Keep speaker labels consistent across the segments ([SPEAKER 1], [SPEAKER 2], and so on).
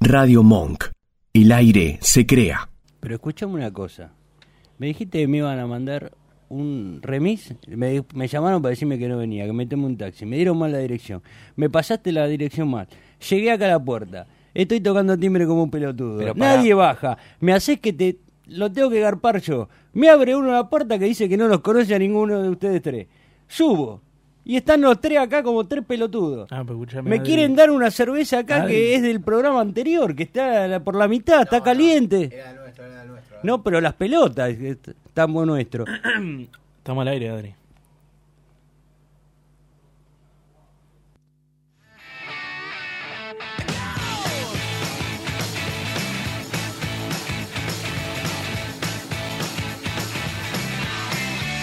[SPEAKER 1] Radio Monk. El aire se crea.
[SPEAKER 2] Pero escúchame una cosa. Me dijiste que me iban a mandar un remis. Me, me llamaron para decirme que no venía, que me tomé un taxi. Me dieron mal la dirección. Me pasaste la dirección mal. Llegué acá a la puerta. Estoy tocando timbre como un pelotudo.
[SPEAKER 3] Pero pará.
[SPEAKER 2] Nadie baja. Me haces que te. Lo tengo que garpar yo. Me abre uno la puerta que dice que no los conoce a ninguno de ustedes tres. Subo. Y están los tres acá como tres pelotudos.
[SPEAKER 4] Ah, pero escúchame,
[SPEAKER 2] Me
[SPEAKER 4] Adri.
[SPEAKER 2] quieren dar una cerveza acá
[SPEAKER 4] Adri.
[SPEAKER 2] que es del programa anterior, que está la- por la mitad, está caliente.
[SPEAKER 4] Eh,
[SPEAKER 5] Era nuestro, era nuestro.
[SPEAKER 2] No, pero las pelotas, eh, t- estamos nuestro.
[SPEAKER 4] Estamos al aire, Adri.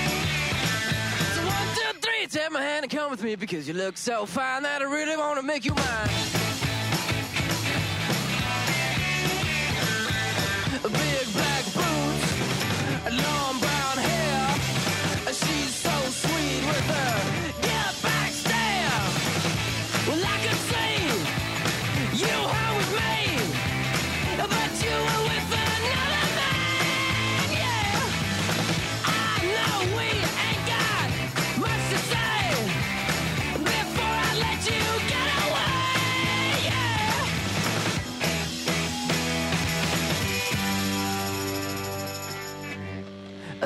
[SPEAKER 3] So one, two, three, take my hand and come with me because you look so fine that I really want to make you mine. Big black boots, long brown hair. She's so sweet with her get back stare. Well, I could see you were with me, but you were with another man. Yeah. I know we ain't got much to say before I let you get away. Yeah. I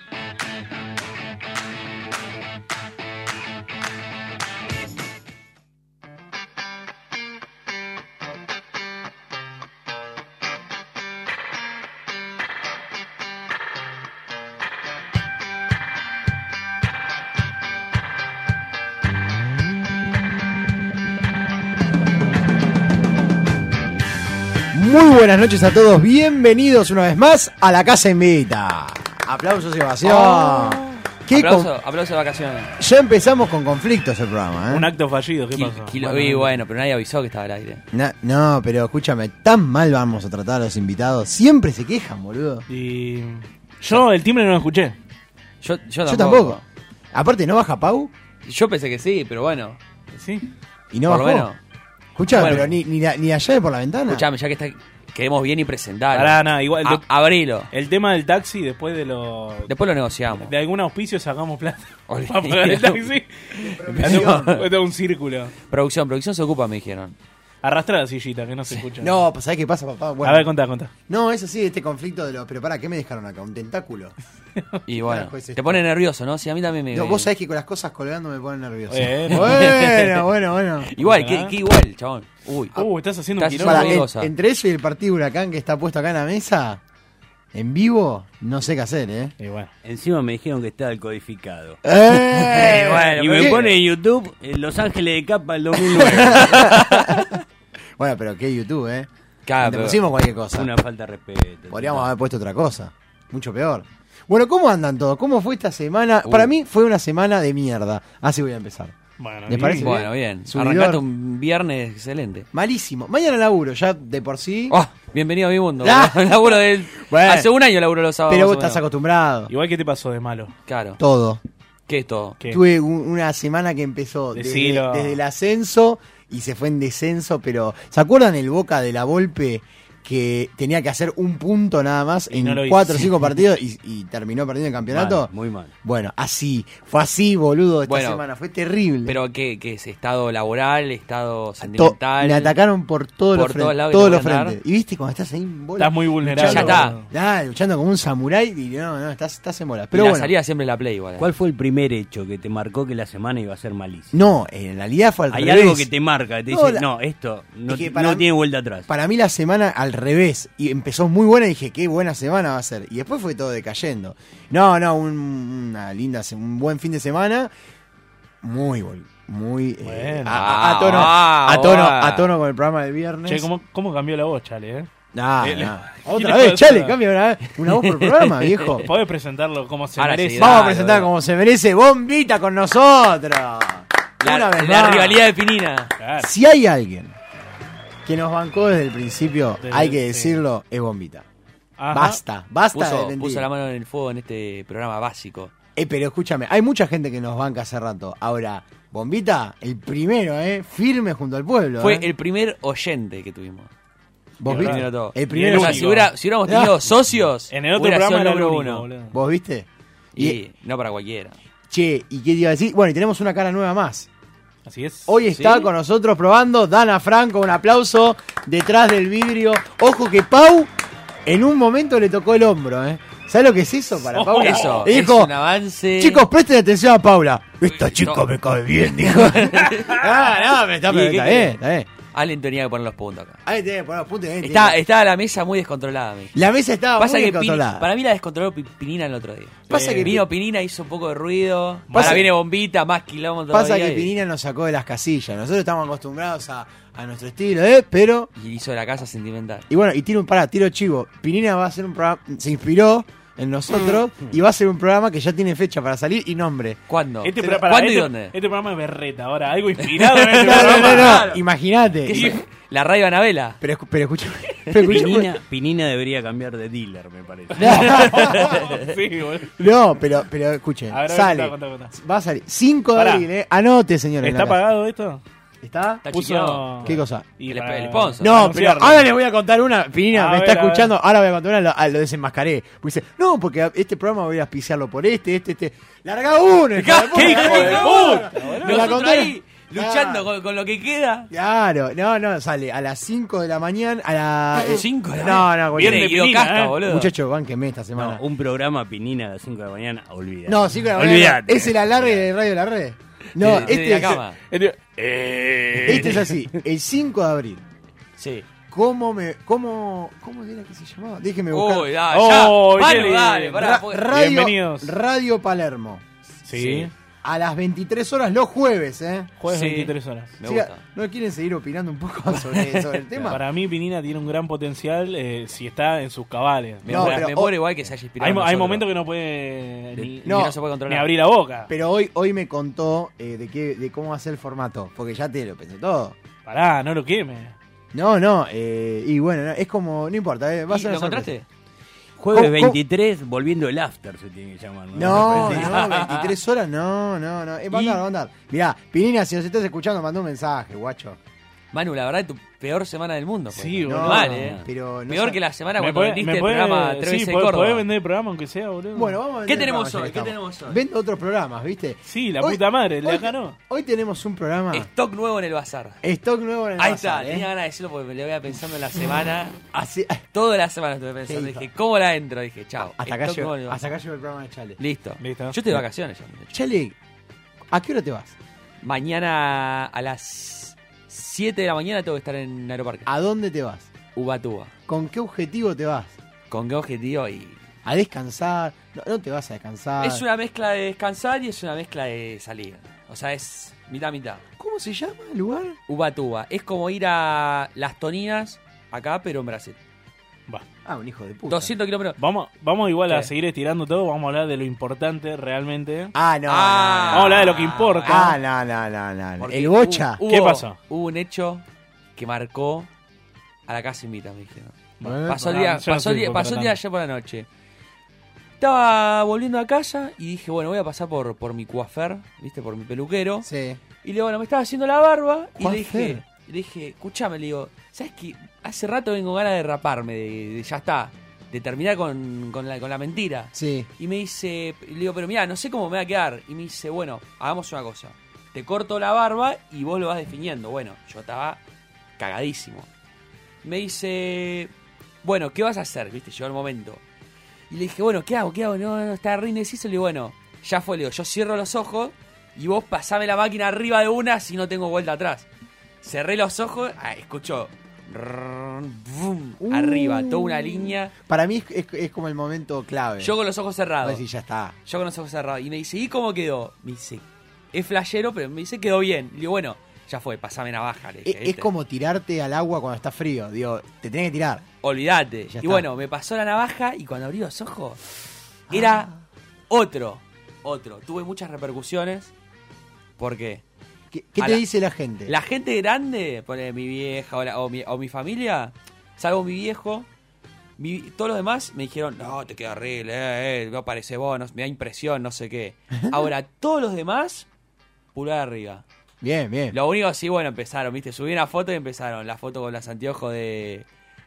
[SPEAKER 5] Muy buenas noches a todos, bienvenidos una vez más a la Casa Invita. Aplausos y ovación. Qué
[SPEAKER 6] Oh. Aplauso, aplauso de vacaciones.
[SPEAKER 5] con- Ya empezamos con conflictos el programa, ¿eh?
[SPEAKER 4] Un acto fallido, ¿qué
[SPEAKER 6] Quil-
[SPEAKER 4] pasó?
[SPEAKER 6] kilo-
[SPEAKER 4] Bueno,
[SPEAKER 6] y bueno, pero nadie avisó que estaba al aire.
[SPEAKER 5] Na- no, pero escúchame, tan mal vamos a tratar a los invitados. Siempre se quejan, boludo.
[SPEAKER 4] y- Yo el timbre no lo escuché.
[SPEAKER 6] Yo, yo,
[SPEAKER 5] Yo tampoco. Aparte, ¿no baja Pau?
[SPEAKER 6] Yo pensé que sí, pero bueno.
[SPEAKER 4] ¿Sí?
[SPEAKER 5] Y no
[SPEAKER 6] por lo
[SPEAKER 5] bajó.
[SPEAKER 6] menos.
[SPEAKER 5] Escuchame,
[SPEAKER 6] Bueno.
[SPEAKER 5] pero ni, ni, la- ni allá de por la ventana.
[SPEAKER 6] Escuchame, ya que está, quedemos bien y presentar.
[SPEAKER 4] Pará, nada, igual. lo-
[SPEAKER 6] abrilo.
[SPEAKER 4] El tema del taxi, después de lo.
[SPEAKER 6] Después lo negociamos.
[SPEAKER 4] De algún auspicio sacamos plata.
[SPEAKER 6] Olvidé.
[SPEAKER 4] Para pagar el taxi. Hacemos todo un círculo.
[SPEAKER 6] Producción, producción se ocupa, me dijeron.
[SPEAKER 4] Arrastra la sillita, que no se escucha.
[SPEAKER 5] No, pues, ¿sabés qué pasa, papá? Bueno,
[SPEAKER 4] A ver, contá, contá.
[SPEAKER 5] no, es así, este conflicto de los. Pero para, ¿qué me dejaron acá? ¿Un tentáculo?
[SPEAKER 6] Y bueno,
[SPEAKER 5] Carajo, es esto.
[SPEAKER 6] te pone nervioso, ¿no? Sí, a mí también me.
[SPEAKER 5] No, vos sabés que con las cosas colgando me ponen nervioso.
[SPEAKER 4] Bueno.
[SPEAKER 5] bueno, bueno. bueno.
[SPEAKER 6] Igual,
[SPEAKER 4] ¿Verdad?
[SPEAKER 6] que, que igual, chabón. Uy.
[SPEAKER 4] ¿eh? Uh, estás haciendo un
[SPEAKER 6] Estás-
[SPEAKER 4] quilombo.
[SPEAKER 5] Para,
[SPEAKER 6] Qué
[SPEAKER 5] en-
[SPEAKER 6] cosa.
[SPEAKER 5] entre eso y el partido Huracán que está puesto acá en la mesa, en vivo, no sé qué hacer, ¿eh?
[SPEAKER 4] Y bueno.
[SPEAKER 2] Encima me dijeron que estaba el codificado.
[SPEAKER 5] ¡Eh!
[SPEAKER 2] y me
[SPEAKER 5] ¿qué?
[SPEAKER 2] pone en YouTube eh, Los Ángeles de Capa el 2009.
[SPEAKER 5] Bueno, pero qué YouTube, ¿eh?
[SPEAKER 6] Claro,
[SPEAKER 5] Te
[SPEAKER 6] pero-
[SPEAKER 5] pusimos cualquier cosa.
[SPEAKER 2] Una falta de respeto.
[SPEAKER 5] Podríamos haber puesto otra cosa. Mucho peor. Bueno, ¿cómo andan todos? ¿Cómo fue esta semana?
[SPEAKER 6] Uh.
[SPEAKER 5] Para mí fue una semana de mierda. Así voy a empezar.
[SPEAKER 4] Bueno,
[SPEAKER 5] ¿Les
[SPEAKER 4] y-
[SPEAKER 5] parece?
[SPEAKER 6] Bueno, bien.
[SPEAKER 5] Subidor.
[SPEAKER 6] Arrancaste un viernes excelente.
[SPEAKER 5] Malísimo. Mañana laburo, ya de por sí.
[SPEAKER 6] Ah, bienvenido a mi mundo.
[SPEAKER 5] Ah.
[SPEAKER 6] laburo del-
[SPEAKER 5] Bueno.
[SPEAKER 6] Hace un año laburo los sábados.
[SPEAKER 5] pero vos
[SPEAKER 6] más o
[SPEAKER 5] estás
[SPEAKER 6] menos.
[SPEAKER 5] acostumbrado.
[SPEAKER 4] Igual, ¿qué te pasó de malo?
[SPEAKER 6] Claro.
[SPEAKER 5] Todo.
[SPEAKER 6] ¿Qué es todo?
[SPEAKER 4] ¿Qué?
[SPEAKER 5] Tuve un- una semana que empezó desde,
[SPEAKER 4] Decilo.
[SPEAKER 5] desde el ascenso y se fue en descenso, pero ¿se acuerdan el Boca de la Volpe que tenía que hacer un punto nada más
[SPEAKER 4] Y
[SPEAKER 5] en
[SPEAKER 4] no lo
[SPEAKER 5] cuatro o
[SPEAKER 4] hizo.
[SPEAKER 5] cinco partidos y, y terminó perdiendo el campeonato?
[SPEAKER 2] Mal, muy mal.
[SPEAKER 5] Bueno, así, fue así, boludo, esta
[SPEAKER 6] Bueno,
[SPEAKER 5] semana, fue terrible.
[SPEAKER 6] Pero qué, qué es estado laboral, estado
[SPEAKER 5] To-
[SPEAKER 6] sentimental.
[SPEAKER 5] me atacaron por todos
[SPEAKER 6] Por todos
[SPEAKER 5] los frentes.
[SPEAKER 6] lados que
[SPEAKER 5] todos
[SPEAKER 6] te
[SPEAKER 5] los
[SPEAKER 6] pueden dar.
[SPEAKER 5] frentes. Y viste, cuando estás ahí en bola.
[SPEAKER 4] Estás muy vulnerable.
[SPEAKER 6] Ya está.
[SPEAKER 5] Ah, luchando como un samurái y no, no, estás, estás en bola. Pero
[SPEAKER 6] Pero la
[SPEAKER 5] bueno,
[SPEAKER 6] salida siempre es la play igual. eh.
[SPEAKER 2] ¿Cuál fue el primer hecho que te marcó que la semana iba a ser malísima?
[SPEAKER 5] no, en realidad fue al
[SPEAKER 2] Hay
[SPEAKER 5] revés.
[SPEAKER 2] algo que te marca, que te dice,
[SPEAKER 5] No, la-
[SPEAKER 2] no, esto no,
[SPEAKER 5] Es que
[SPEAKER 2] ti-
[SPEAKER 5] para
[SPEAKER 2] no
[SPEAKER 5] mí-
[SPEAKER 2] tiene vuelta atrás.
[SPEAKER 5] Para mí la semana al revés. Y empezó muy buena y dije, qué buena semana va a ser. Y después fue todo decayendo. No, no, un- una linda, se- un buen fin de semana. Muy, bol- muy... eh,
[SPEAKER 4] Bueno.
[SPEAKER 5] a, a- a tono,
[SPEAKER 6] Ah,
[SPEAKER 5] a, tono,
[SPEAKER 6] ah.
[SPEAKER 5] a tono con el programa del viernes.
[SPEAKER 4] Che, ¿cómo, ¿cómo cambió la voz, Chale? Eh?
[SPEAKER 5] Nah,
[SPEAKER 4] Eh,
[SPEAKER 5] nah.
[SPEAKER 4] le-
[SPEAKER 5] Otra
[SPEAKER 4] le
[SPEAKER 5] vez,
[SPEAKER 4] pasa?
[SPEAKER 5] chale, cambia una, vez- una voz por programa, viejo.
[SPEAKER 4] ¿Podés presentarlo como se
[SPEAKER 6] Ahora
[SPEAKER 4] merece?
[SPEAKER 6] sí,
[SPEAKER 5] Vamos a
[SPEAKER 6] Claro,
[SPEAKER 5] presentar
[SPEAKER 6] bro.
[SPEAKER 5] como se merece. Bombita con nosotros.
[SPEAKER 4] Eh.
[SPEAKER 6] La,
[SPEAKER 5] Una vez
[SPEAKER 6] la
[SPEAKER 5] más.
[SPEAKER 6] rivalidad de Pinina.
[SPEAKER 4] Claro.
[SPEAKER 5] Si hay alguien que nos bancó desde el principio,
[SPEAKER 4] Desde-
[SPEAKER 5] hay que
[SPEAKER 4] sí.
[SPEAKER 5] decirlo, es Bombita.
[SPEAKER 4] Ajá.
[SPEAKER 5] Basta, basta de
[SPEAKER 6] Puso,
[SPEAKER 5] mentir.
[SPEAKER 6] puso la mano en el fuego en este programa básico.
[SPEAKER 5] Eh, pero escúchame, hay mucha gente que nos banca hace rato. Ahora, Bombita, el primero, ¿eh? Firme junto al pueblo.
[SPEAKER 6] Fue
[SPEAKER 5] ¿eh?
[SPEAKER 6] el primer oyente que tuvimos.
[SPEAKER 5] ¿Vos
[SPEAKER 6] el
[SPEAKER 5] viste?
[SPEAKER 6] primero de todo.
[SPEAKER 5] El
[SPEAKER 4] Y el
[SPEAKER 5] primero.
[SPEAKER 6] o sea,
[SPEAKER 4] único.
[SPEAKER 6] si, hubiera- si hubiéramos tenido
[SPEAKER 5] Ah.
[SPEAKER 6] socios,
[SPEAKER 4] En el otro
[SPEAKER 6] hubiera sido
[SPEAKER 4] programa era
[SPEAKER 6] el
[SPEAKER 4] el
[SPEAKER 6] número
[SPEAKER 4] único,
[SPEAKER 6] uno.
[SPEAKER 4] boludo.
[SPEAKER 5] ¿Vos viste?
[SPEAKER 6] Y, no para cualquiera.
[SPEAKER 5] Che, ¿y qué te iba a decir? Bueno, y tenemos una cara nueva más.
[SPEAKER 4] Así es.
[SPEAKER 5] Hoy está
[SPEAKER 6] ¿Sí?
[SPEAKER 5] con nosotros probando Dana Franco, un aplauso detrás del vidrio. Ojo que Pau en un momento le tocó el hombro, ¿eh? ¿Sabes lo que es eso para Paula?
[SPEAKER 6] Oh, Eso,
[SPEAKER 5] Le dijo,
[SPEAKER 6] es un avance.
[SPEAKER 5] chicos, presten atención a Paula. Esta
[SPEAKER 6] Uy,
[SPEAKER 5] chica
[SPEAKER 6] no.
[SPEAKER 5] me cae bien, dijo. ah, no, me está,
[SPEAKER 6] ¿Y qué
[SPEAKER 5] está bien,
[SPEAKER 6] querés?
[SPEAKER 5] está bien.
[SPEAKER 6] Allen tenía que poner los puntos acá.
[SPEAKER 5] Ahí tenés, poné los puntos, ahí tenés.
[SPEAKER 6] Está, estaba la mesa muy descontrolada. me dijo.
[SPEAKER 5] La mesa estaba
[SPEAKER 6] Pasa
[SPEAKER 5] muy
[SPEAKER 6] que Pini-
[SPEAKER 5] descontrolada.
[SPEAKER 6] para mí la descontroló Pi- Pinina el otro día.
[SPEAKER 5] Pasa que-
[SPEAKER 6] vino Pinina, hizo un poco de ruido.
[SPEAKER 5] Pasa-
[SPEAKER 6] ahora viene bombita, más kilómetros.
[SPEAKER 5] Pasa que Pinina nos sacó de las casillas. Nosotros estamos acostumbrados a, a nuestro estilo, ¿eh? Pero
[SPEAKER 6] Y hizo la casa sentimental.
[SPEAKER 5] Y bueno, y tiro un pará, tiro chivo. Pinina va a hacer un programa, se inspiró en nosotros y va a hacer un programa que ya tiene fecha para salir y nombre.
[SPEAKER 6] Mm. ¿Cuándo?
[SPEAKER 4] Este,
[SPEAKER 6] ¿Cuándo
[SPEAKER 4] pro- para,
[SPEAKER 6] y
[SPEAKER 4] este-
[SPEAKER 6] dónde?
[SPEAKER 4] este programa es berreta ahora, algo inspirado en este
[SPEAKER 5] No, no, no, no,
[SPEAKER 4] programa.
[SPEAKER 6] ¿Qué
[SPEAKER 5] imagínate.
[SPEAKER 6] es eso? La radio Anabela.
[SPEAKER 5] Pero, escu- pero escucha, pero escucha-
[SPEAKER 2] Pinina, Pinina debería cambiar de dealer, me parece.
[SPEAKER 4] Sí, boludo.
[SPEAKER 5] No, pero, pero escuchen,
[SPEAKER 4] A ver, a ver,
[SPEAKER 5] sale.
[SPEAKER 4] contá, contá, contá.
[SPEAKER 5] Va a salir 5 de
[SPEAKER 4] Pará.
[SPEAKER 5] abril, eh. Anote, señores. en
[SPEAKER 4] ¿Está
[SPEAKER 5] la casa.
[SPEAKER 4] pagado esto?
[SPEAKER 5] ¿Está?
[SPEAKER 6] Está
[SPEAKER 4] Puso...
[SPEAKER 6] chequeado.
[SPEAKER 5] ¿Qué cosa?
[SPEAKER 6] El- el sponsor.
[SPEAKER 5] No, pero ahora le voy a contar una. Pinina, me
[SPEAKER 4] A ver,
[SPEAKER 5] está
[SPEAKER 4] a ver.
[SPEAKER 5] escuchando. Ahora voy a contar una, lo, ah, lo desenmascaré. Porque dice, no, porque a- este programa voy a auspiciarlo por este, este, este. ¡Larga uno! hijo de puta,
[SPEAKER 6] ¿Qué hijo de
[SPEAKER 5] larga
[SPEAKER 6] puta,
[SPEAKER 5] uno! Me la
[SPEAKER 6] Nosotros
[SPEAKER 5] conté.
[SPEAKER 6] ahí, luchando
[SPEAKER 5] Ah.
[SPEAKER 6] con, con lo que queda.
[SPEAKER 5] Claro, no, no, sale a las 5 de la mañana, a las
[SPEAKER 6] 5 de la
[SPEAKER 5] No, no,
[SPEAKER 4] Bien
[SPEAKER 6] Viene
[SPEAKER 5] boludo.
[SPEAKER 4] de
[SPEAKER 6] Guido
[SPEAKER 4] Pinina,
[SPEAKER 6] Casca,
[SPEAKER 4] eh.
[SPEAKER 6] boludo.
[SPEAKER 5] Muchachos, banquenme esta
[SPEAKER 2] No,
[SPEAKER 5] semana.
[SPEAKER 2] un programa Pinina a las 5 de la mañana, olvídate.
[SPEAKER 5] No, 5 de la mañana.
[SPEAKER 2] Olvídate.
[SPEAKER 5] Es el alargue de Radio La Red. No,
[SPEAKER 6] Desde- desde
[SPEAKER 5] este,
[SPEAKER 6] la cama.
[SPEAKER 4] Este- Eh.
[SPEAKER 5] este es así. El 5 de abril.
[SPEAKER 6] Sí.
[SPEAKER 5] ¿Cómo me. ¿Cómo. ¿Cómo era que se llamaba? Déjeme buscar.
[SPEAKER 6] Uy, da,
[SPEAKER 4] Oh,
[SPEAKER 6] ya. Manu,
[SPEAKER 4] bien.
[SPEAKER 6] dale, pará.
[SPEAKER 5] Ra-
[SPEAKER 6] porque-
[SPEAKER 5] radio,
[SPEAKER 4] Bienvenidos.
[SPEAKER 5] Radio Palermo.
[SPEAKER 4] Sí.
[SPEAKER 5] A las 23 horas los jueves, ¿eh?
[SPEAKER 4] Jueves
[SPEAKER 6] Sí.
[SPEAKER 4] 23 horas.
[SPEAKER 6] Me
[SPEAKER 5] Siga-
[SPEAKER 6] gusta.
[SPEAKER 5] ¿No quieren seguir opinando un poco sobre, sobre el tema?
[SPEAKER 4] Para mí, Pinina tiene un gran potencial eh, si está en sus cabales.
[SPEAKER 6] Me,
[SPEAKER 5] No,
[SPEAKER 6] muero-
[SPEAKER 5] pero-
[SPEAKER 6] me
[SPEAKER 5] o-
[SPEAKER 6] muero igual que se haya inspirado.
[SPEAKER 4] hay,
[SPEAKER 6] en
[SPEAKER 4] mo- hay
[SPEAKER 6] nosotros.
[SPEAKER 4] momentos que no puede
[SPEAKER 6] De-
[SPEAKER 4] ni,
[SPEAKER 6] que
[SPEAKER 5] no,
[SPEAKER 6] no se puede
[SPEAKER 4] ni
[SPEAKER 6] controlar.
[SPEAKER 4] abrir la boca.
[SPEAKER 5] Pero hoy, hoy me contó eh, de, qué, de cómo va a ser el formato, porque ya te lo pensé todo.
[SPEAKER 4] Pará, no lo queme.
[SPEAKER 5] No, no, eh, y bueno, no, es como, no importa, eh, va a
[SPEAKER 6] ¿Y
[SPEAKER 5] ser
[SPEAKER 6] ¿Lo
[SPEAKER 5] una sorpresa.
[SPEAKER 6] encontraste?
[SPEAKER 2] Jueves
[SPEAKER 5] ¿Cómo- cómo-
[SPEAKER 2] 23, volviendo el after se tiene que llamar.
[SPEAKER 5] No,
[SPEAKER 2] Me parece.
[SPEAKER 5] no, 23 horas, no, no, no. Eh, va a
[SPEAKER 2] ¿Y?
[SPEAKER 5] andar, va a andar. Mirá, Pinina, si nos estás escuchando, mandó un mensaje, guacho.
[SPEAKER 6] Manu, la verdad es tu peor semana del mundo. fue.
[SPEAKER 4] Sí, boludo.
[SPEAKER 5] No,
[SPEAKER 6] Mal, eh.
[SPEAKER 5] Pero no
[SPEAKER 6] Peor
[SPEAKER 5] sé-
[SPEAKER 6] que la semana
[SPEAKER 4] me
[SPEAKER 6] cuando
[SPEAKER 4] podés-
[SPEAKER 6] vendiste
[SPEAKER 4] me
[SPEAKER 6] el
[SPEAKER 4] podés-
[SPEAKER 6] programa tres
[SPEAKER 4] sí,
[SPEAKER 6] veces
[SPEAKER 4] podés-
[SPEAKER 6] Córdoba.
[SPEAKER 4] podés vender el programa aunque sea, boludo.
[SPEAKER 5] Bueno, vamos a ver
[SPEAKER 6] ¿Qué
[SPEAKER 5] el
[SPEAKER 6] tenemos
[SPEAKER 5] programa, ya
[SPEAKER 6] hoy?
[SPEAKER 5] que
[SPEAKER 6] ¿Qué
[SPEAKER 5] estamos.
[SPEAKER 6] tenemos hoy?
[SPEAKER 5] Vendo otros programas, ¿viste?
[SPEAKER 4] Sí, la puta madre, el de
[SPEAKER 5] hoy-
[SPEAKER 4] acá no.
[SPEAKER 5] Hoy tenemos un programa.
[SPEAKER 6] Stock nuevo en el bazar.
[SPEAKER 5] Stock nuevo en el
[SPEAKER 6] Ahí
[SPEAKER 5] bazar,
[SPEAKER 6] está,
[SPEAKER 5] ¿eh?
[SPEAKER 6] tenía ganas de decirlo porque me lo había pensando en la semana.
[SPEAKER 5] Así-
[SPEAKER 6] Toda la semana estuve pensando.
[SPEAKER 5] Sí,
[SPEAKER 6] Dije, ¿cómo la entro? Dije, chao.
[SPEAKER 5] hasta, acá
[SPEAKER 6] Stock
[SPEAKER 5] llegó,
[SPEAKER 6] nuevo en el
[SPEAKER 5] hasta
[SPEAKER 6] bazar.
[SPEAKER 5] acá llegó el programa de Chale.
[SPEAKER 6] Listo.
[SPEAKER 4] Listo.
[SPEAKER 6] Yo estoy de vacaciones ya. muchachos.
[SPEAKER 5] Chale, ¿a qué hora te vas?
[SPEAKER 6] Mañana a las 7 de la mañana tengo que estar en Aeroparque.
[SPEAKER 5] ¿A dónde te vas?
[SPEAKER 6] Ubatuba.
[SPEAKER 5] ¿Con qué objetivo te vas?
[SPEAKER 6] ¿Con qué objetivo? Y
[SPEAKER 5] ¿A descansar? No, no te vas a descansar.
[SPEAKER 6] Es una mezcla de descansar y es una mezcla de salir. O sea, es mitad mitad.
[SPEAKER 5] ¿Cómo se llama el lugar?
[SPEAKER 6] Ubatuba. Es como ir a Las Toninas, acá, pero en Brasil.
[SPEAKER 4] Va.
[SPEAKER 5] Ah, un hijo de puta.
[SPEAKER 6] 200 kilómetros.
[SPEAKER 4] Vamos, vamos igual a
[SPEAKER 6] Sí.
[SPEAKER 4] seguir estirando todo, vamos a hablar de lo importante realmente.
[SPEAKER 5] Ah, no.
[SPEAKER 6] Ah,
[SPEAKER 5] no, no.
[SPEAKER 4] Vamos a hablar de lo que importa.
[SPEAKER 5] Ah, no, no, no, no, no.
[SPEAKER 6] Porque
[SPEAKER 5] El bocha.
[SPEAKER 6] hubo-
[SPEAKER 4] ¿Qué
[SPEAKER 6] hubo-
[SPEAKER 4] pasó?
[SPEAKER 6] Hubo un hecho que marcó a la casa invita, me dijeron.
[SPEAKER 5] Bueno,
[SPEAKER 6] Pasó el
[SPEAKER 4] no,
[SPEAKER 6] día,
[SPEAKER 4] yo no
[SPEAKER 6] pasó el
[SPEAKER 4] fui
[SPEAKER 6] día,
[SPEAKER 4] por
[SPEAKER 6] pasó el día
[SPEAKER 4] tanto.
[SPEAKER 6] ayer por la noche. Estaba volviendo a casa y dije, bueno, voy a pasar por, por mi coafer, ¿viste? Por mi peluquero.
[SPEAKER 5] Sí.
[SPEAKER 6] Y le bueno, me estaba haciendo la barba y
[SPEAKER 5] ¿Cuál
[SPEAKER 6] le dije,
[SPEAKER 5] ser?
[SPEAKER 6] le dije, escúchame, le digo, ¿sabes qué? Hace rato vengo con ganas de raparme, de, de- ya está, de terminar con, con la, con la mentira.
[SPEAKER 5] Sí.
[SPEAKER 6] Y me dice, y le digo, pero mira, no sé cómo me va a quedar. Y me dice, bueno, hagamos una cosa. Te corto la barba y vos lo vas definiendo. Bueno, yo estaba cagadísimo. Me dice, bueno, ¿qué vas a hacer? Viste, llegó el momento. Y le dije, bueno, ¿qué hago? ¿Qué hago? No, no, está re indeciso. Le digo, bueno, ya fue, le digo, yo cierro los ojos y vos pasame la máquina arriba de una si no tengo vuelta atrás. Cerré los ojos, ah, escucho. rrrr, vum,
[SPEAKER 5] Uh.
[SPEAKER 6] arriba, toda una línea.
[SPEAKER 5] Para mí es, es- es como el momento clave.
[SPEAKER 6] Yo con los ojos
[SPEAKER 5] Vos
[SPEAKER 6] cerrados.
[SPEAKER 5] decís, ya está.
[SPEAKER 6] Yo con los ojos cerrados. Y me dice, ¿y cómo quedó? Me dice, es flashero, pero me dice, quedó bien. Le digo, bueno, ya fue, pasame navaja. Le dije,
[SPEAKER 5] E-, Es, es
[SPEAKER 6] ¿viste?
[SPEAKER 5] como tirarte al agua cuando está frío. Digo, te tenés que tirar.
[SPEAKER 6] Olvídate.
[SPEAKER 5] Ya
[SPEAKER 6] Y
[SPEAKER 5] está.
[SPEAKER 6] bueno, me pasó la navaja y cuando abrí los ojos,
[SPEAKER 5] Ah.
[SPEAKER 6] era otro. Otro. Tuve muchas repercusiones. Porque
[SPEAKER 5] ¿Qué, qué
[SPEAKER 6] A
[SPEAKER 5] te
[SPEAKER 6] la-
[SPEAKER 5] dice la gente?
[SPEAKER 6] la gente grande, ponele, mi vieja o, la- o mi, o mi familia, salvo mi viejo, mi- todos los demás me dijeron, no, te queda horrible, eh, eh, no parece vos, no- me da impresión, no sé qué. Ahora, todos los demás pulgar arriba.
[SPEAKER 5] Bien, bien.
[SPEAKER 6] Lo único sí, bueno, empezaron, ¿viste? Subí una foto y empezaron. La foto con las anteojos de,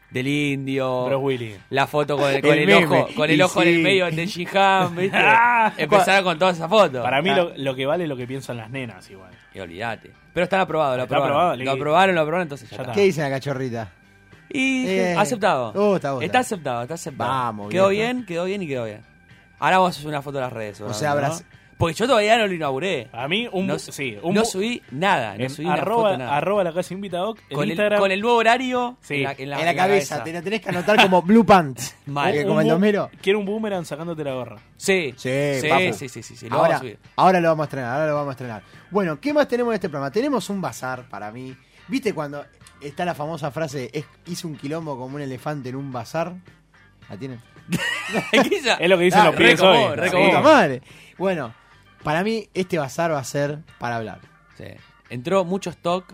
[SPEAKER 6] del indio.
[SPEAKER 4] Bruce Willis.
[SPEAKER 6] La foto con el, con
[SPEAKER 5] El
[SPEAKER 6] el
[SPEAKER 5] meme.
[SPEAKER 6] ojo, con el
[SPEAKER 5] Y
[SPEAKER 6] ojo en el
[SPEAKER 5] sí.
[SPEAKER 6] medio de Shinhan, ¿viste? empezaron con todas esas fotos.
[SPEAKER 4] Ah. Para mí lo, lo que vale es lo que piensan las nenas igual.
[SPEAKER 6] Y olvídate. Pero están aprobados, lo
[SPEAKER 4] Está
[SPEAKER 6] aprobaron.
[SPEAKER 4] aprobado,
[SPEAKER 6] lo
[SPEAKER 4] listo.
[SPEAKER 6] aprobaron, lo aprobaron, entonces ya,
[SPEAKER 4] Ya
[SPEAKER 6] está.
[SPEAKER 5] ¿Qué dice la cachorrita?
[SPEAKER 6] Y dije,
[SPEAKER 5] Eh.
[SPEAKER 6] aceptado.
[SPEAKER 5] Oh, está bueno.
[SPEAKER 6] está aceptado, está aceptado.
[SPEAKER 5] Vamos,
[SPEAKER 6] Quedó
[SPEAKER 5] viejo.
[SPEAKER 6] bien, quedó bien y quedó bien. Ahora vos haces una foto a las redes.
[SPEAKER 5] O sea,
[SPEAKER 6] seguramente,
[SPEAKER 5] habrás-
[SPEAKER 6] ¿no? Porque yo todavía no lo inauguré.
[SPEAKER 4] Para mí, un.
[SPEAKER 6] no,
[SPEAKER 4] bu- sí, un
[SPEAKER 6] no
[SPEAKER 4] bu-
[SPEAKER 6] subí nada, no
[SPEAKER 4] en
[SPEAKER 6] subí una foto,
[SPEAKER 4] arroba,
[SPEAKER 6] nada.
[SPEAKER 4] arroba la casa invita doc, en
[SPEAKER 6] con, el,
[SPEAKER 4] Instagram.
[SPEAKER 6] con el nuevo horario
[SPEAKER 4] Sí.
[SPEAKER 6] en la, en la-
[SPEAKER 5] en
[SPEAKER 6] en
[SPEAKER 5] la cabeza, te la tenés que anotar como Blue Pants.
[SPEAKER 6] Mal.
[SPEAKER 5] Porque
[SPEAKER 6] Un-
[SPEAKER 5] como el
[SPEAKER 4] bu-
[SPEAKER 5] Domero.
[SPEAKER 4] Quiero un boomerang sacándote la gorra.
[SPEAKER 6] Sí,
[SPEAKER 5] Sí,
[SPEAKER 6] sí,
[SPEAKER 5] papu.
[SPEAKER 6] sí, sí, sí, sí, lo
[SPEAKER 5] ahora,
[SPEAKER 6] vamos a subir.
[SPEAKER 5] ahora lo vamos a estrenar, ahora lo vamos a estrenar. Bueno, ¿qué más tenemos en este programa? Tenemos un bazar para mí. ¿Viste cuando está la famosa frase, es, hice un quilombo como un elefante en un bazar? ¿La tienen?
[SPEAKER 4] Es lo que dicen
[SPEAKER 5] Ah,
[SPEAKER 4] los pibes
[SPEAKER 6] recomó,
[SPEAKER 4] hoy.
[SPEAKER 5] La
[SPEAKER 6] recomó.
[SPEAKER 5] puta
[SPEAKER 4] Sí.
[SPEAKER 5] madre. Bueno, para mí este bazar va a ser para hablar.
[SPEAKER 6] Sí. Entró mucho stock,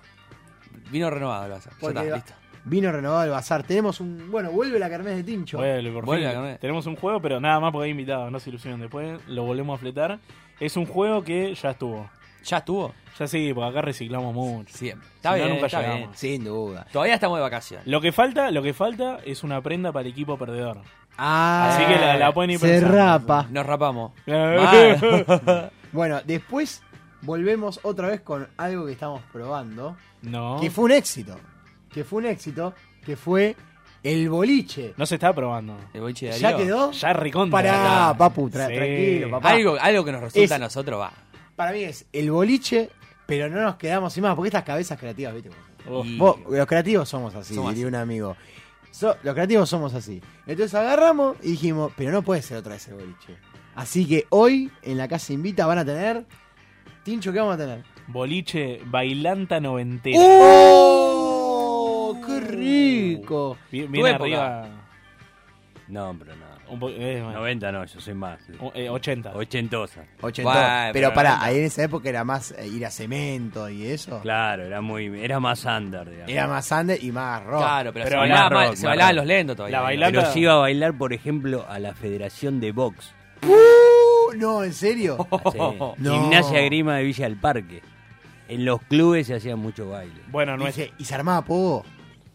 [SPEAKER 6] vino renovado lo vas a hacer. Ya
[SPEAKER 5] Porque
[SPEAKER 6] está,
[SPEAKER 5] va-
[SPEAKER 6] listo.
[SPEAKER 5] Vino renovado el bazar. Tenemos un. Bueno, vuelve la carnet de Tincho.
[SPEAKER 4] Vuelve, por
[SPEAKER 6] Vuelve
[SPEAKER 4] fin.
[SPEAKER 6] a comer.
[SPEAKER 4] Tenemos un juego, pero nada más porque hay invitados, no se ilusionen. Después lo volvemos a fletar. Es un juego que ya estuvo.
[SPEAKER 6] ¿Ya estuvo?
[SPEAKER 4] Ya sí, porque acá reciclamos mucho.
[SPEAKER 6] Siempre. Está
[SPEAKER 4] Si no,
[SPEAKER 6] bien,
[SPEAKER 4] nunca
[SPEAKER 6] está
[SPEAKER 4] llegamos.
[SPEAKER 6] bien.
[SPEAKER 5] Sin duda.
[SPEAKER 6] Todavía estamos de vacaciones.
[SPEAKER 4] Lo que falta, lo que falta es una prenda para el equipo perdedor.
[SPEAKER 5] Ah,
[SPEAKER 4] Así que la, la pueden ir
[SPEAKER 5] se
[SPEAKER 4] pensando.
[SPEAKER 5] rapa.
[SPEAKER 6] Nos rapamos.
[SPEAKER 4] Mal.
[SPEAKER 5] Bueno, después volvemos otra vez con algo que estamos probando.
[SPEAKER 4] No.
[SPEAKER 5] Que fue un éxito. Que fue un éxito. Que fue el boliche.
[SPEAKER 4] No se está probando.
[SPEAKER 6] El boliche de
[SPEAKER 5] ¿Ya
[SPEAKER 6] Darío.
[SPEAKER 5] quedó?
[SPEAKER 4] Ya recontra.
[SPEAKER 5] Pará,
[SPEAKER 4] Ya.
[SPEAKER 5] papu, tra-
[SPEAKER 4] Sí.
[SPEAKER 5] tranquilo, papá.
[SPEAKER 6] Algo, algo que nos resulta a
[SPEAKER 5] Es-
[SPEAKER 6] nosotros va.
[SPEAKER 5] Para mí es el boliche, pero no nos quedamos sin más. Porque estas cabezas creativas, ¿viste?
[SPEAKER 4] Oh.
[SPEAKER 6] Y-
[SPEAKER 5] Vos, los creativos somos así,
[SPEAKER 6] Somos
[SPEAKER 5] diría
[SPEAKER 6] así.
[SPEAKER 5] un amigo. So- los creativos somos así. Entonces agarramos y dijimos, pero no puede ser otra vez el boliche. Así que hoy en la casa invita van a tener. Tincho, ¿qué vamos a tener?
[SPEAKER 4] Boliche bailanta noventera.
[SPEAKER 5] ¡Oh! ¡Qué rico!
[SPEAKER 4] Bien,
[SPEAKER 6] Tu
[SPEAKER 4] bien
[SPEAKER 6] época.
[SPEAKER 4] arriba.
[SPEAKER 2] ah". No, pero no.
[SPEAKER 4] Un po- eh, bueno,
[SPEAKER 2] 90 no, yo soy más.
[SPEAKER 4] o- eh, 80.
[SPEAKER 2] Ochentosa.
[SPEAKER 5] Ochentón.
[SPEAKER 6] Bueno,
[SPEAKER 5] pero
[SPEAKER 6] pero
[SPEAKER 5] pará,
[SPEAKER 6] no.
[SPEAKER 5] ahí en esa época era más eh, ir a cemento y eso.
[SPEAKER 2] Claro, era muy era más under, digamos.
[SPEAKER 5] Era más under y más rock.
[SPEAKER 6] Claro, pero,
[SPEAKER 4] Pero
[SPEAKER 6] se bailaba,
[SPEAKER 2] más
[SPEAKER 6] mal-
[SPEAKER 2] rock,
[SPEAKER 6] se
[SPEAKER 2] más
[SPEAKER 6] bailaba
[SPEAKER 2] rock.
[SPEAKER 6] los lentos todavía.
[SPEAKER 4] La bailaba-
[SPEAKER 2] Pero se iba a bailar, por ejemplo, a la Federación de Box.
[SPEAKER 5] ¡Uh! No, en serio.
[SPEAKER 2] Así,
[SPEAKER 4] Oh,
[SPEAKER 6] No.
[SPEAKER 2] Gimnasia Grima de Villa del Parque. En los clubes se hacía mucho baile.
[SPEAKER 4] Bueno, nuestra,
[SPEAKER 5] Dije, y se armaba poco.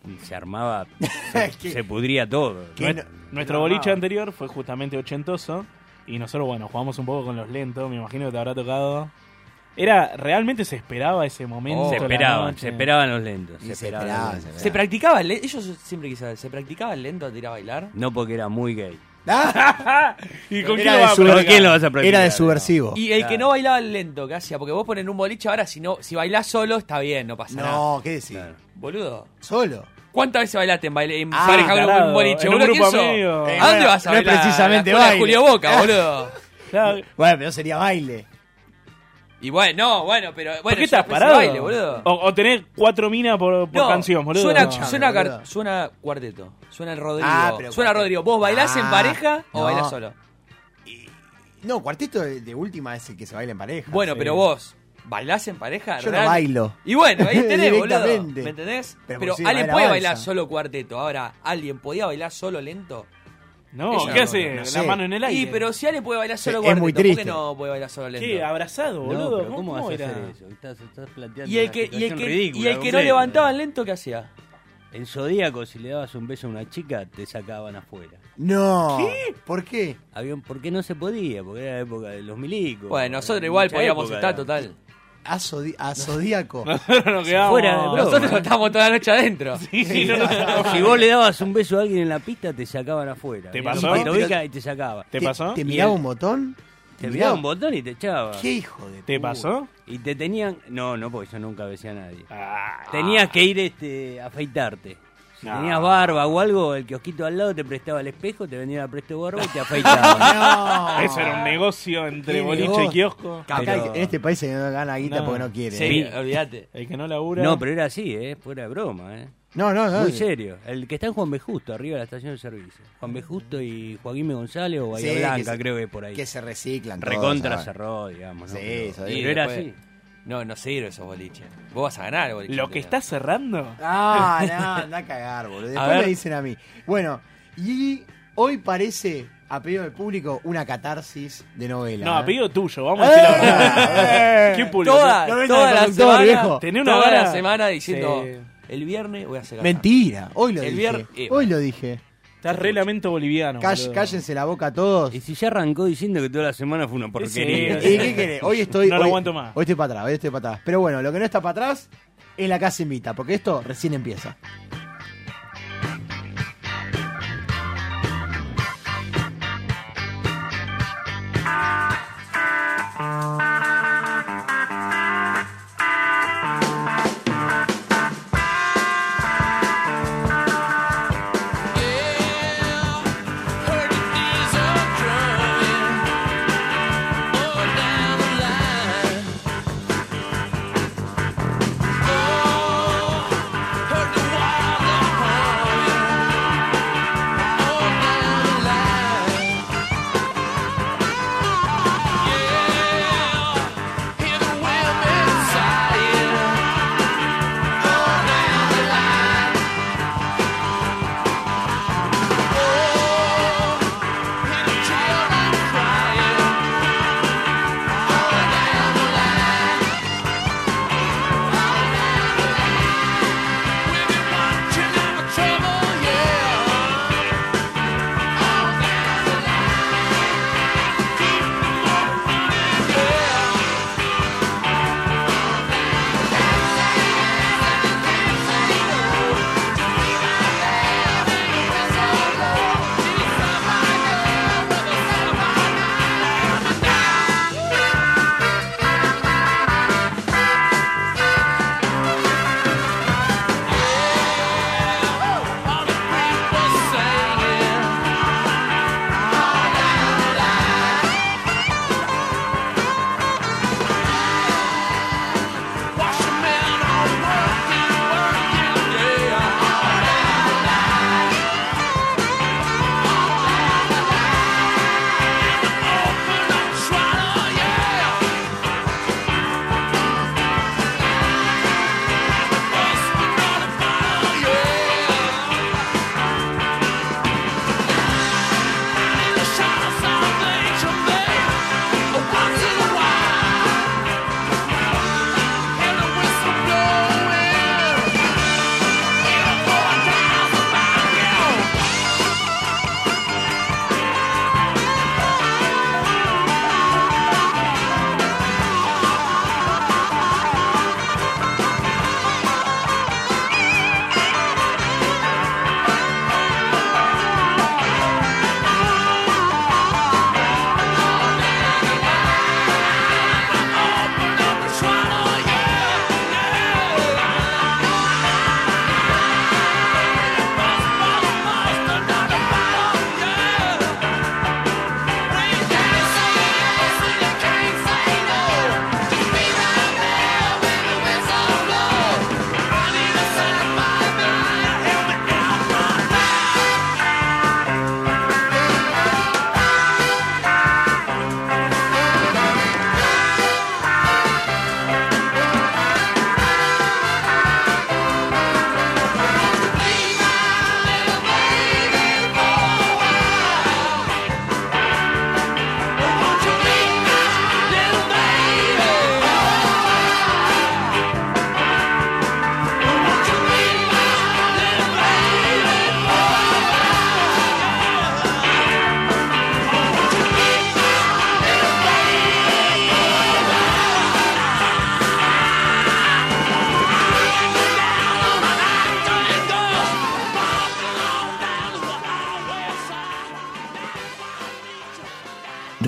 [SPEAKER 2] Y se armaba, se,
[SPEAKER 5] ¿Qué?
[SPEAKER 2] se pudría todo.
[SPEAKER 5] ¿Qué?
[SPEAKER 4] nuestro- nuestro boliche anterior fue justamente ochentoso. Y nosotros, bueno, jugamos un poco con los lentos. Me imagino que te habrá tocado. Era, realmente se esperaba ese momento.
[SPEAKER 6] Oh.
[SPEAKER 2] Se
[SPEAKER 4] la
[SPEAKER 2] esperaban,
[SPEAKER 4] noche.
[SPEAKER 2] se esperaban los lentos.
[SPEAKER 5] Y se
[SPEAKER 2] esperaban
[SPEAKER 5] esperaba,
[SPEAKER 2] los
[SPEAKER 5] se
[SPEAKER 2] lentos.
[SPEAKER 6] Se practicaba el lento. Ellos siempre quizás. ¿Se practicaba el lento a tirar a bailar?
[SPEAKER 2] No porque era muy gay.
[SPEAKER 4] ¿Y con
[SPEAKER 5] ¿Ah? Era de
[SPEAKER 4] quién lo vas
[SPEAKER 5] su-
[SPEAKER 4] a
[SPEAKER 2] ¿Con
[SPEAKER 4] practicar?
[SPEAKER 2] quién lo vas a practicar?
[SPEAKER 5] Era de subversivo.
[SPEAKER 6] Y el que no bailaba el lento, ¿qué hacía? Porque vos pones un boliche ahora, si no, si bailás solo, está bien, no pasa nada.
[SPEAKER 5] No, ¿qué decir?
[SPEAKER 6] Boludo.
[SPEAKER 5] Solo.
[SPEAKER 6] ¿Cuántas veces bailaste en, baile, en
[SPEAKER 5] Ah,
[SPEAKER 6] pareja con
[SPEAKER 4] tarado,
[SPEAKER 6] un boliche?
[SPEAKER 4] en un
[SPEAKER 6] boludo,
[SPEAKER 4] grupo
[SPEAKER 6] ¿quién sos?
[SPEAKER 4] amigo.
[SPEAKER 5] Eh,
[SPEAKER 6] ¿A dónde
[SPEAKER 5] bueno,
[SPEAKER 6] vas a
[SPEAKER 5] no es
[SPEAKER 6] bailar?
[SPEAKER 5] precisamente
[SPEAKER 6] La escuela de
[SPEAKER 5] baile.
[SPEAKER 6] Julio Boca, boludo.
[SPEAKER 4] Claro,
[SPEAKER 5] Bueno, pero sería baile.
[SPEAKER 6] Y bueno, no, bueno, pero bueno,
[SPEAKER 4] ¿Por qué
[SPEAKER 6] es una
[SPEAKER 4] estás
[SPEAKER 6] especie de
[SPEAKER 4] parado?
[SPEAKER 6] baile, boludo.
[SPEAKER 4] O, o tenés cuatro minas por, por
[SPEAKER 6] No,
[SPEAKER 4] canción, boludo.
[SPEAKER 6] Suena,
[SPEAKER 4] No.
[SPEAKER 6] suena, car-
[SPEAKER 5] boludo.
[SPEAKER 6] suena cuarteto. Suena el Rodrigo.
[SPEAKER 5] Ah, pero
[SPEAKER 6] suena
[SPEAKER 5] cuarteto.
[SPEAKER 6] Rodrigo. ¿Vos bailás en
[SPEAKER 5] Ah,
[SPEAKER 6] pareja o
[SPEAKER 5] no.
[SPEAKER 6] bailás solo?
[SPEAKER 5] No, cuarteto de, de última es el que se baila en pareja.
[SPEAKER 6] Bueno,
[SPEAKER 5] Sí.
[SPEAKER 6] pero vos, ¿bailás en pareja?
[SPEAKER 5] Yo no
[SPEAKER 6] real?
[SPEAKER 5] bailo.
[SPEAKER 6] Y bueno, ahí tenés, boludo.
[SPEAKER 5] Directamente.
[SPEAKER 6] ¿Me entendés?
[SPEAKER 5] Pero
[SPEAKER 6] Pero,
[SPEAKER 5] porque sí,
[SPEAKER 6] alguien
[SPEAKER 5] baila
[SPEAKER 6] puede
[SPEAKER 5] balsa.
[SPEAKER 6] bailar solo cuarteto. Ahora, ¿alguien podía bailar solo lento?
[SPEAKER 4] No,
[SPEAKER 6] Ella
[SPEAKER 4] ¿qué
[SPEAKER 6] no,
[SPEAKER 4] hace?
[SPEAKER 5] no, no
[SPEAKER 4] la
[SPEAKER 5] sé.
[SPEAKER 4] mano en el aire.
[SPEAKER 6] Y pero si alguien puede bailar solo
[SPEAKER 5] Es
[SPEAKER 6] cuarteto,
[SPEAKER 5] muy
[SPEAKER 6] ¿por
[SPEAKER 5] triste.
[SPEAKER 6] qué no puede bailar solo lento?
[SPEAKER 4] ¿Qué? Abrazado,
[SPEAKER 2] No,
[SPEAKER 4] boludo.
[SPEAKER 2] pero
[SPEAKER 4] ¿Cómo,
[SPEAKER 2] ¿Cómo, vas
[SPEAKER 4] era?
[SPEAKER 2] a hacer eso? Estás, estás planteando
[SPEAKER 6] Y el
[SPEAKER 2] una
[SPEAKER 6] que, y el
[SPEAKER 2] situación
[SPEAKER 6] que,
[SPEAKER 2] ridícula,
[SPEAKER 6] y el que no
[SPEAKER 2] completo.
[SPEAKER 6] levantaba el lento, ¿qué hacía?
[SPEAKER 2] En Zodíaco, si le dabas un beso a una chica, te sacaban afuera.
[SPEAKER 5] No. ¿Por qué?
[SPEAKER 2] Había un- porque no se podía, porque era la época de los milicos.
[SPEAKER 6] Bueno, nosotros
[SPEAKER 2] Era
[SPEAKER 6] igual
[SPEAKER 2] mucha
[SPEAKER 6] podíamos
[SPEAKER 2] época,
[SPEAKER 6] estar,
[SPEAKER 2] era-
[SPEAKER 6] total.
[SPEAKER 5] A, Zodi- a Zodíaco.
[SPEAKER 4] Nos quedamos-
[SPEAKER 2] fuera de broma.
[SPEAKER 6] Nosotros estábamos toda la noche adentro.
[SPEAKER 4] Sí, sí, no, no, no.
[SPEAKER 2] Si vos le dabas un beso a alguien en la pista, te sacaban afuera.
[SPEAKER 4] ¿Te
[SPEAKER 2] Era
[SPEAKER 4] pasó?
[SPEAKER 2] un pirobica y te sacaba.
[SPEAKER 4] ¿Te pasó?
[SPEAKER 5] ¿Te
[SPEAKER 4] ¿Te,
[SPEAKER 5] miraba
[SPEAKER 2] Y el-
[SPEAKER 5] un botón?
[SPEAKER 2] Te miraba un botón y te echaba.
[SPEAKER 5] ¿Qué hijo de puta?
[SPEAKER 4] pasó?
[SPEAKER 2] Y te tenían. No, no, porque yo nunca besé a nadie.
[SPEAKER 4] Ah,
[SPEAKER 2] Tenías que ir este, a afeitarte. Si
[SPEAKER 4] No.
[SPEAKER 2] tenías barba o algo, el kiosquito al lado te prestaba el espejo, te vendían a presto barba y te afeitaban. Oh.
[SPEAKER 5] No.
[SPEAKER 4] Eso era un negocio entre
[SPEAKER 5] Qué
[SPEAKER 4] boliche
[SPEAKER 5] negocio.
[SPEAKER 4] y kiosco.
[SPEAKER 5] Acá
[SPEAKER 2] Pero-
[SPEAKER 5] En este país se no gana guita
[SPEAKER 4] No.
[SPEAKER 5] porque no quiere. ¿eh?
[SPEAKER 6] Sí, olvídate.
[SPEAKER 4] El que no labura.
[SPEAKER 2] no, pero era así, ¿eh? Fuera de broma, ¿eh?
[SPEAKER 5] No, no, no.
[SPEAKER 2] Muy serio. El que está en Juan B. Justo, arriba de la estación de servicio. Juan B. Justo y Joaquín B. González o Bahía
[SPEAKER 5] Sí,
[SPEAKER 2] Blanca,
[SPEAKER 5] que se-
[SPEAKER 2] creo que es por ahí.
[SPEAKER 5] Que se reciclan. todos,
[SPEAKER 2] Recontra
[SPEAKER 5] ¿sabes?
[SPEAKER 2] cerró, digamos. ¿no?
[SPEAKER 5] Sí,
[SPEAKER 2] Pero-
[SPEAKER 5] eso
[SPEAKER 2] pero
[SPEAKER 5] es.
[SPEAKER 2] era
[SPEAKER 6] después-
[SPEAKER 2] así.
[SPEAKER 6] No, no sirve esos boliches. Vos vas a ganar, boliche.
[SPEAKER 4] Lo que está
[SPEAKER 6] estás
[SPEAKER 4] cerrando.
[SPEAKER 5] Ah, no, anda a cagar, boludo. Después
[SPEAKER 6] ver.
[SPEAKER 5] me dicen a mí. Bueno, y hoy parece a pedido del público, una catarsis de novela.
[SPEAKER 4] No,
[SPEAKER 5] ¿eh?
[SPEAKER 4] a pedido tuyo, vamos a decir la verdad. ¿Qué pulga?
[SPEAKER 6] Toda,
[SPEAKER 5] No venga
[SPEAKER 6] toda
[SPEAKER 5] el
[SPEAKER 6] la
[SPEAKER 5] conductor,
[SPEAKER 6] semana,
[SPEAKER 5] viejo.
[SPEAKER 4] Tenía una
[SPEAKER 6] toda
[SPEAKER 4] vara-
[SPEAKER 6] la semana diciendo,
[SPEAKER 4] Sí.
[SPEAKER 6] el viernes voy a hacer ganar".
[SPEAKER 5] Mentira, hoy lo
[SPEAKER 6] El
[SPEAKER 5] dije.
[SPEAKER 6] vier- eh,
[SPEAKER 5] Hoy lo dije.
[SPEAKER 4] Estás re lamento boliviano.
[SPEAKER 5] Call-
[SPEAKER 4] boludo.
[SPEAKER 5] cállense la boca a todos.
[SPEAKER 2] Y si ya arrancó diciendo que toda la semana fue una porquería.
[SPEAKER 4] Sí.
[SPEAKER 5] ¿Y qué querés? Hoy estoy.
[SPEAKER 4] No lo
[SPEAKER 5] hoy-
[SPEAKER 4] aguanto más.
[SPEAKER 5] Hoy estoy para atrás, hoy estoy para atrás. Pero bueno, lo que no está para atrás es la casa invita, porque esto recién empieza.
[SPEAKER 3] Trouble, yeah. Once in a while, and the whistle blowing.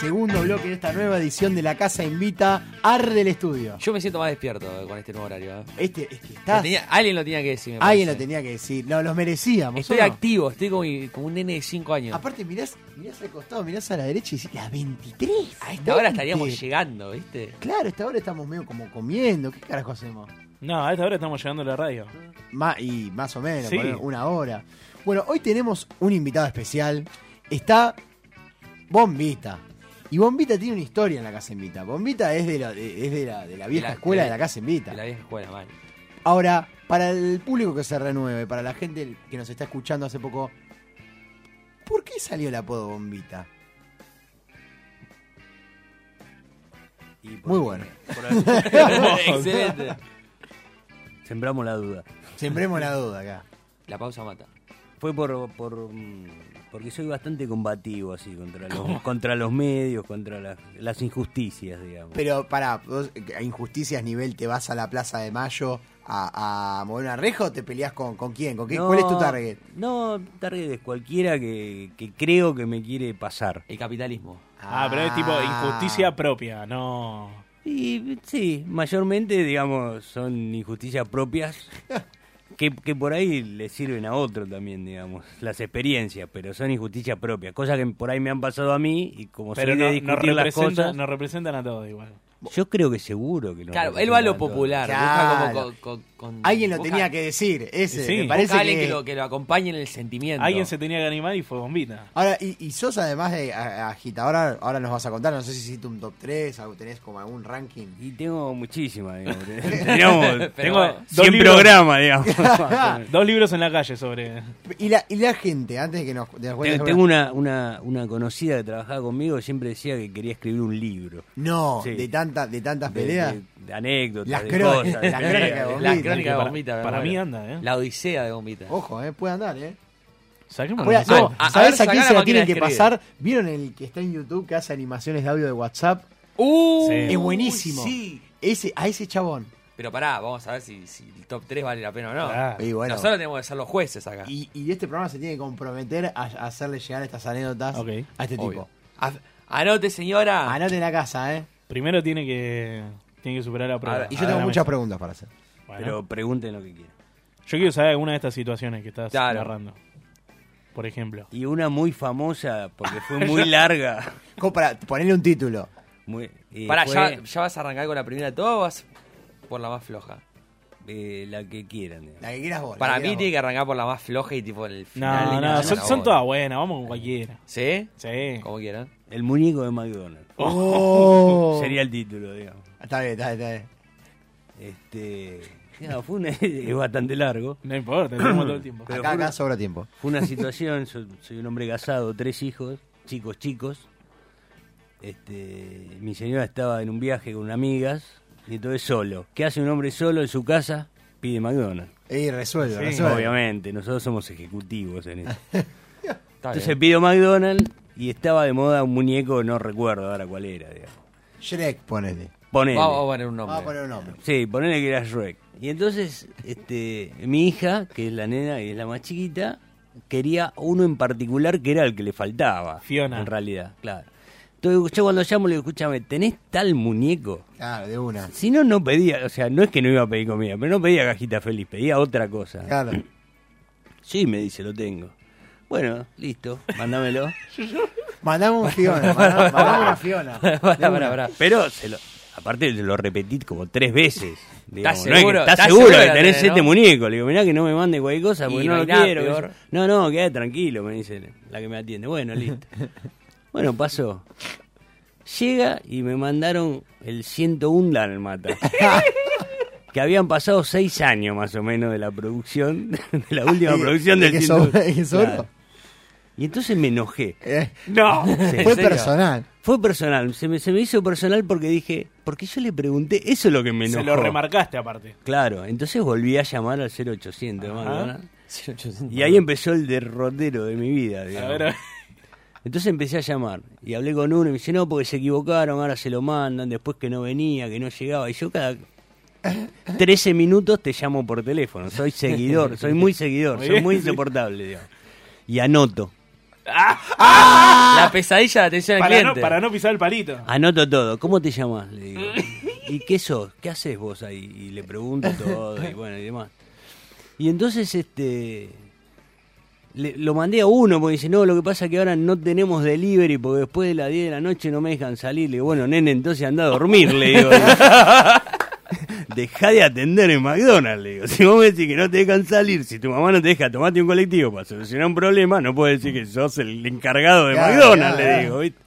[SPEAKER 5] Segundo bloque de esta nueva edición de La Casa Invita, Arde el Estudio.
[SPEAKER 6] Yo me siento más despierto con este nuevo horario. ¿eh?
[SPEAKER 5] Este, este
[SPEAKER 6] Lo
[SPEAKER 5] está.
[SPEAKER 6] tenía- alguien lo tenía que decir. me
[SPEAKER 5] Alguien lo
[SPEAKER 6] parece.
[SPEAKER 5] tenía que decir. No, los merecíamos.
[SPEAKER 6] Estoy
[SPEAKER 5] ¿o no?
[SPEAKER 6] activo, estoy como, como un nene de 5 años.
[SPEAKER 5] Aparte, mirás, mirás al costado, mirás a la derecha y decís, la 23.
[SPEAKER 6] a esta hora
[SPEAKER 5] 20".
[SPEAKER 6] estaríamos llegando, ¿viste?
[SPEAKER 5] Claro, a esta hora estamos medio como comiendo. ¿Qué carajo hacemos?
[SPEAKER 4] No, a esta hora estamos llegando a la radio.
[SPEAKER 5] Ma- y más o menos,
[SPEAKER 4] Sí.
[SPEAKER 5] poner una hora. Bueno, hoy tenemos un invitado especial. Está Bombita. Y Bombita tiene una historia en la Casa Invita. Bombita es de la, de- es de la, de la vieja
[SPEAKER 6] la-
[SPEAKER 5] escuela
[SPEAKER 6] de
[SPEAKER 5] de
[SPEAKER 6] la-
[SPEAKER 5] la Casa Invita.
[SPEAKER 6] De la vieja escuela, mal.
[SPEAKER 5] Ahora, para el público que se renueve, para la gente que nos está escuchando hace poco, ¿por qué salió el apodo Bombita?
[SPEAKER 6] Y por-
[SPEAKER 5] Muy bueno.
[SPEAKER 6] Excelente.
[SPEAKER 2] Sembramos la duda.
[SPEAKER 5] Sembremos la duda acá.
[SPEAKER 6] La pausa mata.
[SPEAKER 2] Fue por, por mm, porque soy bastante combativo así contra los, contra los medios, contra las, las injusticias, digamos.
[SPEAKER 5] Pero pará, vos, eh, a injusticias nivel te vas a la Plaza de Mayo a, a mover una reja o te peleas con, con quién? ¿Con qué?
[SPEAKER 2] No,
[SPEAKER 5] ¿Cuál es tu target?
[SPEAKER 2] No, target es cualquiera que, que creo que me quiere pasar.
[SPEAKER 6] El capitalismo.
[SPEAKER 4] Ah, pero es tipo injusticia propia, no.
[SPEAKER 2] Y sí, mayormente, digamos, son injusticias propias que, que por ahí le sirven a otro también, digamos, las experiencias, pero son injusticias propias, cosas que por ahí me han pasado a mí y como
[SPEAKER 4] Pero
[SPEAKER 2] soy
[SPEAKER 4] no,
[SPEAKER 2] de
[SPEAKER 4] no
[SPEAKER 2] discutir las
[SPEAKER 4] representan,
[SPEAKER 2] cosas,
[SPEAKER 4] no representan a todos igual.
[SPEAKER 2] yo creo que seguro que no.
[SPEAKER 6] Claro, él va a lo popular. busca
[SPEAKER 5] Claro.
[SPEAKER 6] como con- con- con-
[SPEAKER 5] Alguien lo
[SPEAKER 6] busca-
[SPEAKER 5] tenía que decir, ese.
[SPEAKER 4] Sí.
[SPEAKER 5] Me
[SPEAKER 6] busca
[SPEAKER 5] parece
[SPEAKER 6] alguien
[SPEAKER 5] que...
[SPEAKER 6] que lo, que lo acompañe en el sentimiento.
[SPEAKER 4] Alguien se tenía que animar y fue bombita.
[SPEAKER 5] Ahora, y, y sos además de a- agitadora, ahora nos vas a contar, no sé si hiciste un top 3 o tenés como algún ranking.
[SPEAKER 2] Y tengo muchísimas, digamos. digamos,
[SPEAKER 6] Pero
[SPEAKER 2] tengo
[SPEAKER 6] bueno.
[SPEAKER 2] 100
[SPEAKER 4] Dos libros.
[SPEAKER 2] programas, digamos.
[SPEAKER 4] Dos libros en la calle sobre.
[SPEAKER 5] Y la, y la gente, antes de que nos, de nos cuentes
[SPEAKER 2] Tengo tengo una, una, una conocida que trabajaba conmigo, siempre decía que quería escribir un libro.
[SPEAKER 5] No,
[SPEAKER 2] Sí.
[SPEAKER 5] de, tanta, de tantas
[SPEAKER 2] de,
[SPEAKER 5] peleas.
[SPEAKER 2] de- de anécdotas,
[SPEAKER 5] Las
[SPEAKER 2] de
[SPEAKER 5] crónicas,
[SPEAKER 2] cosas, de
[SPEAKER 5] las
[SPEAKER 2] peleas.
[SPEAKER 5] crónicas de
[SPEAKER 6] La
[SPEAKER 5] Bombita.
[SPEAKER 6] crónica de
[SPEAKER 4] Para-
[SPEAKER 6] Bombita. me
[SPEAKER 4] para
[SPEAKER 6] muero.
[SPEAKER 4] mí anda, ¿eh?
[SPEAKER 6] La odisea de Bombita. Ah,
[SPEAKER 5] Ojo, eh, puede andar, eh.
[SPEAKER 4] Saquemos
[SPEAKER 5] Puede-
[SPEAKER 4] nosotros.
[SPEAKER 5] no,
[SPEAKER 6] a- a
[SPEAKER 5] ¿Sabés
[SPEAKER 6] ver,
[SPEAKER 5] a,
[SPEAKER 6] sacá
[SPEAKER 5] quién
[SPEAKER 6] la
[SPEAKER 5] se la
[SPEAKER 6] máquina
[SPEAKER 5] tienen
[SPEAKER 6] de
[SPEAKER 5] que
[SPEAKER 6] escribir.
[SPEAKER 5] pasar? ¿Vieron el que está en YouTube que hace animaciones de audio de WhatsApp?
[SPEAKER 6] ¡Uh!
[SPEAKER 4] Sí.
[SPEAKER 5] Es buenísimo.
[SPEAKER 6] Sí.
[SPEAKER 5] Ese, a ese chabón.
[SPEAKER 6] Pero pará, vamos a ver si, si el top 3 vale la pena o no.
[SPEAKER 4] Ah,
[SPEAKER 5] Y bueno.
[SPEAKER 6] Nosotros tenemos que ser los jueces acá.
[SPEAKER 5] Y, y este programa se tiene que comprometer a, a hacerle llegar estas anécdotas
[SPEAKER 4] Ok.
[SPEAKER 5] a este
[SPEAKER 6] Obvio.
[SPEAKER 5] tipo. Ah,
[SPEAKER 6] A- Anote, señora.
[SPEAKER 5] Anoten la casa, ¿eh?
[SPEAKER 4] Primero tiene que tiene que superar la prueba.
[SPEAKER 6] ver,
[SPEAKER 5] Y
[SPEAKER 4] A
[SPEAKER 5] yo
[SPEAKER 4] ver,
[SPEAKER 5] tengo
[SPEAKER 4] la
[SPEAKER 5] muchas
[SPEAKER 4] mesa.
[SPEAKER 5] preguntas para hacer.
[SPEAKER 4] Bueno.
[SPEAKER 2] Pero pregunten lo que quieran.
[SPEAKER 4] Yo quiero saber alguna de estas situaciones que estás
[SPEAKER 6] Claro.
[SPEAKER 4] narrando. Por ejemplo.
[SPEAKER 2] Y una muy famosa, porque fue muy larga.
[SPEAKER 5] Como para ponerle un título.
[SPEAKER 2] Muy, eh,
[SPEAKER 6] Pará,
[SPEAKER 2] fue,
[SPEAKER 6] ya, ya vas a arrancar con la primera de todas o vas por la más floja?
[SPEAKER 2] eh, la que quieran. digamos.
[SPEAKER 5] La que quieras vos. la
[SPEAKER 6] Para
[SPEAKER 5] que
[SPEAKER 6] mí
[SPEAKER 5] quieras
[SPEAKER 6] tiene que arrancar por la más floja y tipo el final.
[SPEAKER 4] No,
[SPEAKER 6] y
[SPEAKER 4] no,
[SPEAKER 6] nada,
[SPEAKER 4] son,
[SPEAKER 6] la
[SPEAKER 4] son
[SPEAKER 6] otra.
[SPEAKER 4] todas buenas, Ah, vamos con cualquiera.
[SPEAKER 6] ¿Sí?
[SPEAKER 4] Sí.
[SPEAKER 6] Como quieran.
[SPEAKER 2] El muñeco de McDonald's.
[SPEAKER 5] vos. Oh.
[SPEAKER 2] Sería el título, digamos.
[SPEAKER 5] Está bien, está bien, está bien.
[SPEAKER 2] Este, no, fue una- es bastante largo.
[SPEAKER 4] No importa, tenemos todo el tiempo.
[SPEAKER 2] Pero
[SPEAKER 5] acá,
[SPEAKER 2] fue-
[SPEAKER 5] acá sobra tiempo.
[SPEAKER 2] Fue una situación, so- soy, un hombre casado, tres hijos, chicos, chicos. Este, mi señora estaba en un viaje con amigas y entonces solo. ¿Qué hace un hombre solo en su casa? Pide McDonald's.
[SPEAKER 5] Y resuelve,
[SPEAKER 4] Sí,
[SPEAKER 5] resuelve.
[SPEAKER 2] Obviamente, nosotros somos ejecutivos en eso.
[SPEAKER 6] Está
[SPEAKER 2] Entonces
[SPEAKER 6] bien.
[SPEAKER 2] pido McDonald's y estaba de moda un muñeco, no recuerdo ahora cuál era. digamos.
[SPEAKER 5] Shrek, ponete.
[SPEAKER 2] Ponele.
[SPEAKER 6] Vamos a poner un nombre.
[SPEAKER 5] Vamos a poner un nombre.
[SPEAKER 2] Sí, ponele que era Shrek. Y entonces, este, mi hija, que es la nena y es la más chiquita, quería uno en particular que era el que le faltaba.
[SPEAKER 4] Fiona.
[SPEAKER 2] En realidad, claro. Entonces yo cuando llamo le digo, escúchame, ¿tenés tal muñeco?
[SPEAKER 5] Claro, de una.
[SPEAKER 2] Si no, no pedía, o sea, no es que no iba a pedir comida, pero no pedía cajita feliz, pedía otra cosa.
[SPEAKER 5] Claro.
[SPEAKER 2] Sí, me dice, lo tengo. Bueno, listo, mándamelo.
[SPEAKER 5] Mandame un Fiona, mandame, mandame una Fiona.
[SPEAKER 6] Pará, pará, pará.
[SPEAKER 2] Pero se lo, aparte se lo repetí como tres veces. digamos, no es que-
[SPEAKER 6] seguro?
[SPEAKER 2] ¿Estás
[SPEAKER 6] ¿Estás
[SPEAKER 2] seguro,
[SPEAKER 6] seguro
[SPEAKER 2] que
[SPEAKER 6] de
[SPEAKER 2] tenés
[SPEAKER 6] tener,
[SPEAKER 2] este
[SPEAKER 6] no?
[SPEAKER 2] muñeco? Le digo, mirá que no me mande cualquier cosa porque
[SPEAKER 6] Y
[SPEAKER 2] no,
[SPEAKER 6] no
[SPEAKER 2] lo
[SPEAKER 6] hay nada
[SPEAKER 2] quiero.
[SPEAKER 6] peor.
[SPEAKER 2] No, no, quedá tranquilo, me dice la que me atiende. Bueno, listo. bueno, pasó. Llega y me mandaron el 101 Dalmata. que habían pasado seis años más o menos de la producción, de la última
[SPEAKER 5] Ah, Y-
[SPEAKER 2] producción
[SPEAKER 5] y
[SPEAKER 2] del
[SPEAKER 5] que
[SPEAKER 2] 101.
[SPEAKER 5] sobró- y que sobró.
[SPEAKER 2] Claro. Y entonces me enojé.
[SPEAKER 5] Eh,
[SPEAKER 4] No.
[SPEAKER 2] Sí.
[SPEAKER 5] fue
[SPEAKER 6] serio?
[SPEAKER 5] personal.
[SPEAKER 2] Fue personal, se me, se me hizo personal porque dije, porque yo le pregunté, eso es lo que me enojó.
[SPEAKER 4] Se lo remarcaste aparte.
[SPEAKER 2] Claro, entonces volví a llamar al 0800, de
[SPEAKER 4] Ajá.
[SPEAKER 2] McDonald's, y
[SPEAKER 6] Y
[SPEAKER 2] ahí empezó el derrotero de mi vida.
[SPEAKER 4] A
[SPEAKER 2] digamos.
[SPEAKER 4] ver, a ver.
[SPEAKER 2] Entonces empecé a llamar y hablé con uno y me dice, no, porque se equivocaron, ahora se lo mandan, después que no venía, que no llegaba. Y yo cada 13 minutos te llamo por teléfono, soy seguidor, soy muy seguidor,
[SPEAKER 4] Muy
[SPEAKER 2] soy
[SPEAKER 4] bien,
[SPEAKER 2] muy
[SPEAKER 4] sí.
[SPEAKER 2] insoportable. digamos. Y anoto,
[SPEAKER 6] La pesadilla de atención al
[SPEAKER 4] para, no,
[SPEAKER 6] cliente.
[SPEAKER 4] para no pisar el palito.
[SPEAKER 2] Anoto todo. ¿Cómo te llamas? Le digo. ¿Y qué sos? ¿Qué haces vos ahí? Y le pregunto todo y bueno y demás. Y entonces este le- lo mandé a uno porque dice, no, lo que pasa es que ahora no tenemos delivery porque después de las 10 de la noche no me dejan salir. Le digo, bueno, nene, entonces anda a dormir, le digo. Deja de atender en McDonald's, le digo. Si vos me decís que no te dejan salir, si tu mamá no te deja tomarte un colectivo para solucionar un problema, no puedes decir que sos el encargado de
[SPEAKER 5] Claro,
[SPEAKER 2] McDonald's,
[SPEAKER 5] claro,
[SPEAKER 2] le digo. ¿viste?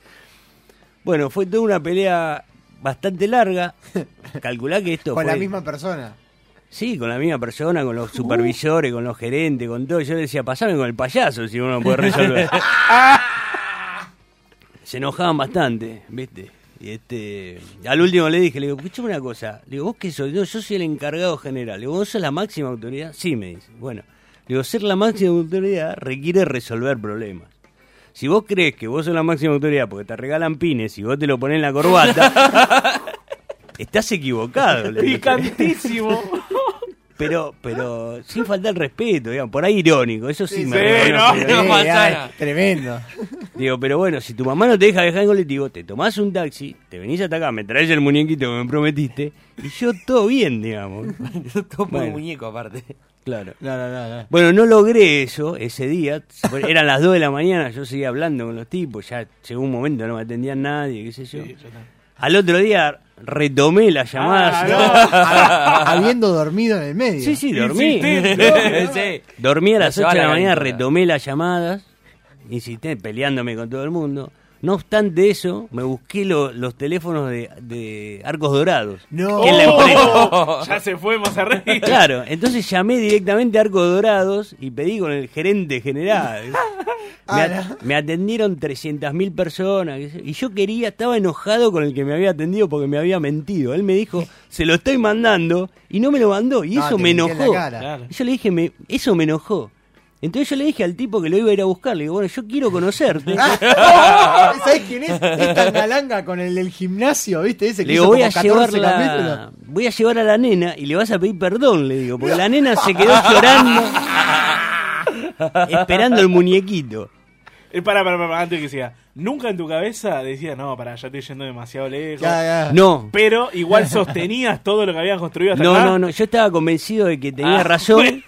[SPEAKER 2] Bueno, fue toda una pelea bastante larga. Calculá que esto
[SPEAKER 5] Con la
[SPEAKER 2] fue-
[SPEAKER 5] misma persona.
[SPEAKER 2] Sí, con la misma persona, con los
[SPEAKER 5] Uh.
[SPEAKER 2] supervisores, con los gerentes, con todo. Yo decía, pasame con el payaso si uno no puede resolver. Se enojaban bastante, ¿viste? Y este. Al último le dije, le digo, escuchame una cosa. Le digo, ¿vos qué sos? No, yo soy el encargado general. Le digo, ¿vos sos la máxima autoridad? Sí, me dice. Bueno, le digo, ser la máxima autoridad requiere resolver problemas. Si vos crees que vos sos la máxima autoridad porque te regalan pines y vos te lo pones en la corbata, estás equivocado. le dije.
[SPEAKER 4] Picantísimo.
[SPEAKER 2] Pero, pero sin faltar el respeto, digamos, por ahí irónico, eso sí, me
[SPEAKER 4] sí,
[SPEAKER 2] reconoce.
[SPEAKER 6] no. Una manzana.
[SPEAKER 5] es tremendo.
[SPEAKER 2] Digo, pero bueno, si tu mamá no te deja viajar en colectivo, te tomás un taxi, te venís hasta acá, me traes el muñequito que me prometiste, y yo todo bien, digamos.
[SPEAKER 6] Yo tomo
[SPEAKER 2] Bueno.
[SPEAKER 6] un muñeco aparte.
[SPEAKER 2] Claro.
[SPEAKER 5] No, no, no. no.
[SPEAKER 2] Bueno, no logré eso ese día. Fue- Eran las 2 de la mañana, yo seguía hablando con los tipos, ya llegó un momento, no me atendía nadie, qué sé yo. Al otro día retomé las llamadas.
[SPEAKER 5] Ah, Habiendo dormido en el medio.
[SPEAKER 2] Sí, sí, dormí.
[SPEAKER 6] Sí.
[SPEAKER 2] Dormí a las
[SPEAKER 6] Se
[SPEAKER 2] 8
[SPEAKER 6] va
[SPEAKER 2] de
[SPEAKER 6] la
[SPEAKER 2] la mañana,
[SPEAKER 6] calentura.
[SPEAKER 2] retomé las llamadas, insisté peleándome con todo el mundo. No obstante eso, me busqué lo- los teléfonos de, de Arcos Dorados.
[SPEAKER 5] No.
[SPEAKER 2] que es la empresa.
[SPEAKER 4] Oh, Ya se fue Mazarri.
[SPEAKER 2] Claro, entonces llamé directamente a Arcos Dorados y pedí con el gerente general.
[SPEAKER 5] Ah,
[SPEAKER 2] Me, at- me atendieron 300.000 personas qué sé yo, y yo quería, estaba enojado con el que me había atendido porque me había mentido. Él me dijo, se lo estoy mandando y no me lo mandó y
[SPEAKER 5] No,
[SPEAKER 2] eso
[SPEAKER 5] te
[SPEAKER 2] me
[SPEAKER 5] mintió en la
[SPEAKER 2] enojó.
[SPEAKER 5] cara.
[SPEAKER 4] Claro.
[SPEAKER 2] Y yo le dije, me- eso me enojó. Entonces yo le dije al tipo que lo iba a ir a buscar, le digo, bueno, yo quiero conocerte.
[SPEAKER 5] ¿Sabes quién Ah, es? Es Tangalanga con el del gimnasio, ¿viste? Ese que
[SPEAKER 2] le digo,
[SPEAKER 5] hizo
[SPEAKER 2] voy
[SPEAKER 5] como
[SPEAKER 2] a,
[SPEAKER 5] 14
[SPEAKER 2] llevar la,
[SPEAKER 5] capítulos.
[SPEAKER 2] voy a llevar a la nena y le vas a pedir perdón, le digo, porque la nena se quedó llorando, esperando el muñequito.
[SPEAKER 4] Eh, Para, para, para, antes que siga. Nunca en tu cabeza decías, no, para, ya estoy yendo demasiado lejos.
[SPEAKER 5] Ya, ya.
[SPEAKER 2] No,
[SPEAKER 4] Pero igual sostenías todo lo que habían construido hasta
[SPEAKER 2] no,
[SPEAKER 4] acá.
[SPEAKER 2] no, no, yo estaba convencido de que tenía
[SPEAKER 4] Ah,
[SPEAKER 2] razón,
[SPEAKER 4] bueno.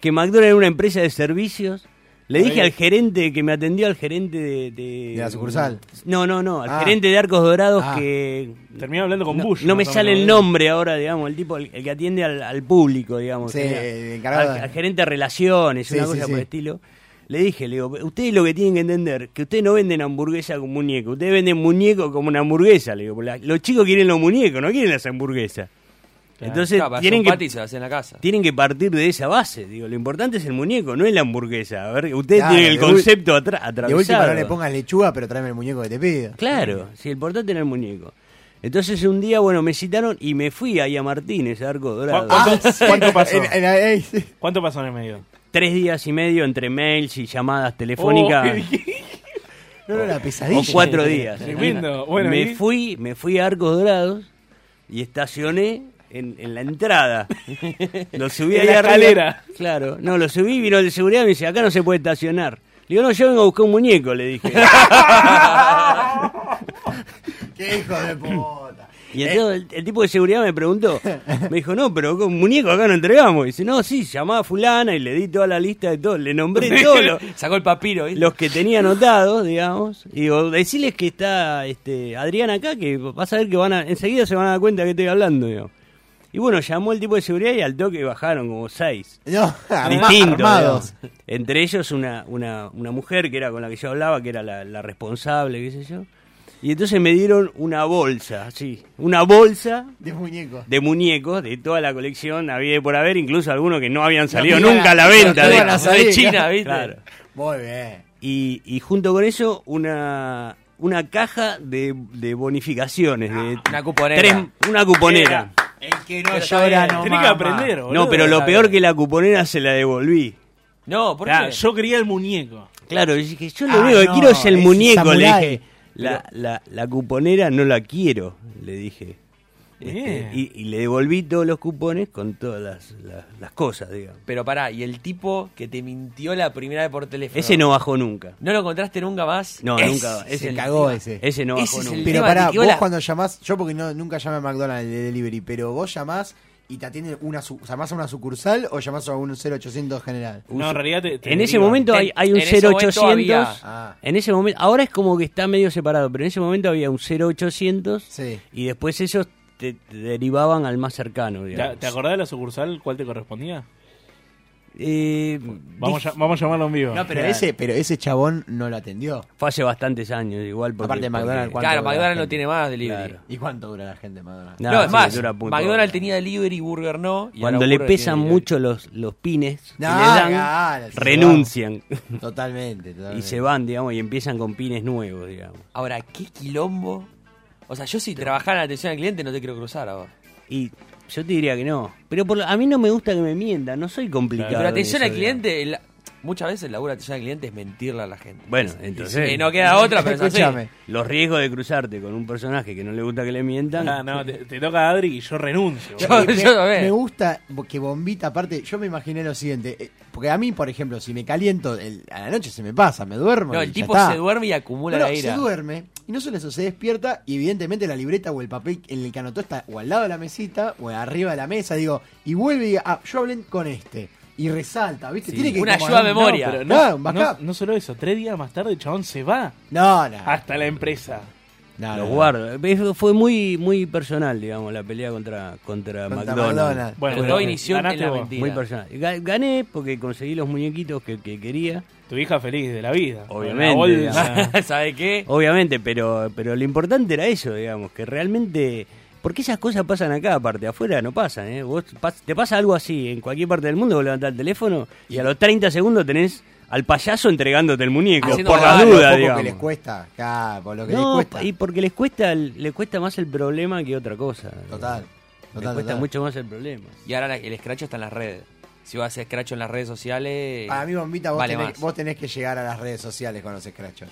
[SPEAKER 2] que McDonald's era una empresa de servicios. Le
[SPEAKER 4] Está
[SPEAKER 2] dije
[SPEAKER 4] bien.
[SPEAKER 2] al gerente que me atendió, al gerente de... De,
[SPEAKER 5] De la sucursal.
[SPEAKER 2] No, no, no, al
[SPEAKER 5] Ah.
[SPEAKER 2] gerente de Arcos Dorados
[SPEAKER 5] Ah.
[SPEAKER 2] que
[SPEAKER 4] Terminé hablando con
[SPEAKER 2] no,
[SPEAKER 4] Bush.
[SPEAKER 2] no me
[SPEAKER 4] más o
[SPEAKER 2] sale
[SPEAKER 4] menos.
[SPEAKER 5] ¿eh?
[SPEAKER 2] el nombre ahora, digamos, el tipo, el, el que atiende al, al público, digamos.
[SPEAKER 5] Sí,
[SPEAKER 2] que-
[SPEAKER 5] el encargado
[SPEAKER 2] Al,
[SPEAKER 5] de-
[SPEAKER 2] al gerente de relaciones,
[SPEAKER 5] Sí,
[SPEAKER 2] una
[SPEAKER 5] sí,
[SPEAKER 2] cosa
[SPEAKER 5] sí.
[SPEAKER 2] por el estilo. Le dije, le digo, ustedes lo que tienen que entender, que ustedes no venden hamburguesa con muñeco, ustedes venden muñeco como una hamburguesa, le digo, la- los chicos quieren los muñecos, no quieren las hamburguesas. Entonces
[SPEAKER 6] Claro, para hacer
[SPEAKER 2] tienen
[SPEAKER 6] un
[SPEAKER 2] que,
[SPEAKER 6] pati y se lo hacía en la casa.
[SPEAKER 2] tienen que partir de esa base, digo, lo importante es el muñeco, no es la hamburguesa. A ver, ustedes
[SPEAKER 5] Claro,
[SPEAKER 2] tienen el
[SPEAKER 5] de ul-
[SPEAKER 2] concepto atra- atravesado.
[SPEAKER 5] De última no le pongas lechuga, pero tráeme el muñeco que te pido.
[SPEAKER 2] Claro, si el importante era el muñeco. Entonces un día, bueno, me citaron y me fui ahí a Martínez, a Arco Dorado.
[SPEAKER 4] ¿Cu- ¿Cuánto, cuánto pasó?
[SPEAKER 5] Ah, En- en- ahí, sí.
[SPEAKER 4] ¿Cuánto pasó en el medio?
[SPEAKER 2] Tres días y medio entre mails y llamadas telefónicas.
[SPEAKER 4] Oh, qué-
[SPEAKER 5] No, no, la
[SPEAKER 2] o
[SPEAKER 5] pesadilla.
[SPEAKER 2] cuatro días.
[SPEAKER 4] Tremendo. Bueno,
[SPEAKER 2] me
[SPEAKER 4] ¿y?
[SPEAKER 2] fui, me fui a Arcos Dorados y estacioné en, en la entrada. Lo subí
[SPEAKER 4] En
[SPEAKER 2] ahí
[SPEAKER 4] la
[SPEAKER 2] arriba.
[SPEAKER 4] escalera.
[SPEAKER 2] Claro. No, lo subí, vino el de seguridad y me dice, acá no se puede estacionar. Le digo, no, yo vengo a buscar un muñeco, le dije.
[SPEAKER 5] ¡Qué hijo de puta!
[SPEAKER 2] Y entonces el, el tipo de seguridad me preguntó, me dijo, no, pero con muñeco acá no entregamos. Y dice, no, sí, llamaba a fulana y le di toda la lista de todo, le nombré todos los,
[SPEAKER 6] Sacó el papiro, ¿viste?
[SPEAKER 2] los que tenía anotados, digamos. Y digo, deciles que está este, Adrián acá, que vas a ver que van a, enseguida se van a dar cuenta que estoy hablando, digamos. Y bueno, llamó el tipo de seguridad y al toque bajaron como seis.
[SPEAKER 5] No,
[SPEAKER 2] Distintos,
[SPEAKER 5] Ah, armados.
[SPEAKER 2] digamos. Entre ellos una, una, una mujer que era con la que yo hablaba, que era la, la responsable, qué sé yo. Y entonces me dieron una bolsa, así, una bolsa
[SPEAKER 5] De muñeco.
[SPEAKER 2] de muñecos de toda la colección, había y por haber, incluso algunos que no habían salido
[SPEAKER 5] mira,
[SPEAKER 2] nunca a la
[SPEAKER 5] no
[SPEAKER 2] venta.
[SPEAKER 5] iban
[SPEAKER 2] de-
[SPEAKER 5] a salir,
[SPEAKER 2] de China,
[SPEAKER 6] claro.
[SPEAKER 2] ¿viste?
[SPEAKER 6] Claro.
[SPEAKER 5] Muy bien.
[SPEAKER 2] Y, y junto con eso, una, una caja de, de bonificaciones. De
[SPEAKER 6] Una cuponera.
[SPEAKER 2] tres- una cuponera.
[SPEAKER 5] El que no
[SPEAKER 6] Pero está
[SPEAKER 5] llora
[SPEAKER 6] bien,
[SPEAKER 5] no
[SPEAKER 4] Tenés que
[SPEAKER 5] mama.
[SPEAKER 4] aprender, boludo.
[SPEAKER 2] No, pero lo
[SPEAKER 6] está
[SPEAKER 2] peor
[SPEAKER 6] bien.
[SPEAKER 2] que la cuponera se la devolví.
[SPEAKER 6] No, ¿por
[SPEAKER 4] Claro,
[SPEAKER 6] qué?
[SPEAKER 4] yo quería el muñeco.
[SPEAKER 2] Claro, yo dije, yo lo
[SPEAKER 5] Ah,
[SPEAKER 2] único que
[SPEAKER 5] no,
[SPEAKER 2] quiero es el
[SPEAKER 5] es
[SPEAKER 2] muñeco, le
[SPEAKER 5] samurái.
[SPEAKER 2] dije. La, la, la cuponera no la quiero, le dije. Este,
[SPEAKER 4] Bien.
[SPEAKER 2] y, y le devolví todos los cupones con todas las, las, las cosas, digamos.
[SPEAKER 6] Pero pará, y el tipo que te mintió la primera vez por teléfono.
[SPEAKER 2] Ese no bajó nunca.
[SPEAKER 6] ¿No lo encontraste nunca más?
[SPEAKER 2] No,
[SPEAKER 6] Ese
[SPEAKER 2] nunca.
[SPEAKER 6] es
[SPEAKER 2] Ese
[SPEAKER 6] el
[SPEAKER 5] cagó
[SPEAKER 6] tema.
[SPEAKER 5] ese.
[SPEAKER 2] Ese no
[SPEAKER 6] Ese
[SPEAKER 2] bajó
[SPEAKER 6] es el
[SPEAKER 2] nunca.
[SPEAKER 5] Pero
[SPEAKER 6] tema,
[SPEAKER 5] pará,
[SPEAKER 6] Tiki,
[SPEAKER 5] vos
[SPEAKER 6] hola.
[SPEAKER 5] cuando llamás, yo porque no, nunca llamé a McDonald's de delivery, pero vos llamás y te atienden una, su- llamás a una sucursal o llamás a un 0800 general.
[SPEAKER 2] Un
[SPEAKER 4] No, en
[SPEAKER 2] su-
[SPEAKER 4] realidad te- te
[SPEAKER 2] en ese
[SPEAKER 4] derivan.
[SPEAKER 2] momento hay,
[SPEAKER 6] En-
[SPEAKER 2] hay un
[SPEAKER 6] en ese momento
[SPEAKER 2] 0800.
[SPEAKER 6] había-
[SPEAKER 5] Ah.
[SPEAKER 2] En ese momento, ahora es como que está medio separado, pero en ese momento había un 0800
[SPEAKER 5] Sí.
[SPEAKER 2] y después ellos te, te derivaban al más cercano.
[SPEAKER 4] ¿Te,
[SPEAKER 2] digamos.
[SPEAKER 4] te acordás de la sucursal cuál te correspondía?
[SPEAKER 2] eh,
[SPEAKER 4] Vamos,
[SPEAKER 2] dije-
[SPEAKER 4] ya- vamos a llamarlo en vivo.
[SPEAKER 5] No, pero ese, pero ese chabón no lo atendió.
[SPEAKER 2] Fue hace bastantes años, igual. Porque,
[SPEAKER 5] Aparte, McDonald's, ¿cuánto
[SPEAKER 6] Claro,
[SPEAKER 5] dura la
[SPEAKER 6] McDonald's no
[SPEAKER 5] gente?
[SPEAKER 6] tiene más delivery.
[SPEAKER 2] Claro.
[SPEAKER 5] ¿Y cuánto dura la gente, Madonna?
[SPEAKER 2] Nah,
[SPEAKER 6] no,
[SPEAKER 2] sí,
[SPEAKER 6] es más,
[SPEAKER 2] dura punto.
[SPEAKER 6] McDonald's tenía delivery, Burger no. y
[SPEAKER 2] Cuando
[SPEAKER 6] ahora
[SPEAKER 2] le
[SPEAKER 6] Burger tiene
[SPEAKER 2] pesan
[SPEAKER 6] delivery.
[SPEAKER 2] mucho los, los pines, que
[SPEAKER 5] No,
[SPEAKER 2] le dan,
[SPEAKER 5] claro, se
[SPEAKER 2] renuncian
[SPEAKER 5] Totalmente, totalmente.
[SPEAKER 2] y se van, digamos, y empiezan con pines nuevos, digamos.
[SPEAKER 6] Ahora, qué quilombo. O sea, yo si trabajara en atención al cliente no te quiero cruzar ahora.
[SPEAKER 2] Y yo te diría que no. Pero por, lo- a mí no me gusta que me mientan, no soy complicado.
[SPEAKER 6] Pero atención
[SPEAKER 2] en
[SPEAKER 6] al
[SPEAKER 2] eso, digamos.
[SPEAKER 6] cliente, el- muchas veces el laburo de atención al cliente es mentirle a la gente.
[SPEAKER 2] Bueno, entonces.
[SPEAKER 6] Eh, no queda otra, pero es así.
[SPEAKER 5] Escúchame.
[SPEAKER 2] Los riesgos de cruzarte con un personaje que no le gusta que le mientan.
[SPEAKER 4] Ah, no, te, te toca Adri y yo renuncio.
[SPEAKER 6] Yo-
[SPEAKER 5] Me-
[SPEAKER 6] yo también.
[SPEAKER 5] Me gusta bo- que Bombita, aparte, yo me imaginé lo siguiente. eh, Porque a mí, por ejemplo, si me caliento, el- a la noche se me pasa, me duermo.
[SPEAKER 6] No,
[SPEAKER 5] y
[SPEAKER 6] el
[SPEAKER 5] ya
[SPEAKER 6] tipo
[SPEAKER 5] está.
[SPEAKER 6] se duerme y acumula
[SPEAKER 5] No, no,
[SPEAKER 6] la ira.
[SPEAKER 5] se duerme. Y no solo eso, se despierta y evidentemente la libreta o el papel en el que anotó está o al lado de la mesita o arriba de la mesa, digo, y vuelve y diga, ah, yo hablé con este. Y resalta, ¿viste? Tiene que
[SPEAKER 6] Una
[SPEAKER 5] como-
[SPEAKER 6] ayuda a memoria.
[SPEAKER 5] No, pero
[SPEAKER 4] Pero
[SPEAKER 5] no,
[SPEAKER 4] no,
[SPEAKER 5] un
[SPEAKER 4] no,
[SPEAKER 5] backup.
[SPEAKER 4] no solo eso, tres días más tarde el chabón se va
[SPEAKER 5] No, no.
[SPEAKER 4] hasta la empresa.
[SPEAKER 5] no, no,
[SPEAKER 2] Los
[SPEAKER 5] no.
[SPEAKER 2] guardo. Eso Fue muy, muy personal, digamos, la pelea contra, contra,
[SPEAKER 5] Contra
[SPEAKER 2] McDonald's.
[SPEAKER 5] McDonald's.
[SPEAKER 4] Bueno,
[SPEAKER 6] Pero
[SPEAKER 4] pero
[SPEAKER 6] todo inició en
[SPEAKER 4] ganaste
[SPEAKER 6] la
[SPEAKER 4] vos.
[SPEAKER 6] mentira.
[SPEAKER 2] Muy personal. Ga- Gané porque conseguí los muñequitos que, que quería,
[SPEAKER 4] Tu hija feliz de la vida.
[SPEAKER 2] Obviamente,
[SPEAKER 4] Con la bolsa.
[SPEAKER 6] ¿Sabe qué?
[SPEAKER 2] obviamente, pero, pero lo importante era eso, digamos, que realmente... Porque esas cosas pasan acá, aparte, afuera no pasan, ¿eh? Vos pas- te pasa algo así, en cualquier parte del mundo vos levantás el teléfono y a los 30 segundos tenés al payaso entregándote el muñeco,
[SPEAKER 6] Haciendo
[SPEAKER 2] por las
[SPEAKER 6] barbarie,
[SPEAKER 5] Lo
[SPEAKER 2] dudas,
[SPEAKER 5] poco
[SPEAKER 2] digamos.
[SPEAKER 5] que les cuesta, claro, por lo que
[SPEAKER 2] No,
[SPEAKER 5] les cuesta.
[SPEAKER 2] y porque les cuesta, les cuesta más el problema que otra cosa.
[SPEAKER 5] Total.
[SPEAKER 2] Les
[SPEAKER 5] total,
[SPEAKER 2] cuesta
[SPEAKER 5] total.
[SPEAKER 2] mucho más el problema.
[SPEAKER 6] Y ahora la- el escracho está en las redes. Si vas a hacer escracho en las redes sociales.
[SPEAKER 5] Para mí, Ah, Bombita, vos,
[SPEAKER 6] Eh, vale
[SPEAKER 5] tenés,
[SPEAKER 6] más.
[SPEAKER 5] vos tenés que llegar a las redes sociales con los escrachos.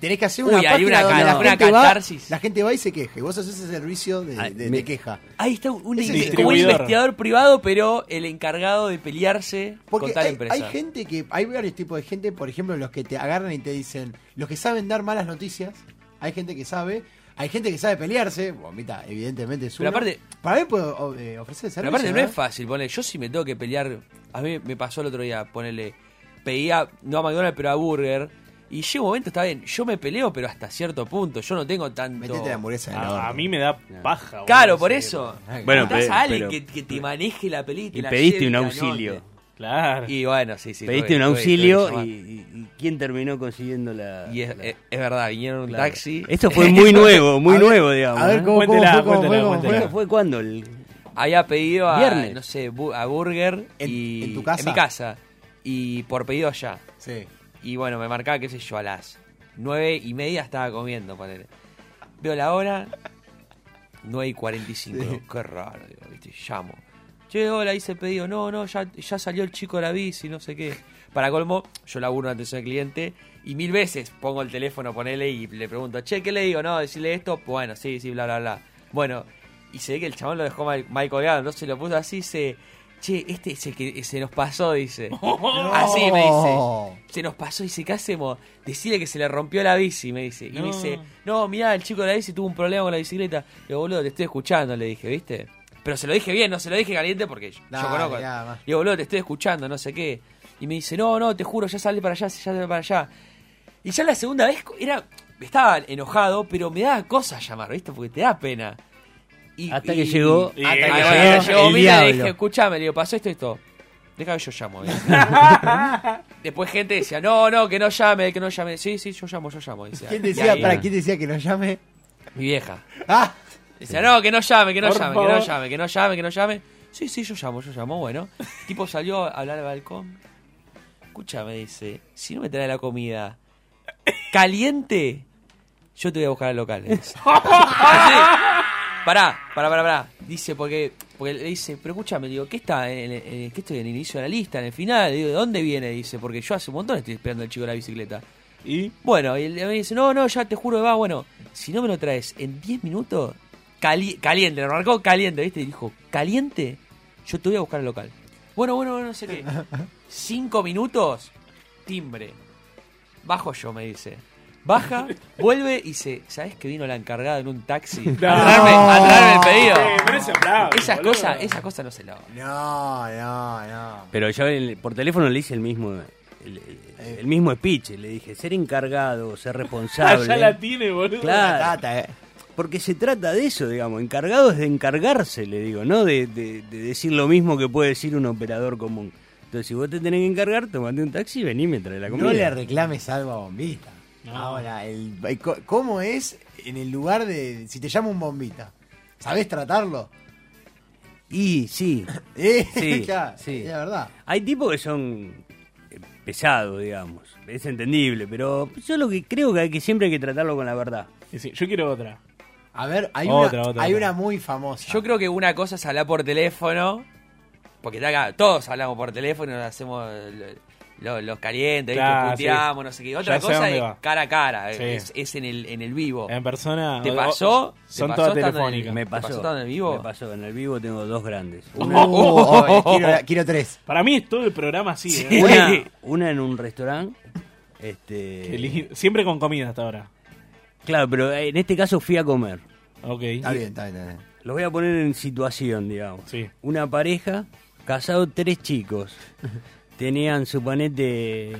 [SPEAKER 5] Tenés que hacer
[SPEAKER 6] Uy,
[SPEAKER 5] una
[SPEAKER 6] hay
[SPEAKER 5] página
[SPEAKER 6] una
[SPEAKER 5] donde
[SPEAKER 6] cala-
[SPEAKER 5] la,
[SPEAKER 6] una
[SPEAKER 5] gente va,
[SPEAKER 6] catarsis.
[SPEAKER 5] la gente va y se queje. Vos haces ese servicio de,
[SPEAKER 2] Ay,
[SPEAKER 5] de-
[SPEAKER 2] me-
[SPEAKER 5] de queja.
[SPEAKER 6] Ahí está un,
[SPEAKER 5] Es el
[SPEAKER 6] inve- como un
[SPEAKER 4] distribuidor.
[SPEAKER 6] investigador privado, pero el encargado de pelearse
[SPEAKER 5] Porque
[SPEAKER 6] con tal
[SPEAKER 5] hay,
[SPEAKER 6] empresa.
[SPEAKER 5] hay gente que, hay varios tipos de gente, por ejemplo, los que te agarran y te dicen, los que saben dar malas noticias, hay gente que sabe, hay gente que sabe pelearse, bombita, evidentemente es
[SPEAKER 6] Pero
[SPEAKER 5] uno.
[SPEAKER 6] aparte-
[SPEAKER 5] para mí puedo o- eh, ofrecer
[SPEAKER 6] Pero
[SPEAKER 5] servicio.
[SPEAKER 6] aparte no
[SPEAKER 5] ¿eh?
[SPEAKER 6] es fácil, ponele, yo si me tengo que pelear, a mí me pasó el otro día, ponele, pedía, no a McDonald's, pero a Burger, y llega un momento, está bien, yo me peleo, pero hasta cierto punto, yo no tengo tanto...
[SPEAKER 5] Metete la hamburguesa en el horno.
[SPEAKER 4] A, a mí me da paja.
[SPEAKER 6] Claro,
[SPEAKER 4] boludo,
[SPEAKER 6] por
[SPEAKER 4] sí.
[SPEAKER 6] eso.
[SPEAKER 2] Bueno,
[SPEAKER 6] Necesitas
[SPEAKER 2] pe-
[SPEAKER 6] a alguien
[SPEAKER 2] pero-
[SPEAKER 6] que, que te maneje la película.
[SPEAKER 2] Y pediste un auxilio.
[SPEAKER 4] Claro.
[SPEAKER 6] Y bueno, sí, sí.
[SPEAKER 2] Pediste
[SPEAKER 6] tuve-
[SPEAKER 2] un
[SPEAKER 6] tuve-
[SPEAKER 2] auxilio
[SPEAKER 6] tuve que
[SPEAKER 2] y,
[SPEAKER 6] llamar.
[SPEAKER 2] y- y ¿quién terminó consiguiendo la...?
[SPEAKER 6] Y es,
[SPEAKER 2] la-
[SPEAKER 6] es- es verdad, vinieron en un
[SPEAKER 2] claro.
[SPEAKER 6] taxi.
[SPEAKER 2] Esto fue muy nuevo, muy
[SPEAKER 5] A ver-
[SPEAKER 2] nuevo, digamos.
[SPEAKER 5] A ver
[SPEAKER 2] ¿eh?
[SPEAKER 5] cómo, cómo
[SPEAKER 4] Cuéntela,
[SPEAKER 5] fue, cómo fue,
[SPEAKER 4] cuéntela,
[SPEAKER 5] cómo fue.
[SPEAKER 4] cuéntela.
[SPEAKER 2] ¿Fue, fue cuándo? El-
[SPEAKER 6] Había pedido a,
[SPEAKER 2] Viernes.
[SPEAKER 6] no sé, bu- a Burger
[SPEAKER 5] ¿En-
[SPEAKER 6] y...
[SPEAKER 5] en tu casa?
[SPEAKER 6] En mi casa. Y por pedido allá.
[SPEAKER 5] Sí.
[SPEAKER 6] Y bueno, me marcaba, qué sé yo, a las nueve y media estaba comiendo, ponele. Veo la hora, 9 y 45. Digo, Qué raro, digo, viste, llamo. Che, hola, hice el pedido. No, no, ya, ya salió el chico de la bici, no sé qué. Para colmo, yo laburo en atención al cliente y mil veces pongo el teléfono, ponele y le pregunto, che, ¿qué le digo? No, decirle esto. Bueno, sí, sí, bla, bla, bla. Bueno, y se ve que el chabón lo dejó mal, mal colgado, no se lo puso así, se. Che, este es el que se nos pasó, dice. Así me dice. Se nos pasó, dice, ¿qué hacemos? Decirle que se le rompió la bici, me dice. Y me
[SPEAKER 4] No.
[SPEAKER 6] dice, no, mirá, el chico de la bici tuvo un problema con la bicicleta. Le digo, boludo, te estoy escuchando, le dije, ¿viste? Pero se lo dije bien, no se lo dije caliente porque yo, yo
[SPEAKER 5] Dale,
[SPEAKER 6] conozco.
[SPEAKER 5] ya, va.
[SPEAKER 6] Le digo, boludo, te estoy escuchando, no sé qué. Y me dice, no, no, te juro, ya sale para allá, ya sale para allá. Y ya la segunda vez era. Estaba enojado, pero me daba cosa llamar, ¿viste? Porque te da pena. Y-
[SPEAKER 2] Hasta que
[SPEAKER 6] y-
[SPEAKER 2] llegó-
[SPEAKER 6] Hasta que
[SPEAKER 4] Hasta que
[SPEAKER 6] bueno,
[SPEAKER 5] llegó
[SPEAKER 6] llegó
[SPEAKER 5] el
[SPEAKER 6] Mila y le
[SPEAKER 5] diablo.
[SPEAKER 6] dije, escuchame, le digo, pasó esto y esto. Deja que yo llamo. dice. Después gente decía, no, no, que no llame, que no llame. Sí, sí, yo llamo, yo llamo. Decía.
[SPEAKER 5] ¿Quién
[SPEAKER 6] Y
[SPEAKER 5] decía,
[SPEAKER 6] ahí,
[SPEAKER 5] para quién decía que nos llame?
[SPEAKER 6] Mi vieja.
[SPEAKER 5] Ah,
[SPEAKER 6] Decía, no, que no llame, que no
[SPEAKER 4] Por
[SPEAKER 6] llame, que no
[SPEAKER 4] favor.
[SPEAKER 6] llame, que no llame, que no llame. Sí, sí, yo llamo, yo llamo, bueno. El tipo salió a hablar al balcón. Escúchame, dice, si no me traes la comida caliente, yo te voy a buscar al local. le dice. Así. Pará, pará, pará, pará. Dice, porque, porque le dice, pero escúchame, le digo, ¿qué está? En, el- en el- ¿Qué estoy en el inicio de la lista, en el final? Le digo, ¿de dónde viene? Dice, porque yo hace un montón estoy esperando al chico de la bicicleta.
[SPEAKER 4] Y
[SPEAKER 6] Bueno, y él me dice, no, no, ya te juro que va, bueno, si no me lo traes en 10 minutos, cali- caliente, lo marcó caliente, ¿viste? Y dijo, caliente, yo te voy a buscar al local. Bueno, bueno, bueno, no sé qué. Cinco minutos, timbre. Bajo yo, me dice. Baja, vuelve y dice, ¿sabes que vino la encargada en un taxi? A traerme, a traerme el pedido.
[SPEAKER 4] Eh, pero es aplauso,
[SPEAKER 6] Esas
[SPEAKER 4] boludo.
[SPEAKER 6] cosas, esas cosas no se lo...
[SPEAKER 5] no, no, no.
[SPEAKER 2] Pero yo el- por teléfono le hice el mismo el, el- el mismo speech, le dije, ser encargado, ser responsable.
[SPEAKER 4] allá Ah, la tiene, boludo.
[SPEAKER 2] Claro.
[SPEAKER 5] Tata, eh.
[SPEAKER 2] Porque se trata de eso, digamos, encargado es de encargarse, le digo, no de, de- de decir lo mismo que puede decir un operador común. Entonces, si vos te tenés que encargar, tomate un taxi y vení y me traes la comida.
[SPEAKER 5] No le reclames salva bombita.
[SPEAKER 4] No.
[SPEAKER 5] Ahora, el, el co- ¿cómo es en el lugar de. Si te llama un bombita, ¿sabés tratarlo?
[SPEAKER 2] Y sí,
[SPEAKER 5] Eh,
[SPEAKER 2] Sí,
[SPEAKER 5] claro,
[SPEAKER 2] sí.
[SPEAKER 5] Es la verdad.
[SPEAKER 2] hay tipos que son eh, pesados, digamos. Es entendible, pero yo lo que creo que, hay que siempre hay que tratarlo con la verdad.
[SPEAKER 4] Y sí, yo quiero otra.
[SPEAKER 5] A ver, hay,
[SPEAKER 4] Otra,
[SPEAKER 5] una,
[SPEAKER 4] otra,
[SPEAKER 5] hay
[SPEAKER 4] otra.
[SPEAKER 5] una muy famosa.
[SPEAKER 6] Yo creo que una cosa es hablar por teléfono, porque está acá, todos hablamos por teléfono, hacemos lo- lo- los calientes, ¿viste?
[SPEAKER 4] Claro,
[SPEAKER 6] puteamos,
[SPEAKER 4] sí.
[SPEAKER 6] no sé qué.
[SPEAKER 4] Ya
[SPEAKER 6] Otra
[SPEAKER 4] sé
[SPEAKER 6] cosa
[SPEAKER 4] dónde
[SPEAKER 6] es
[SPEAKER 4] va.
[SPEAKER 6] cara a cara,
[SPEAKER 4] Sí.
[SPEAKER 6] es, es en, el, en el vivo.
[SPEAKER 4] En persona.
[SPEAKER 6] ¿Te
[SPEAKER 4] o-
[SPEAKER 6] pasó?
[SPEAKER 4] o-
[SPEAKER 6] ¿Te
[SPEAKER 4] Son
[SPEAKER 6] pasó
[SPEAKER 4] todas
[SPEAKER 6] estando en-
[SPEAKER 4] telefónicas.
[SPEAKER 2] Me
[SPEAKER 6] ¿Te
[SPEAKER 2] pasó.
[SPEAKER 6] pasó estando en el vivo?
[SPEAKER 2] Me pasó. En el vivo tengo dos grandes.
[SPEAKER 5] Uh,
[SPEAKER 2] Una,
[SPEAKER 5] oh, eh, quiero, quiero tres.
[SPEAKER 4] Para mí es todo el programa así. ¿eh?
[SPEAKER 2] una- una en un restaurante. Este,
[SPEAKER 4] Qué lindo. Siempre con comida hasta ahora.
[SPEAKER 2] Claro, pero en este caso fui a comer.
[SPEAKER 4] Ok.
[SPEAKER 5] Está bien, está bien, está bien.
[SPEAKER 2] Los voy a poner en situación, digamos.
[SPEAKER 4] Sí.
[SPEAKER 2] Una pareja, casado tres chicos. Tenían, suponete,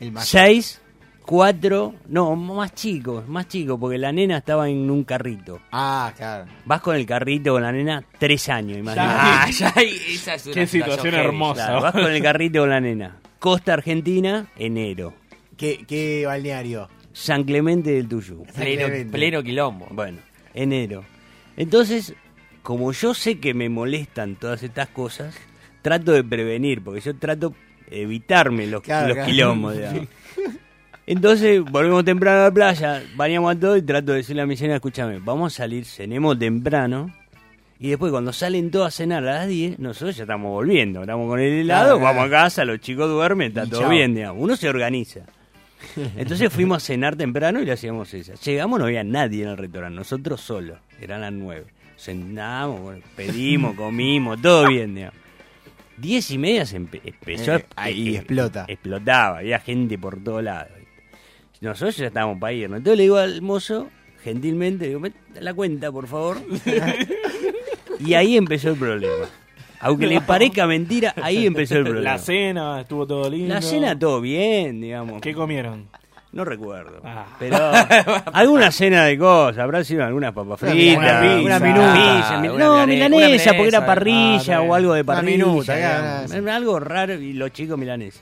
[SPEAKER 5] El mayor.
[SPEAKER 2] seis, cuatro, no, más chicos, más chicos, porque la nena estaba en un carrito.
[SPEAKER 5] Ah, claro.
[SPEAKER 2] Vas con el carrito con la nena tres años, imagínate.
[SPEAKER 6] Ah, ya hay- esa es una
[SPEAKER 4] Qué situación
[SPEAKER 6] heavy.
[SPEAKER 4] hermosa.
[SPEAKER 2] Claro, vas con el carrito con la nena. Costa Argentina, enero.
[SPEAKER 5] ¿Qué, qué balneario?
[SPEAKER 2] San Clemente del Tuyú.
[SPEAKER 6] Pleno,
[SPEAKER 5] Tremendo.
[SPEAKER 6] pleno quilombo.
[SPEAKER 2] Bueno, enero. Entonces, como yo sé que me molestan todas estas cosas, trato de prevenir, porque yo trato de evitarme los,
[SPEAKER 5] Claro,
[SPEAKER 2] los
[SPEAKER 5] claro.
[SPEAKER 2] quilombos. digamos. Entonces, volvemos temprano a la playa, bañamos a todos y trato de decirle a mi señora, escúchame, vamos a salir, cenemos temprano. Y después cuando salen todos a cenar a las 10, nosotros ya estamos volviendo, estamos con el helado,
[SPEAKER 5] Claro,
[SPEAKER 2] vamos a casa, los chicos duermen, está
[SPEAKER 5] Y
[SPEAKER 2] todo
[SPEAKER 5] chao.
[SPEAKER 2] bien, digamos. Uno se organiza. Entonces fuimos a cenar temprano y le hacíamos esa. Llegamos, no había nadie en el restaurante, nosotros solos. Eran las nueve. Sentamos, bueno, pedimos, comimos, todo bien, digamos. Diez y media se empe- empezó
[SPEAKER 5] Eh, ahí explota.
[SPEAKER 2] Explotaba, había gente por todos lados. Nosotros ya estábamos para irnos. Entonces le digo al mozo, gentilmente, digo, "Me- la cuenta, por favor. y ahí empezó el problema. Aunque le parezca mentira, ahí empezó el problema.
[SPEAKER 4] La cena, estuvo todo lindo.
[SPEAKER 2] La cena todo bien, digamos.
[SPEAKER 4] ¿Qué comieron?
[SPEAKER 2] No recuerdo.
[SPEAKER 4] Ah.
[SPEAKER 2] Pero alguna cena de cosas, habrá sido algunas papas
[SPEAKER 5] Una
[SPEAKER 2] fritas,
[SPEAKER 5] pizza, una
[SPEAKER 2] minuta.
[SPEAKER 6] pizza,
[SPEAKER 2] Pizza, mil-
[SPEAKER 6] una
[SPEAKER 2] no,
[SPEAKER 6] milanesa,
[SPEAKER 2] milanesa, porque
[SPEAKER 6] ah,
[SPEAKER 2] era parrilla
[SPEAKER 4] bien.
[SPEAKER 2] o algo de
[SPEAKER 5] Una
[SPEAKER 2] parrilla.
[SPEAKER 5] minuta,
[SPEAKER 2] digamos.
[SPEAKER 5] claro,
[SPEAKER 2] Algo raro y los chicos milaneses.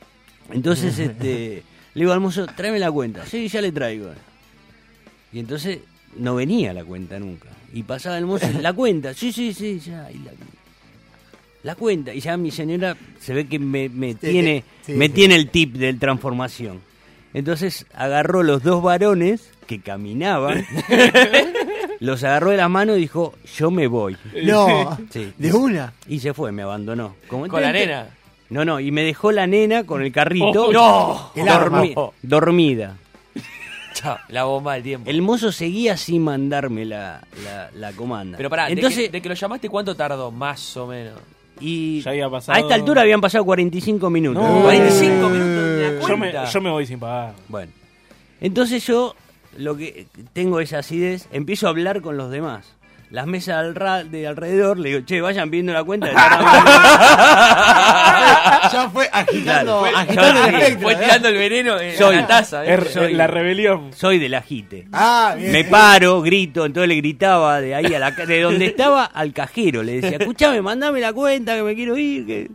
[SPEAKER 2] Entonces, este, le digo al mozo, tráeme la cuenta. Sí, ya le traigo. Y entonces no venía la cuenta nunca. Y pasaba el mozo, la cuenta, sí, sí, sí, ya. y la, la cuenta. Y ya mi señora se ve que me, me tiene,
[SPEAKER 5] sí,
[SPEAKER 2] me
[SPEAKER 5] sí.
[SPEAKER 2] tiene el tip de transformación. Entonces agarró los dos varones que caminaban, los agarró de la mano y dijo, yo me voy.
[SPEAKER 5] No,
[SPEAKER 2] Sí.
[SPEAKER 5] de una.
[SPEAKER 2] Y se fue, me abandonó. Como
[SPEAKER 6] Con la
[SPEAKER 2] entonces-
[SPEAKER 6] nena.
[SPEAKER 2] No, no, y me dejó la nena con el carrito.
[SPEAKER 4] Oh,
[SPEAKER 2] ¡No!
[SPEAKER 5] El arma.
[SPEAKER 2] dormida.
[SPEAKER 6] Chao, la bomba del tiempo.
[SPEAKER 2] El mozo seguía sin mandarme la, la, la comanda.
[SPEAKER 6] Pero pará,
[SPEAKER 2] entonces
[SPEAKER 6] de, que, de que lo llamaste, ¿cuánto tardó? Más o menos.
[SPEAKER 2] y
[SPEAKER 4] Ya había pasado-
[SPEAKER 2] a esta altura habían pasado 45 minutos.
[SPEAKER 4] No.
[SPEAKER 6] 45 minutos de la
[SPEAKER 4] Yo me,
[SPEAKER 6] cuenta.
[SPEAKER 4] yo me voy sin pagar.
[SPEAKER 2] Bueno, entonces yo lo que tengo esa acidez, empiezo a hablar con los demás. Las mesas al ra- de alrededor, le digo, che, vayan viendo la cuenta.
[SPEAKER 5] Ya fue agitando,
[SPEAKER 2] Claro.
[SPEAKER 5] agitando el
[SPEAKER 2] Fue-
[SPEAKER 5] espectro.
[SPEAKER 6] Fue
[SPEAKER 5] ¿verdad?
[SPEAKER 6] tirando el veneno en
[SPEAKER 2] Ah, Soy-
[SPEAKER 6] la taza. ¿eh?
[SPEAKER 4] Es re- la rebelión.
[SPEAKER 2] Soy del ajite.
[SPEAKER 5] Ah, bien.
[SPEAKER 2] Me paro, grito, entonces le gritaba de ahí a la ca- de donde estaba al cajero, le decía, escuchame, mandame la cuenta que me quiero ir. que-".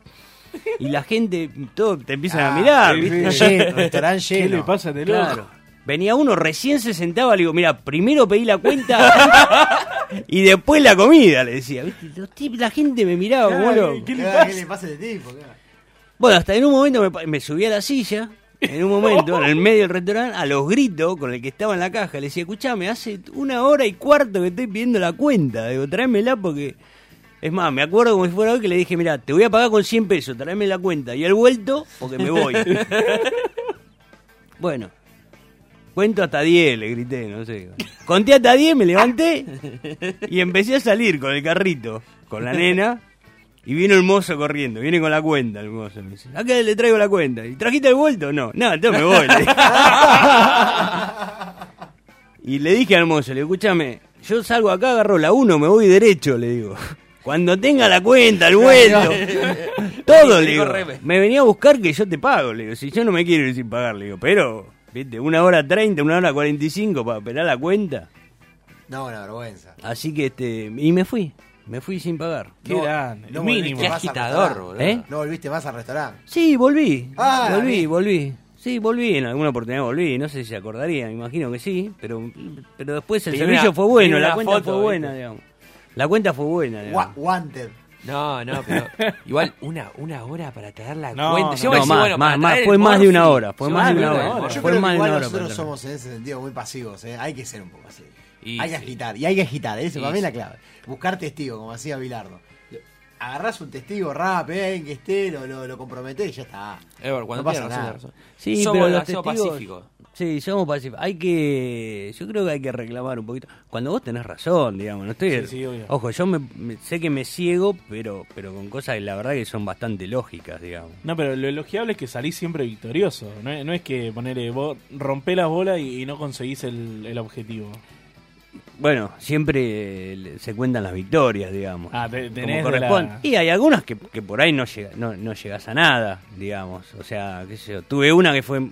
[SPEAKER 2] Y la gente, todo, te empiezan a mirar, ¿viste?
[SPEAKER 5] Lleno, restaurante
[SPEAKER 4] Ah, ¿Qué
[SPEAKER 5] lleno.
[SPEAKER 4] le pasa de
[SPEAKER 2] Claro. Venía uno, recién se sentaba, le digo, mira, primero pedí la cuenta y después la comida, le decía. ¿viste? Los tip- La gente me miraba como loco.
[SPEAKER 4] ¿Qué le
[SPEAKER 5] Claro,
[SPEAKER 4] pasa?
[SPEAKER 5] ¿Qué le pasa a este tipo? Claro.
[SPEAKER 2] Bueno, hasta en un momento me, pa- me subí a la silla, en un momento, en el medio del restaurante, a los gritos con el que estaba en la caja. Le decía, escuchame, hace una hora y cuarto que estoy pidiendo la cuenta. Digo, tráemela porque... Es más, me acuerdo como si fuera hoy que le dije, mira, te voy a pagar con 100 pesos, tráeme la cuenta. Y al vuelto, porque me voy. bueno, cuento hasta 10, le grité, no sé. Conté hasta 10, me levanté y empecé a salir con el carrito, con la nena. Y vino el mozo corriendo, viene con la cuenta el mozo. Me dice, acá le traigo la cuenta. ¿Y trajiste el vuelto? No, no, entonces me voy. le dije. y le dije al mozo, le digo, escúchame, yo salgo acá, agarro la 1, me voy derecho, le digo. Cuando tenga la cuenta, el vuelto, todo, le digo.
[SPEAKER 6] Correme.
[SPEAKER 2] Me venía a buscar que yo te pago, le digo. Si yo no me quiero ir sin pagar, le digo, pero, viste, una hora treinta, una hora cuarenta y cinco para esperar la cuenta.
[SPEAKER 5] No, una vergüenza.
[SPEAKER 2] Así que, este, y me fui. Me fui sin pagar.
[SPEAKER 4] Qué
[SPEAKER 5] No,
[SPEAKER 4] grande,
[SPEAKER 5] no
[SPEAKER 4] el
[SPEAKER 5] volviste
[SPEAKER 4] mínimo.
[SPEAKER 6] Qué
[SPEAKER 5] más al
[SPEAKER 6] agitador,
[SPEAKER 5] restaurante.
[SPEAKER 6] boludo.
[SPEAKER 2] ¿Eh?
[SPEAKER 5] No volviste más al restaurante.
[SPEAKER 2] Sí, volví.
[SPEAKER 5] Ah,
[SPEAKER 2] volví,
[SPEAKER 5] bien.
[SPEAKER 2] volví. Sí, volví, en alguna oportunidad volví, no sé si se acordaría, me imagino que sí, pero, pero después el
[SPEAKER 6] Tiene
[SPEAKER 2] servicio
[SPEAKER 6] una-
[SPEAKER 2] fue bueno,
[SPEAKER 6] tiene
[SPEAKER 2] la
[SPEAKER 6] una
[SPEAKER 2] cuenta
[SPEAKER 6] foto, eh.
[SPEAKER 2] fue buena,
[SPEAKER 6] ¿viste?
[SPEAKER 2] digamos. La cuenta fue buena,
[SPEAKER 5] Wa-
[SPEAKER 2] digamos.
[SPEAKER 5] Wanted.
[SPEAKER 6] No, no, pero igual una, una hora para traer la
[SPEAKER 4] No,
[SPEAKER 6] cuenta.
[SPEAKER 4] no,
[SPEAKER 6] vos decís,
[SPEAKER 2] más,
[SPEAKER 6] para
[SPEAKER 2] más, más,
[SPEAKER 6] traer el
[SPEAKER 2] fue más de una
[SPEAKER 6] morfi,
[SPEAKER 2] hora, fue
[SPEAKER 6] se
[SPEAKER 2] más
[SPEAKER 6] va
[SPEAKER 4] de
[SPEAKER 6] a
[SPEAKER 4] una
[SPEAKER 6] traer el
[SPEAKER 4] hora.
[SPEAKER 5] Yo
[SPEAKER 6] morfi.
[SPEAKER 2] Fue
[SPEAKER 5] creo que
[SPEAKER 2] más de
[SPEAKER 5] igual
[SPEAKER 2] una hora
[SPEAKER 5] nosotros
[SPEAKER 2] para
[SPEAKER 5] somos en ese sentido muy pasivos, ¿eh? Hay que ser un poco así.
[SPEAKER 6] Y
[SPEAKER 5] hay que
[SPEAKER 6] sí.
[SPEAKER 5] agitar, y hay que agitar, eso
[SPEAKER 6] Y
[SPEAKER 5] para mí es la
[SPEAKER 6] sí.
[SPEAKER 5] clave. Buscar testigo, como hacía Bilardo. Agarrás un testigo rap, eh, que esté, lo, lo, lo comprometés y ya está.
[SPEAKER 6] Es verdad, cuando
[SPEAKER 5] No pasa
[SPEAKER 6] tiene razón,
[SPEAKER 5] nada.
[SPEAKER 6] tiene razón.
[SPEAKER 2] Sí,
[SPEAKER 6] Somos
[SPEAKER 2] pero los
[SPEAKER 6] demasiado
[SPEAKER 2] testigos-
[SPEAKER 6] pacíficos.
[SPEAKER 2] Sí, somos pacíficos. Hay que. Yo creo que hay que reclamar un poquito. Cuando vos tenés razón, digamos, no estoy.
[SPEAKER 4] Sí, sí, obvio.
[SPEAKER 2] Ojo, yo me- me- sé que me ciego, pero, pero con cosas que la verdad que son bastante lógicas, digamos.
[SPEAKER 4] No, pero lo elogiable es que salís siempre victorioso. No es, no es que ponerle vos rompés las bolas y, y no conseguís el, el objetivo.
[SPEAKER 2] Bueno, siempre eh, le- se cuentan las victorias, digamos.
[SPEAKER 4] Ah, te-
[SPEAKER 2] como
[SPEAKER 4] tenés de
[SPEAKER 2] corresponde.
[SPEAKER 4] la-
[SPEAKER 2] Y hay algunas que, que por ahí no, llega, no, no llegas a nada, digamos. O sea, qué sé yo. Tuve una que fue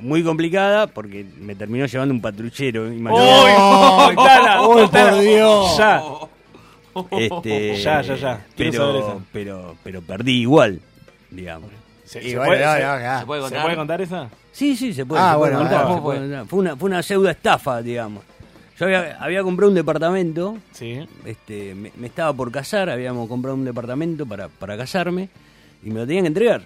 [SPEAKER 2] muy complicada porque me terminó llevando un patrullero. imagínate.
[SPEAKER 4] ¡Uy, cortala,
[SPEAKER 5] ¡Uy,
[SPEAKER 4] cortala!
[SPEAKER 5] por Dios!
[SPEAKER 4] Ya.
[SPEAKER 2] Este,
[SPEAKER 4] Ya, ya, ya. Quiero saber
[SPEAKER 2] Pero,
[SPEAKER 4] esa.
[SPEAKER 2] pero, pero perdí igual, digamos.
[SPEAKER 4] ¿Se,
[SPEAKER 3] Eh,
[SPEAKER 5] Y
[SPEAKER 4] se
[SPEAKER 5] bueno,
[SPEAKER 4] puede,
[SPEAKER 5] no,
[SPEAKER 4] se-
[SPEAKER 5] no, acá.
[SPEAKER 6] ¿Se puede
[SPEAKER 4] ¿se
[SPEAKER 6] contar?
[SPEAKER 4] puede contar esa?
[SPEAKER 2] Sí, sí, se puede.
[SPEAKER 5] Ah,
[SPEAKER 2] se puede
[SPEAKER 5] bueno,
[SPEAKER 2] contar,
[SPEAKER 5] ah,
[SPEAKER 2] se
[SPEAKER 6] ¿cómo
[SPEAKER 2] puede
[SPEAKER 6] fue?
[SPEAKER 2] contar. Fue una, fue una pseudo estafa, digamos. Yo había, había comprado un departamento,
[SPEAKER 4] Sí.
[SPEAKER 2] este, me, me estaba por casar, habíamos comprado un departamento para, para casarme y me lo tenían que entregar.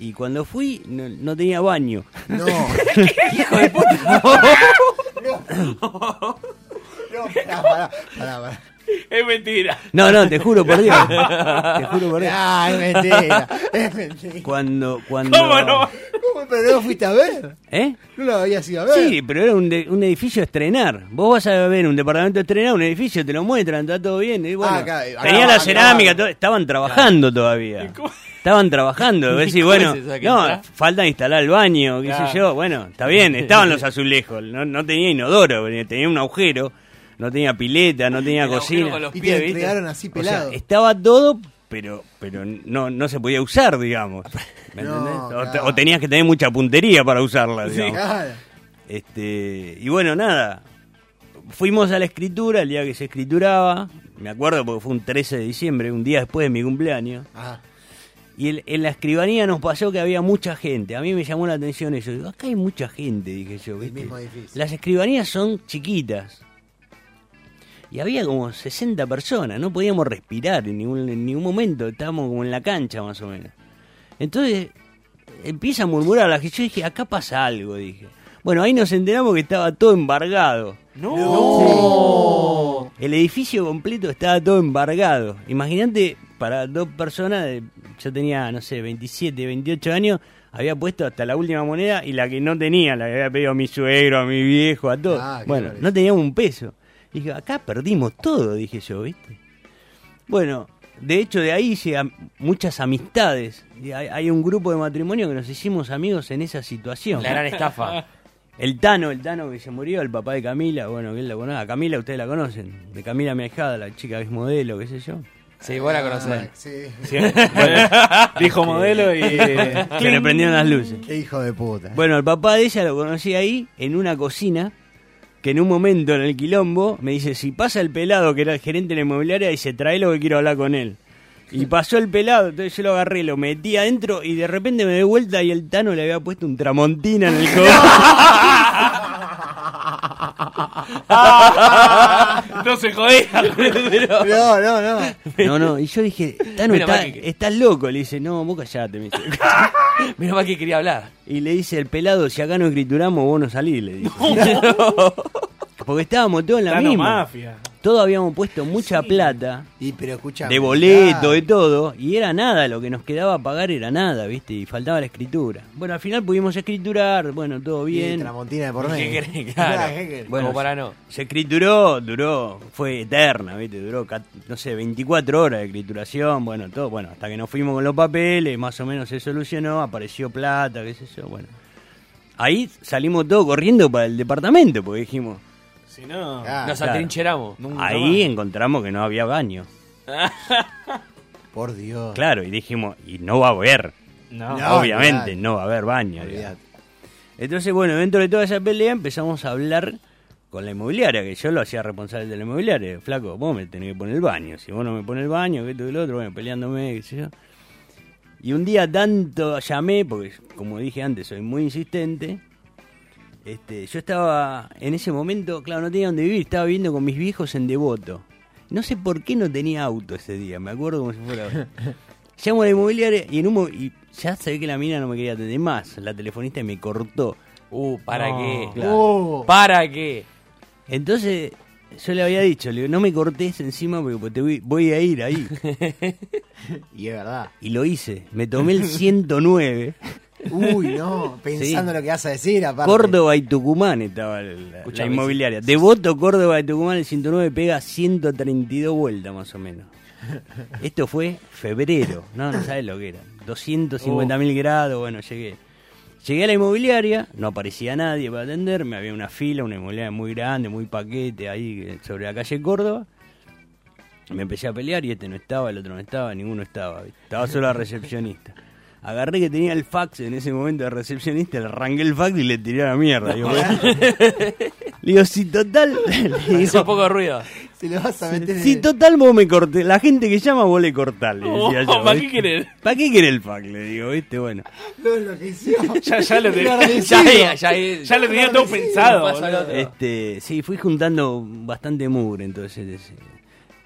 [SPEAKER 2] Y cuando fui, no, no tenía baño.
[SPEAKER 5] No.
[SPEAKER 6] Hijo de puta.
[SPEAKER 5] No, pará, pará, pará, pará.
[SPEAKER 4] Es mentira.
[SPEAKER 2] No, no, te juro por Dios. Te juro por Dios.
[SPEAKER 5] Ah, es mentira, es mentira.
[SPEAKER 2] Cuando, cuando.
[SPEAKER 4] ¿Cómo no?
[SPEAKER 5] ¿Cómo, pero no lo fuiste a ver?
[SPEAKER 2] ¿Eh?
[SPEAKER 5] ¿No lo habías ido a ver?
[SPEAKER 2] Sí, pero era un, de- un edificio a estrenar. Vos vas a ver un departamento a estrenar, un edificio, te lo muestran, está todo bien. y bueno,
[SPEAKER 5] Ah, acá, acá,
[SPEAKER 2] tenía la
[SPEAKER 5] acá,
[SPEAKER 2] cerámica,
[SPEAKER 5] acá.
[SPEAKER 2] todo- estaban trabajando todavía. Estaban trabajando. Vos decís,
[SPEAKER 6] cómo
[SPEAKER 2] bueno,
[SPEAKER 6] es esa que
[SPEAKER 2] no,
[SPEAKER 6] entra?
[SPEAKER 2] falta instalar el baño, qué
[SPEAKER 4] Claro.
[SPEAKER 2] sé yo. Bueno, está bien, estaban los azulejos. No, no tenía inodoro, tenía un agujero, no tenía pileta, no tenía
[SPEAKER 6] El agujero
[SPEAKER 2] cocina.
[SPEAKER 6] con los
[SPEAKER 5] Y
[SPEAKER 6] pies,
[SPEAKER 5] te
[SPEAKER 6] ¿viste?
[SPEAKER 5] entregaron así
[SPEAKER 2] O sea,
[SPEAKER 5] pelado.
[SPEAKER 2] estaba todo, pero pero no, no se podía usar, digamos. ¿Me
[SPEAKER 5] No,
[SPEAKER 2] entendés? O te-
[SPEAKER 5] claro.
[SPEAKER 2] O, tenías que tener mucha puntería para usarla, digamos.
[SPEAKER 5] Claro.
[SPEAKER 2] Este, y bueno, nada. Fuimos a la escritura el día que se escrituraba. Me acuerdo porque fue un 13 de diciembre, un día después de mi cumpleaños.
[SPEAKER 5] Ah,
[SPEAKER 2] Y el- en la escribanía nos pasó que había mucha gente. A mí me llamó la atención eso. Digo, acá hay mucha gente, dije yo. ¿viste?
[SPEAKER 5] mismo edificio.
[SPEAKER 2] Las escribanías son chiquitas. Y había como 60 personas. No podíamos respirar en ningún, en ningún momento. Estábamos como en la cancha, más o menos. Entonces empieza a murmurar la gente. Yo dije, acá pasa algo, dije. Bueno, ahí nos enteramos que estaba todo embargado.
[SPEAKER 4] No.
[SPEAKER 2] El edificio completo estaba todo embargado. Imagínate, para dos personas, de- yo tenía, no sé, 27, 28 años, había puesto hasta la última moneda y la que no tenía, la que había pedido a mi suegro, a mi viejo, a todos.
[SPEAKER 5] Ah, qué
[SPEAKER 2] bueno,
[SPEAKER 5] barbaridad.
[SPEAKER 2] no teníamos un peso. Dije, acá perdimos todo, dije yo, ¿viste? Bueno, de hecho de ahí hice am- muchas amistades. Y Hay, hay un grupo de matrimonio que nos hicimos amigos en esa situación.
[SPEAKER 6] La gran estafa.
[SPEAKER 2] El Tano, el Tano que se murió, el papá de Camila, bueno, que él la conoce. A Camila ustedes la conocen. De Camila, mi ahijada, la chica que es modelo, qué sé yo.
[SPEAKER 6] Sí, vos la
[SPEAKER 5] ah,
[SPEAKER 6] conocés.
[SPEAKER 5] sí.
[SPEAKER 4] Sí. Dijo modelo y.
[SPEAKER 2] Que le prendieron las luces.
[SPEAKER 5] Qué hijo de puta.
[SPEAKER 2] Bueno, el papá de ella lo conocí ahí, en una cocina, que en un momento en el quilombo me dice, si pasa el pelado, que era el gerente de la inmobiliaria, dice, lo que quiero hablar con él. Y pasó el pelado, entonces yo lo agarré, lo metí adentro y de repente me doy vuelta y el Tano le había puesto un tramontina en el codo.
[SPEAKER 4] No se jodía.
[SPEAKER 5] No, no, no.
[SPEAKER 2] No, no, y yo dije, Tano,
[SPEAKER 6] Menos
[SPEAKER 2] está-
[SPEAKER 6] mal que-
[SPEAKER 2] estás loco. Le dice, no, vos callate, me dice.
[SPEAKER 6] Menos mal que quería hablar.
[SPEAKER 2] Y le dice el pelado, si acá no escrituramos, vos no salís, le dice. Porque estábamos todos en la
[SPEAKER 4] Tano
[SPEAKER 2] misma.
[SPEAKER 4] mafia.
[SPEAKER 2] Todos habíamos puesto mucha plata,
[SPEAKER 5] Y pero escucha.
[SPEAKER 2] de boleto, de todo, y era nada, lo que nos quedaba pagar era nada, ¿viste? Y faltaba la escritura. Bueno, al final pudimos escriturar, bueno, todo
[SPEAKER 5] Bien.
[SPEAKER 2] bien.
[SPEAKER 5] Tramontina de por
[SPEAKER 6] ¿Qué
[SPEAKER 5] medio.
[SPEAKER 6] querés? Claro.
[SPEAKER 5] Ah, ¿qué querés?
[SPEAKER 2] Bueno,
[SPEAKER 6] Como para no.
[SPEAKER 2] Se escrituró, duró, fue eterna, ¿viste? Duró, ca- no sé, 24 horas de escrituración, bueno, todo, bueno, hasta que nos fuimos con los papeles, más o menos se solucionó, apareció plata, qué sé yo, bueno. Ahí salimos todos corriendo para el departamento, porque dijimos,
[SPEAKER 4] Si no.
[SPEAKER 5] Ah,
[SPEAKER 6] Nos
[SPEAKER 2] claro.
[SPEAKER 6] atrincheramos.
[SPEAKER 5] Mm,
[SPEAKER 4] nunca
[SPEAKER 2] ahí
[SPEAKER 4] más.
[SPEAKER 2] encontramos que no había baño.
[SPEAKER 5] Por Dios.
[SPEAKER 2] Claro, y dijimos, y no va a haber,
[SPEAKER 4] No.
[SPEAKER 5] No,
[SPEAKER 2] obviamente,
[SPEAKER 5] olvidate.
[SPEAKER 2] no va a haber baño. digamos.
[SPEAKER 5] Olvidate.
[SPEAKER 2] Entonces, bueno, dentro de toda esa pelea empezamos a hablar con la inmobiliaria, que yo lo hacía responsable de la inmobiliaria. Flaco, vos me tenés que poner el baño. Si vos no me pones el baño, que esto y lo otro, bueno, peleándome, qué sé yo. Y un día tanto llamé, porque como dije antes, soy muy insistente. Este, yo estaba en ese momento, claro, no tenía dónde vivir, estaba viviendo con mis viejos en Devoto. No sé por qué no tenía auto ese día, me acuerdo como si fuera hoy. Llamo a la inmobiliaria y en un mo- y ya sabía que la mina no me quería atender más. La telefonista me cortó.
[SPEAKER 6] Uh, ¿para
[SPEAKER 4] No.
[SPEAKER 6] qué? Uh.
[SPEAKER 2] Claro.
[SPEAKER 5] Oh.
[SPEAKER 6] ¿Para qué?
[SPEAKER 2] Entonces, yo le había dicho, le digo, no me cortes encima porque pues, te voy, voy a ir ahí.
[SPEAKER 5] Y es verdad.
[SPEAKER 2] Y lo hice. Me tomé el 109.
[SPEAKER 5] Uy, no. Pensando
[SPEAKER 2] Sí.
[SPEAKER 5] lo que vas a decir, aparte.
[SPEAKER 2] Córdoba y Tucumán estaba la, la
[SPEAKER 6] Escuchame,
[SPEAKER 2] inmobiliaria. Devoto, Córdoba y Tucumán, el 109 pega 132 vueltas más o menos. Esto fue febrero. No, no sabes lo que era. 250 mil grados, bueno, llegué. Llegué a la inmobiliaria, no aparecía nadie para atenderme, había una fila, una inmobiliaria muy grande, muy paquete, ahí eh, sobre la calle Córdoba. Me empecé a pelear y este no estaba, el otro no estaba, ninguno estaba. ¿viste? Estaba solo la recepcionista. Agarré que tenía el fax en ese momento de recepcionista, le arranqué el fax y le tiré a la mierda. Digo, Le digo, si total. le
[SPEAKER 6] Hizo
[SPEAKER 2] digo,
[SPEAKER 6] un poco de ruido.
[SPEAKER 5] Se lo vas a meter
[SPEAKER 2] si
[SPEAKER 5] en-
[SPEAKER 2] total vos me corté. La gente que llama vos le cortás. le decía yo,
[SPEAKER 4] ¿Para qué
[SPEAKER 2] ¿viste?
[SPEAKER 4] querer?
[SPEAKER 2] ¿Para qué querés el fax? Le digo, viste, bueno.
[SPEAKER 5] Lo enloqueció.
[SPEAKER 4] Ya, ya lo tenía,
[SPEAKER 6] Ya, ya, ya,
[SPEAKER 4] ya lo tenía todo pensado.
[SPEAKER 6] Paso al
[SPEAKER 4] boludo.
[SPEAKER 6] otro.
[SPEAKER 2] Este, sí, fui juntando bastante mugre, entonces. es-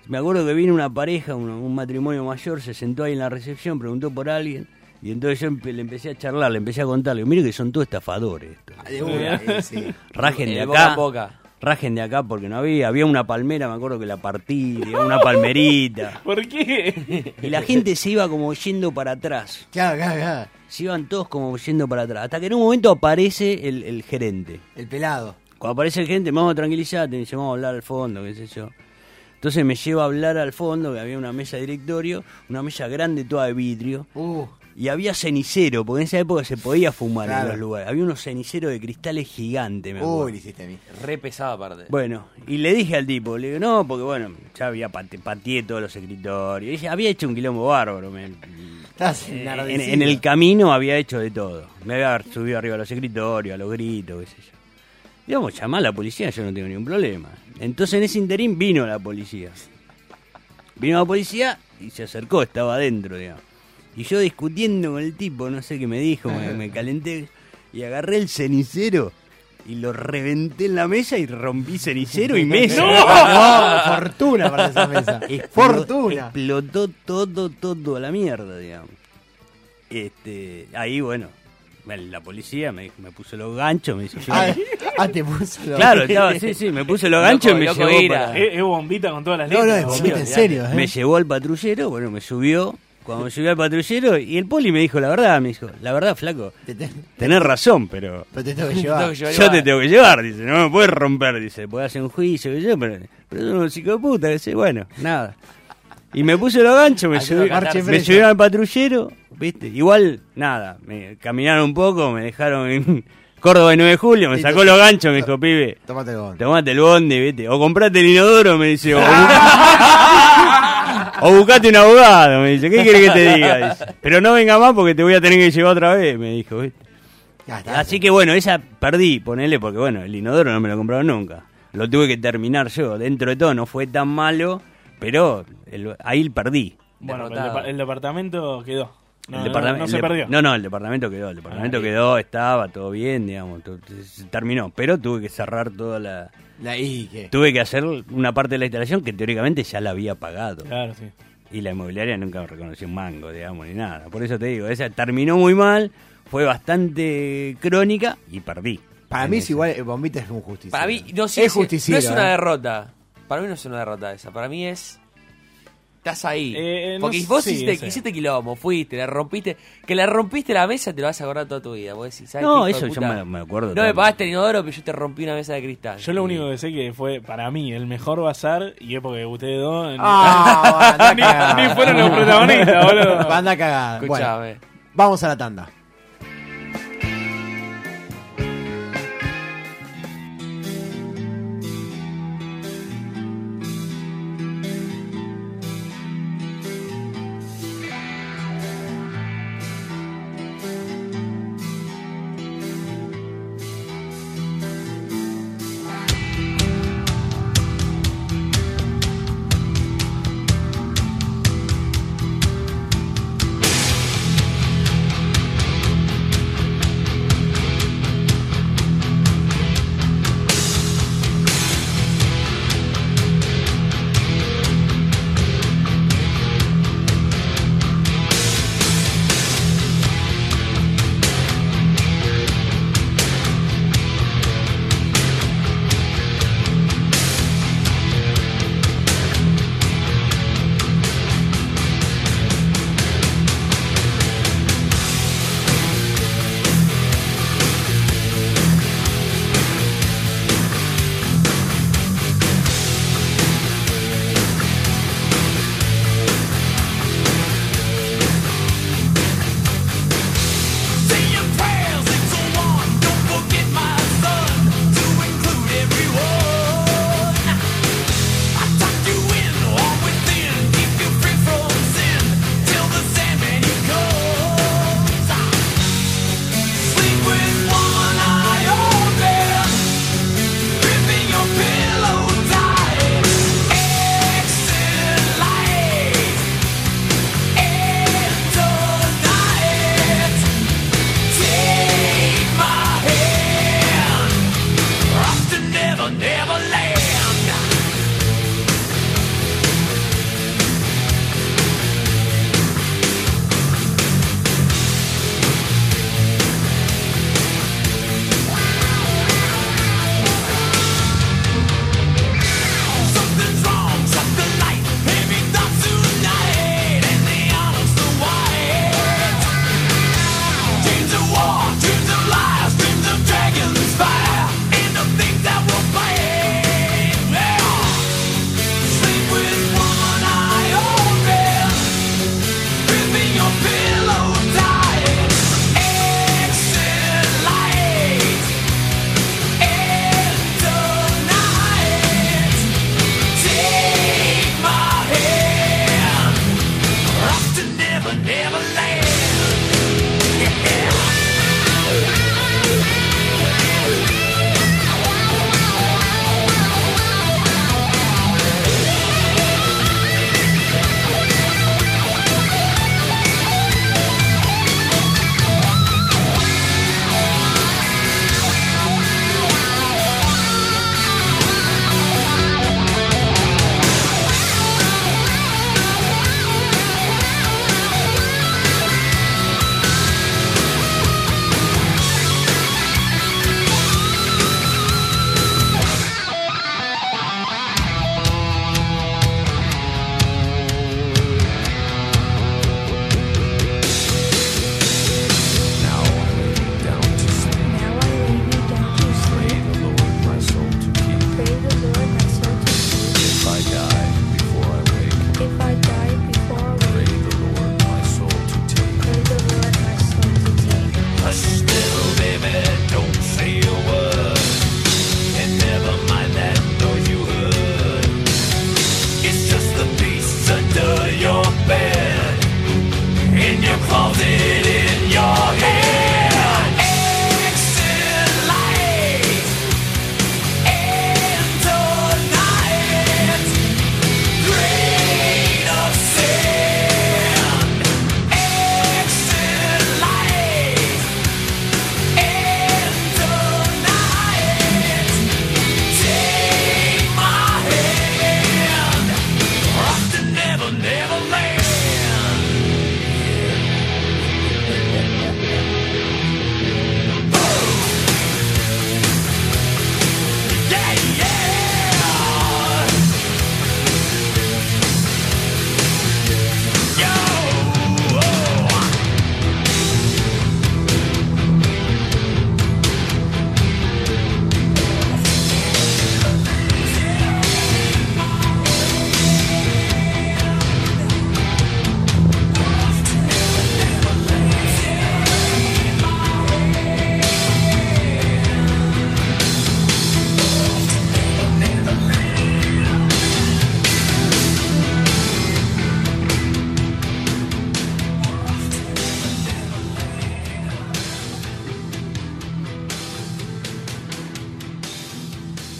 [SPEAKER 2] Me acuerdo que vino una pareja, un, un matrimonio mayor, se sentó ahí en la recepción, preguntó por alguien, y entonces yo empe- le empecé a charlar, le empecé a contarle, mire que son todos estafadores estos.
[SPEAKER 5] De una, eh, sí.
[SPEAKER 2] Rajen
[SPEAKER 6] El
[SPEAKER 2] de acá.
[SPEAKER 6] boca en boca.
[SPEAKER 2] Rajen de acá porque no había, había una palmera, me acuerdo que la partí, había una palmerita.
[SPEAKER 4] ¿Por qué?
[SPEAKER 2] Y la gente se iba como yendo para atrás.
[SPEAKER 5] Claro, claro, claro.
[SPEAKER 2] Se iban todos como yendo para atrás. Hasta que en un momento aparece el- el gerente.
[SPEAKER 5] El pelado.
[SPEAKER 2] Cuando aparece el gerente, vamos a tranquilizarte, me dice, vamos a hablar al fondo, qué sé yo. Entonces me lleva a hablar al fondo, que había una mesa de directorio, una mesa grande toda de vidrio,
[SPEAKER 5] Uh,
[SPEAKER 2] y había cenicero, porque en esa época se podía fumar en
[SPEAKER 5] Claro.
[SPEAKER 2] los lugares. Había unos ceniceros de cristales gigantes, me acuerdo.
[SPEAKER 5] uy, le hiciste a mí.
[SPEAKER 6] Re pesada aparte.
[SPEAKER 2] Bueno, y le dije al tipo, le digo, no, porque bueno, ya había pate- pateé todos los escritorios, y ella había hecho un quilombo bárbaro, me-
[SPEAKER 5] Estás
[SPEAKER 2] en,
[SPEAKER 5] enardecido.
[SPEAKER 2] en el camino había hecho de todo. Me había subido arriba a los escritorios, a los gritos, qué sé yo. Digamos, llamá a la policía, yo no tengo ningún problema. Entonces en ese interín vino la policía. Vino la policía y se acercó, estaba adentro, digamos. Y yo discutiendo con el tipo, no sé qué me dijo, me, me calenté y agarré el cenicero y lo reventé en la mesa y rompí cenicero y mesa.
[SPEAKER 5] No, fortuna para esa mesa.
[SPEAKER 2] Explo-
[SPEAKER 5] fortuna.
[SPEAKER 2] Explotó todo, todo a la mierda, digamos. Este, ahí, bueno, la policía me, me puso los ganchos, me hizo...
[SPEAKER 5] Ah, ah, te puso lo-
[SPEAKER 2] Claro, estaba, sí, sí, me puso los ganchos y me
[SPEAKER 6] Loco, loco
[SPEAKER 2] llevó
[SPEAKER 6] ira.
[SPEAKER 2] para-
[SPEAKER 4] Eh, Es es bombita con todas las
[SPEAKER 5] No,
[SPEAKER 4] letras.
[SPEAKER 5] no, es
[SPEAKER 4] boludo.
[SPEAKER 5] bombita en serio,
[SPEAKER 2] Me
[SPEAKER 5] eh.
[SPEAKER 2] llevó al patrullero, bueno, me subió. Cuando me subió al patrullero, y el poli me dijo la verdad, me dijo, la verdad, flaco,
[SPEAKER 5] Te- te-
[SPEAKER 2] tenés razón, pero
[SPEAKER 5] Pero te tengo que
[SPEAKER 6] Tengo
[SPEAKER 5] llevar.
[SPEAKER 6] que llevar
[SPEAKER 2] yo te
[SPEAKER 6] igual.
[SPEAKER 2] tengo que llevar, dice, no me puedes romper, dice, podés hacer un juicio, que yo, pero, pero yo un chico de puta, que sé, bueno, nada. Y me puse los ganchos, me,
[SPEAKER 6] Haciendo
[SPEAKER 2] subí,
[SPEAKER 5] catarse.
[SPEAKER 2] me subieron al patrullero, viste, igual, nada, me caminaron un poco, me dejaron en Córdoba de 9 de julio, me
[SPEAKER 5] Sí,
[SPEAKER 2] sacó
[SPEAKER 5] te-
[SPEAKER 2] los ganchos, me dijo, pibe,
[SPEAKER 5] Tómate el bondi.
[SPEAKER 2] Tomate el bondi, viste. O comprate el inodoro, me dice. O, o buscate un abogado, me dice. ¿Qué querés que te diga? Dice. Pero no venga más porque te voy a tener que llevar otra vez, me dijo, viste.
[SPEAKER 5] Ya está.
[SPEAKER 2] Así que bueno, esa perdí, ponele, porque bueno, el inodoro no me lo compraron nunca. Lo tuve que terminar yo. Dentro de todo no fue tan malo, pero el- ahí perdí.
[SPEAKER 4] Bueno, el,
[SPEAKER 6] Derrotado.
[SPEAKER 4] depa- el departamento quedó. No,
[SPEAKER 2] El
[SPEAKER 4] no,
[SPEAKER 2] departam-
[SPEAKER 4] no
[SPEAKER 2] el
[SPEAKER 4] se
[SPEAKER 2] de-
[SPEAKER 4] perdió.
[SPEAKER 2] No, no, el departamento quedó, el departamento
[SPEAKER 4] Ah, bien.
[SPEAKER 2] quedó, estaba todo bien, digamos, todo- se terminó. Pero tuve que cerrar toda la,
[SPEAKER 5] La y que.
[SPEAKER 2] Tuve que hacer una parte de la instalación que teóricamente ya la había pagado.
[SPEAKER 4] Claro, sí.
[SPEAKER 2] Y la inmobiliaria nunca me reconoció un mango, digamos, ni nada. Por eso te digo, esa terminó muy mal, fue bastante crónica y perdí.
[SPEAKER 5] Para
[SPEAKER 2] En
[SPEAKER 5] mí es
[SPEAKER 2] esa.
[SPEAKER 5] igual, eh, Bombita es un justiciero.
[SPEAKER 6] Para mí, no, sí,
[SPEAKER 5] es
[SPEAKER 6] sí,
[SPEAKER 5] justiciero.
[SPEAKER 6] no es una
[SPEAKER 5] eh.
[SPEAKER 6] derrota. Para mí no es una derrota esa. Para mí es. Estás ahí.
[SPEAKER 4] Eh, eh, no
[SPEAKER 6] Porque
[SPEAKER 4] sé,
[SPEAKER 6] vos
[SPEAKER 4] sí,
[SPEAKER 6] hiciste,
[SPEAKER 4] ese.
[SPEAKER 6] hiciste quilombo, fuiste, le rompiste. Que le rompiste la mesa te lo vas a acordar toda tu vida. Vos decís, ¿sabes
[SPEAKER 2] No,
[SPEAKER 6] qué, hijo de
[SPEAKER 2] eso yo
[SPEAKER 6] puta?
[SPEAKER 2] me- me acuerdo
[SPEAKER 6] No me
[SPEAKER 2] también.
[SPEAKER 6] pagaste el inodoro, pero yo te rompí una mesa de cristal.
[SPEAKER 4] Yo lo único que sé que fue, para mí, el mejor bazar, y es porque ustedes dos...
[SPEAKER 5] Ah, anda
[SPEAKER 4] ni,
[SPEAKER 5] cagada.
[SPEAKER 4] ni fueron los protagonistas, boludo.
[SPEAKER 5] Banda cagada. Bueno,
[SPEAKER 6] Escuchame.
[SPEAKER 5] vamos a la tanda.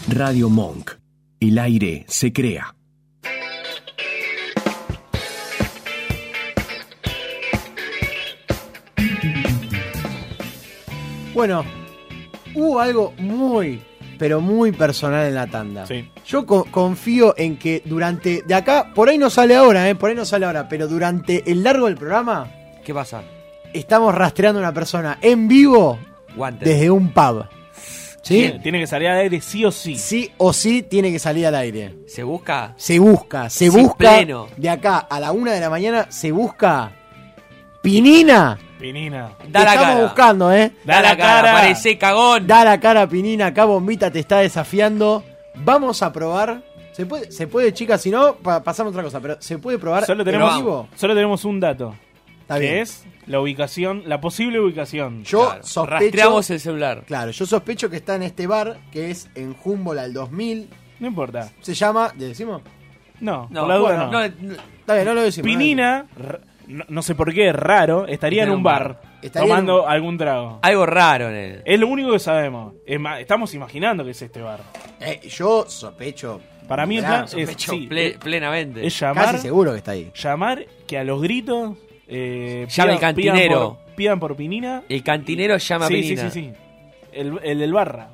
[SPEAKER 1] Radio Monk. El aire se crea.
[SPEAKER 5] Bueno, hubo algo muy, pero muy personal en la tanda.
[SPEAKER 4] Sí.
[SPEAKER 5] Yo co- confío en que durante. De acá, por ahí no sale ahora, ¿eh? Por ahí no sale ahora, pero durante el largo del programa
[SPEAKER 6] ¿Qué pasa?
[SPEAKER 5] estamos rastreando a una persona en vivo
[SPEAKER 6] Guantes.
[SPEAKER 5] desde un pub. ¿Sí?
[SPEAKER 4] Tiene, tiene que salir al aire sí o sí.
[SPEAKER 5] Sí o sí tiene que salir al aire.
[SPEAKER 6] ¿Se busca?
[SPEAKER 5] Se busca, se
[SPEAKER 6] Sí,
[SPEAKER 5] busca.
[SPEAKER 6] pleno.
[SPEAKER 5] De acá a la una de la mañana se busca. Pinina.
[SPEAKER 4] Pinina.
[SPEAKER 6] Da
[SPEAKER 5] Te
[SPEAKER 6] la
[SPEAKER 5] estamos
[SPEAKER 6] cara.
[SPEAKER 5] buscando, ¿eh?
[SPEAKER 4] Da la cara.
[SPEAKER 6] Parece cagón.
[SPEAKER 5] Da la cara, Pinina. Acá Bombita te está desafiando. Vamos a probar. Se puede, se puede chicas, si no, pa- pasamos a otra cosa. Pero se puede probar.
[SPEAKER 4] Solo
[SPEAKER 5] en
[SPEAKER 4] tenemos,
[SPEAKER 5] vivo?
[SPEAKER 4] solo tenemos un dato.
[SPEAKER 5] Está
[SPEAKER 4] que
[SPEAKER 5] bien.
[SPEAKER 4] es la ubicación, la posible ubicación.
[SPEAKER 5] Yo
[SPEAKER 6] Claro,
[SPEAKER 5] sospecho.
[SPEAKER 6] Rastreamos el celular.
[SPEAKER 5] Claro, yo sospecho que está en este bar que es en Humboldt al 2000.
[SPEAKER 4] No importa.
[SPEAKER 5] Se llama. ¿Le decimos?
[SPEAKER 4] No,
[SPEAKER 6] No,
[SPEAKER 4] por la duda
[SPEAKER 6] bueno,
[SPEAKER 4] no.
[SPEAKER 6] no, no,
[SPEAKER 5] Está bien, no lo decimos.
[SPEAKER 4] Pinina, r- no, no sé por qué, raro, estaría en un bar,
[SPEAKER 5] Estaría en
[SPEAKER 4] tomando
[SPEAKER 5] un-
[SPEAKER 4] algún trago.
[SPEAKER 6] algo raro en él.
[SPEAKER 4] Es lo único que sabemos. Es más, estamos imaginando que es este bar.
[SPEAKER 5] Eh, yo sospecho.
[SPEAKER 4] Para mí es
[SPEAKER 5] Mirá,
[SPEAKER 4] la- es-
[SPEAKER 6] Sospecho
[SPEAKER 4] sí,
[SPEAKER 6] ple- plenamente.
[SPEAKER 4] Es llamar,
[SPEAKER 5] Casi seguro que está ahí.
[SPEAKER 4] llamar que a los gritos eh,
[SPEAKER 6] Llama
[SPEAKER 4] pidan-
[SPEAKER 6] el cantinero.
[SPEAKER 4] Pidan por, pidan por Pinina.
[SPEAKER 6] El cantinero llama a
[SPEAKER 4] sí,
[SPEAKER 6] Pinina.
[SPEAKER 4] sí, sí, sí. El, el del barra.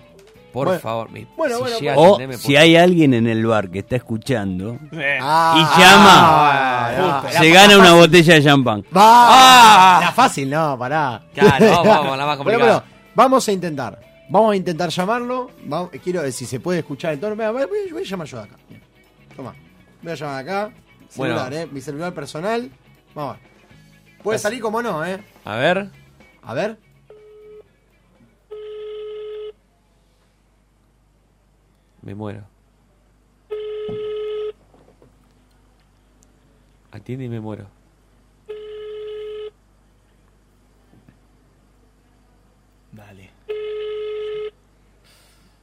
[SPEAKER 6] Por
[SPEAKER 5] Bueno,
[SPEAKER 6] favor, mi-
[SPEAKER 5] bueno,
[SPEAKER 6] si
[SPEAKER 5] bueno,
[SPEAKER 6] llega a
[SPEAKER 2] O
[SPEAKER 6] entenderme, por-
[SPEAKER 2] si hay alguien en el bar que está escuchando,
[SPEAKER 4] Eh,
[SPEAKER 2] Y llama.
[SPEAKER 5] Ah,
[SPEAKER 4] Justo.
[SPEAKER 5] la-
[SPEAKER 2] se gana una botella de champán.
[SPEAKER 5] Va. La fácil, no, pará.
[SPEAKER 6] Ah. Claro, vamos, vamos, la más
[SPEAKER 5] Pero
[SPEAKER 6] complicada.
[SPEAKER 5] bueno, vamos a intentar. Vamos a intentar llamarlo. Vamos, quiero ver si se puede escuchar el tono. Mira, Voy, voy- voy a llamar yo de acá. Bien. Toma. Voy a llamar de acá.
[SPEAKER 6] Bueno.
[SPEAKER 5] Celular, eh. Mi celular personal. Vamos a ver.
[SPEAKER 6] Pues-
[SPEAKER 5] Puede salir como no, eh.
[SPEAKER 6] A ver.
[SPEAKER 5] A ver.
[SPEAKER 6] Me muero. Atiende y me muero.
[SPEAKER 4] Dale.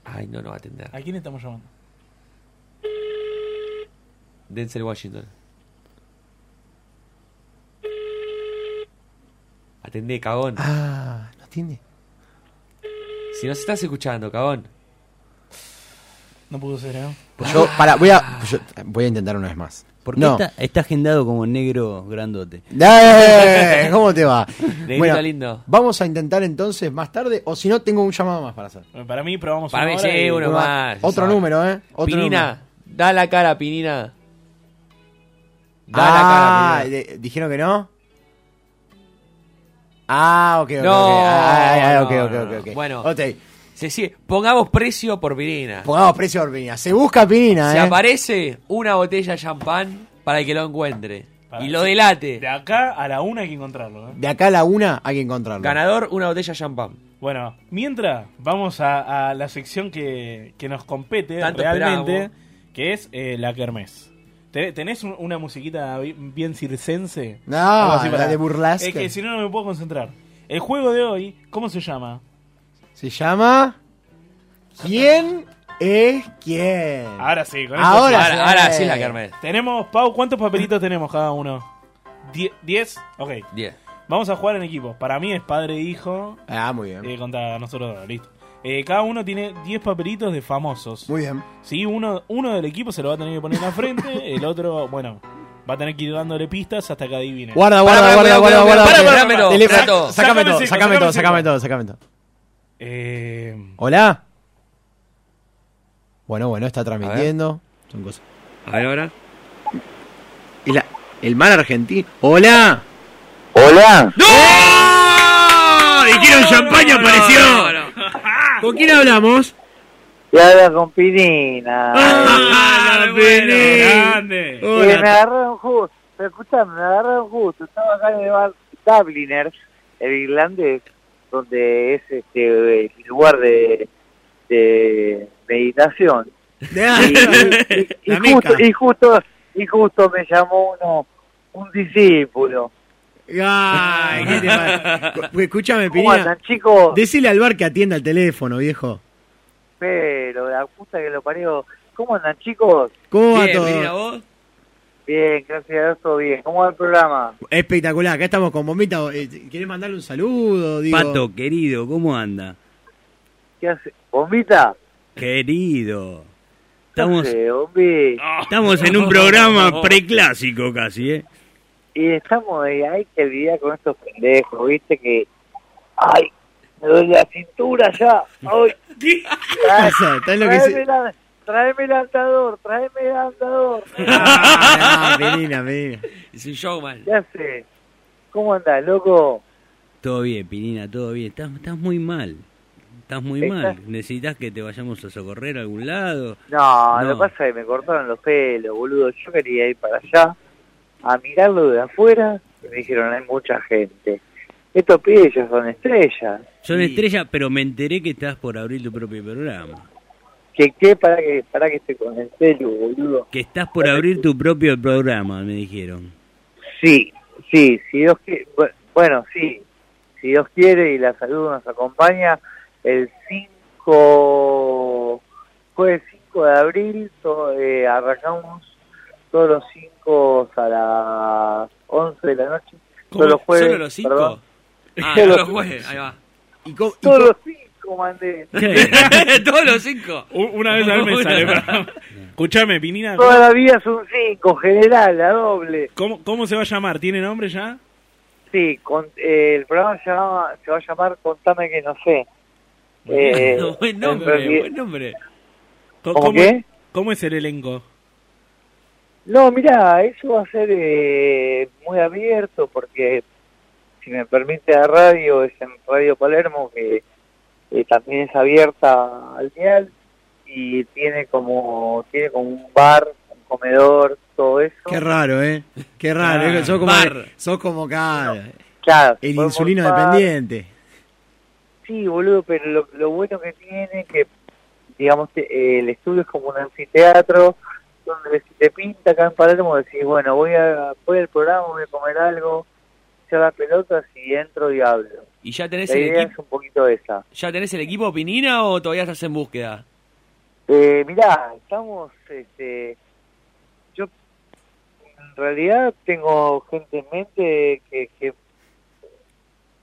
[SPEAKER 6] Ay, no, no va a atender.
[SPEAKER 4] ¿A quién estamos llamando?
[SPEAKER 6] Denzel Washington. Atendé, cagón.
[SPEAKER 5] Ah, no atiende.
[SPEAKER 6] Si nos estás escuchando, cagón.
[SPEAKER 4] No pudo ser, ¿eh?
[SPEAKER 5] Pues yo, para, voy a, yo-
[SPEAKER 6] Eh,
[SPEAKER 5] voy a intentar una vez más.
[SPEAKER 2] Porque
[SPEAKER 5] no.
[SPEAKER 2] está, está agendado como negro grandote.
[SPEAKER 5] ¡Eh! ¿Cómo te va?
[SPEAKER 6] Negrito lindo.
[SPEAKER 5] Vamos a intentar entonces más tarde, o si no, tengo un llamado más para hacer.
[SPEAKER 4] Bueno, Eh, Para mí probamos
[SPEAKER 6] Para
[SPEAKER 4] una
[SPEAKER 6] mí
[SPEAKER 4] hora
[SPEAKER 6] sí,
[SPEAKER 4] y-
[SPEAKER 6] Eh, uno.
[SPEAKER 5] Uno
[SPEAKER 6] más, ya
[SPEAKER 5] Otro
[SPEAKER 6] sabe.
[SPEAKER 5] número, ¿eh? Otro número.
[SPEAKER 6] Pinina, da la cara, Pinina. Da
[SPEAKER 5] ah,
[SPEAKER 6] la cara, Pinina.
[SPEAKER 5] de- dijeron que no. Ah, ok, ok. ok.
[SPEAKER 6] No,
[SPEAKER 5] Ah, ah, ah, ok,
[SPEAKER 6] no,
[SPEAKER 5] ok,
[SPEAKER 6] no,
[SPEAKER 5] ok,
[SPEAKER 6] no.
[SPEAKER 5] ok.
[SPEAKER 6] Bueno.
[SPEAKER 5] Ok,
[SPEAKER 6] Se sigue. Pongamos precio por Pinina.
[SPEAKER 5] pongamos precio por Pinina. Se busca Pinina,
[SPEAKER 6] Se
[SPEAKER 5] ¿eh?
[SPEAKER 6] aparece una botella de champán para el que lo encuentre.
[SPEAKER 4] Para-
[SPEAKER 6] y lo delate.
[SPEAKER 4] De acá a la una hay que encontrarlo, ¿eh?
[SPEAKER 5] De acá a la una hay que encontrarlo.
[SPEAKER 6] Ganador, una botella de champán.
[SPEAKER 4] Bueno, mientras vamos a, a la sección que, que nos compete
[SPEAKER 6] Tanto
[SPEAKER 4] realmente,
[SPEAKER 6] esperamos.
[SPEAKER 4] que es eh, la kermés. Te- ¿Tenés un- una musiquita bi- bien circense?
[SPEAKER 5] No,
[SPEAKER 4] Algo así
[SPEAKER 5] la de burlesque.
[SPEAKER 4] Es que si no, no me puedo concentrar. El juego de hoy, ¿cómo se llama?
[SPEAKER 5] Se llama. ¿Quién es quién?
[SPEAKER 4] Ahora sí, con
[SPEAKER 5] Ahora
[SPEAKER 4] esto
[SPEAKER 5] sí.
[SPEAKER 6] Ahora, ahora sí la Carmen.
[SPEAKER 4] sí. Tenemos, Pau, ¿cuántos papelitos tenemos cada uno? Die- ¿Diez? Ok.
[SPEAKER 6] 10.
[SPEAKER 4] Vamos a jugar en equipo. Para mí es padre e hijo
[SPEAKER 5] Ah, muy bien.
[SPEAKER 4] eh, contra nosotros dos, listo. Eh, cada uno tiene diez papelitos de famosos.
[SPEAKER 5] Muy bien.
[SPEAKER 4] Sí, uno, uno del equipo se lo va a tener que poner en la frente, el otro, bueno, va a tener que ir dándole pistas hasta que adivine.
[SPEAKER 5] Guarda, guarda,
[SPEAKER 6] Para,
[SPEAKER 5] guarda,
[SPEAKER 6] para,
[SPEAKER 5] guarda,
[SPEAKER 6] cuidado,
[SPEAKER 5] guarda.
[SPEAKER 6] cuidado,
[SPEAKER 5] guarda.
[SPEAKER 6] cuidado, cuidado,
[SPEAKER 5] Tele-
[SPEAKER 6] cuidado,
[SPEAKER 5] sa-
[SPEAKER 6] cuidado.
[SPEAKER 5] Sácame todo,
[SPEAKER 4] Sácame
[SPEAKER 5] sácame todo,
[SPEAKER 4] cinco,
[SPEAKER 5] sácame todo, sácame todo.
[SPEAKER 4] Eh,
[SPEAKER 5] Hola. Bueno, bueno, está transmitiendo. Son cosas.
[SPEAKER 6] A ver ahora.
[SPEAKER 5] el mal argentino. Hola.
[SPEAKER 7] Hola,
[SPEAKER 5] Dijeron champaña apareció. ¿Con quién hablamos?
[SPEAKER 7] ya habla con Pinina.
[SPEAKER 4] ¡Ah, grande!
[SPEAKER 7] Eh, me agarraron justo, pero escuchame, me agarraron justo. Estaba acá en el bar Dubliner, el irlandés, donde es este eh, el lugar de, de meditación. Y, y- y
[SPEAKER 5] La meca.
[SPEAKER 7] justo, y justo, y justo me llamó uno, un discípulo.
[SPEAKER 5] Ay, ¿qué te pasa? Cu- Escúchame,
[SPEAKER 7] ¿Cómo
[SPEAKER 5] Pinina.
[SPEAKER 7] andan, chicos?
[SPEAKER 5] Decile al bar que atienda el teléfono, viejo.
[SPEAKER 7] Pero la puta que lo parió. ¿Cómo andan, chicos?
[SPEAKER 5] ¿Cómo va
[SPEAKER 6] Bien, Pinina,
[SPEAKER 5] todo?
[SPEAKER 6] vos.
[SPEAKER 7] Bien, gracias a Dios, todo bien. ¿Cómo va el programa?
[SPEAKER 5] Espectacular, acá estamos con Bombita. Eh, ¿Querés mandarle un saludo? Digo.
[SPEAKER 2] Pato, querido, ¿cómo anda?
[SPEAKER 7] ¿Qué hace? ¿Bombita?
[SPEAKER 2] Querido. Estamos,
[SPEAKER 7] sé, hombre.
[SPEAKER 2] estamos en un programa preclásico casi, ¿eh?
[SPEAKER 7] Y estamos ahí, hay que lidiar con estos pendejos, viste que... Ay, me duele la cintura ya. Ay,
[SPEAKER 5] O sea, está en lo que
[SPEAKER 7] tráeme,
[SPEAKER 5] se...
[SPEAKER 7] la- tráeme el andador, tráeme el andador.
[SPEAKER 5] Ah, Melina, Melina.
[SPEAKER 6] Es un showman.
[SPEAKER 7] ¿Qué haces? ¿Cómo andás, loco?
[SPEAKER 2] Todo bien, Pinina, todo bien. Estás, estás muy mal. Estás muy mal. Necesitas que te vayamos a socorrer a algún lado.
[SPEAKER 7] No,
[SPEAKER 2] No.
[SPEAKER 7] lo que pasa es que me cortaron los pelos, boludo. Yo quería ir para allá a mirarlo de afuera y me dijeron, hay mucha gente. Estos pibes ya son estrellas.
[SPEAKER 2] Son
[SPEAKER 6] Sí.
[SPEAKER 2] estrellas, pero me enteré que estás por abrir tu propio programa.
[SPEAKER 7] ¿Qué, qué? Para que, para que esté con el celu, boludo.
[SPEAKER 2] Que estás por abrir tu propio programa, me dijeron.
[SPEAKER 7] Sí, sí, si Dios quiere, bueno, sí, si Dios quiere y la salud nos acompaña, el 5, jueves 5 de abril to- eh, arrancamos todos los 5 a las 11 de la noche,
[SPEAKER 6] ¿Cómo?
[SPEAKER 7] todos los jueves,
[SPEAKER 6] ¿Solo los cinco?
[SPEAKER 7] perdón.
[SPEAKER 6] Ah,
[SPEAKER 7] Solo
[SPEAKER 6] todos los
[SPEAKER 7] los
[SPEAKER 6] jueves. Ahí va.
[SPEAKER 5] ¿Y cómo- y
[SPEAKER 7] todos
[SPEAKER 5] cómo-
[SPEAKER 7] los 5 mandé,
[SPEAKER 6] todos los cinco.
[SPEAKER 4] U- Una vez al mes sale, pero- Escuchame, Pinina,
[SPEAKER 7] toda la vida es un 5, general, la doble.
[SPEAKER 4] ¿cómo, ¿cómo se va a llamar? ¿Tiene nombre ya?
[SPEAKER 7] Sí, con, eh, el programa se, llama- se va a llamar Contame que no sé. Eh,
[SPEAKER 6] buen
[SPEAKER 7] en realidad-
[SPEAKER 6] nombre, buen nombre.
[SPEAKER 4] Co-
[SPEAKER 7] ¿Cómo qué?
[SPEAKER 4] cómo es el elenco?
[SPEAKER 7] No, mirá, eso va a ser eh, muy abierto porque, si me permite la radio, es en Radio Palermo, que eh, también es abierta al dial y tiene como, tiene como un bar, un comedor, todo eso.
[SPEAKER 5] Qué raro, ¿eh? Qué raro.
[SPEAKER 6] Ah,
[SPEAKER 5] eh, sos como,
[SPEAKER 6] bar.
[SPEAKER 5] sos como cara.
[SPEAKER 7] Claro,
[SPEAKER 5] El
[SPEAKER 7] podemos
[SPEAKER 5] insulino
[SPEAKER 7] bar.
[SPEAKER 5] dependiente.
[SPEAKER 7] Sí, boludo, pero lo, lo bueno que tiene que, digamos, te- eh, el estudio es como un anfiteatro donde si te pinta acá en Palermo decís, bueno, voy a voy al programa, voy a comer algo, echar las pelotas y entro y hablo.
[SPEAKER 6] ¿Y ya tenés
[SPEAKER 7] La
[SPEAKER 6] el
[SPEAKER 7] idea
[SPEAKER 6] equipo?
[SPEAKER 7] es un poquito esa.
[SPEAKER 6] ¿Ya tenés el equipo Pinina o todavía estás en búsqueda?
[SPEAKER 7] Eh, mirá, estamos, este, yo en realidad tengo gente en mente que, que,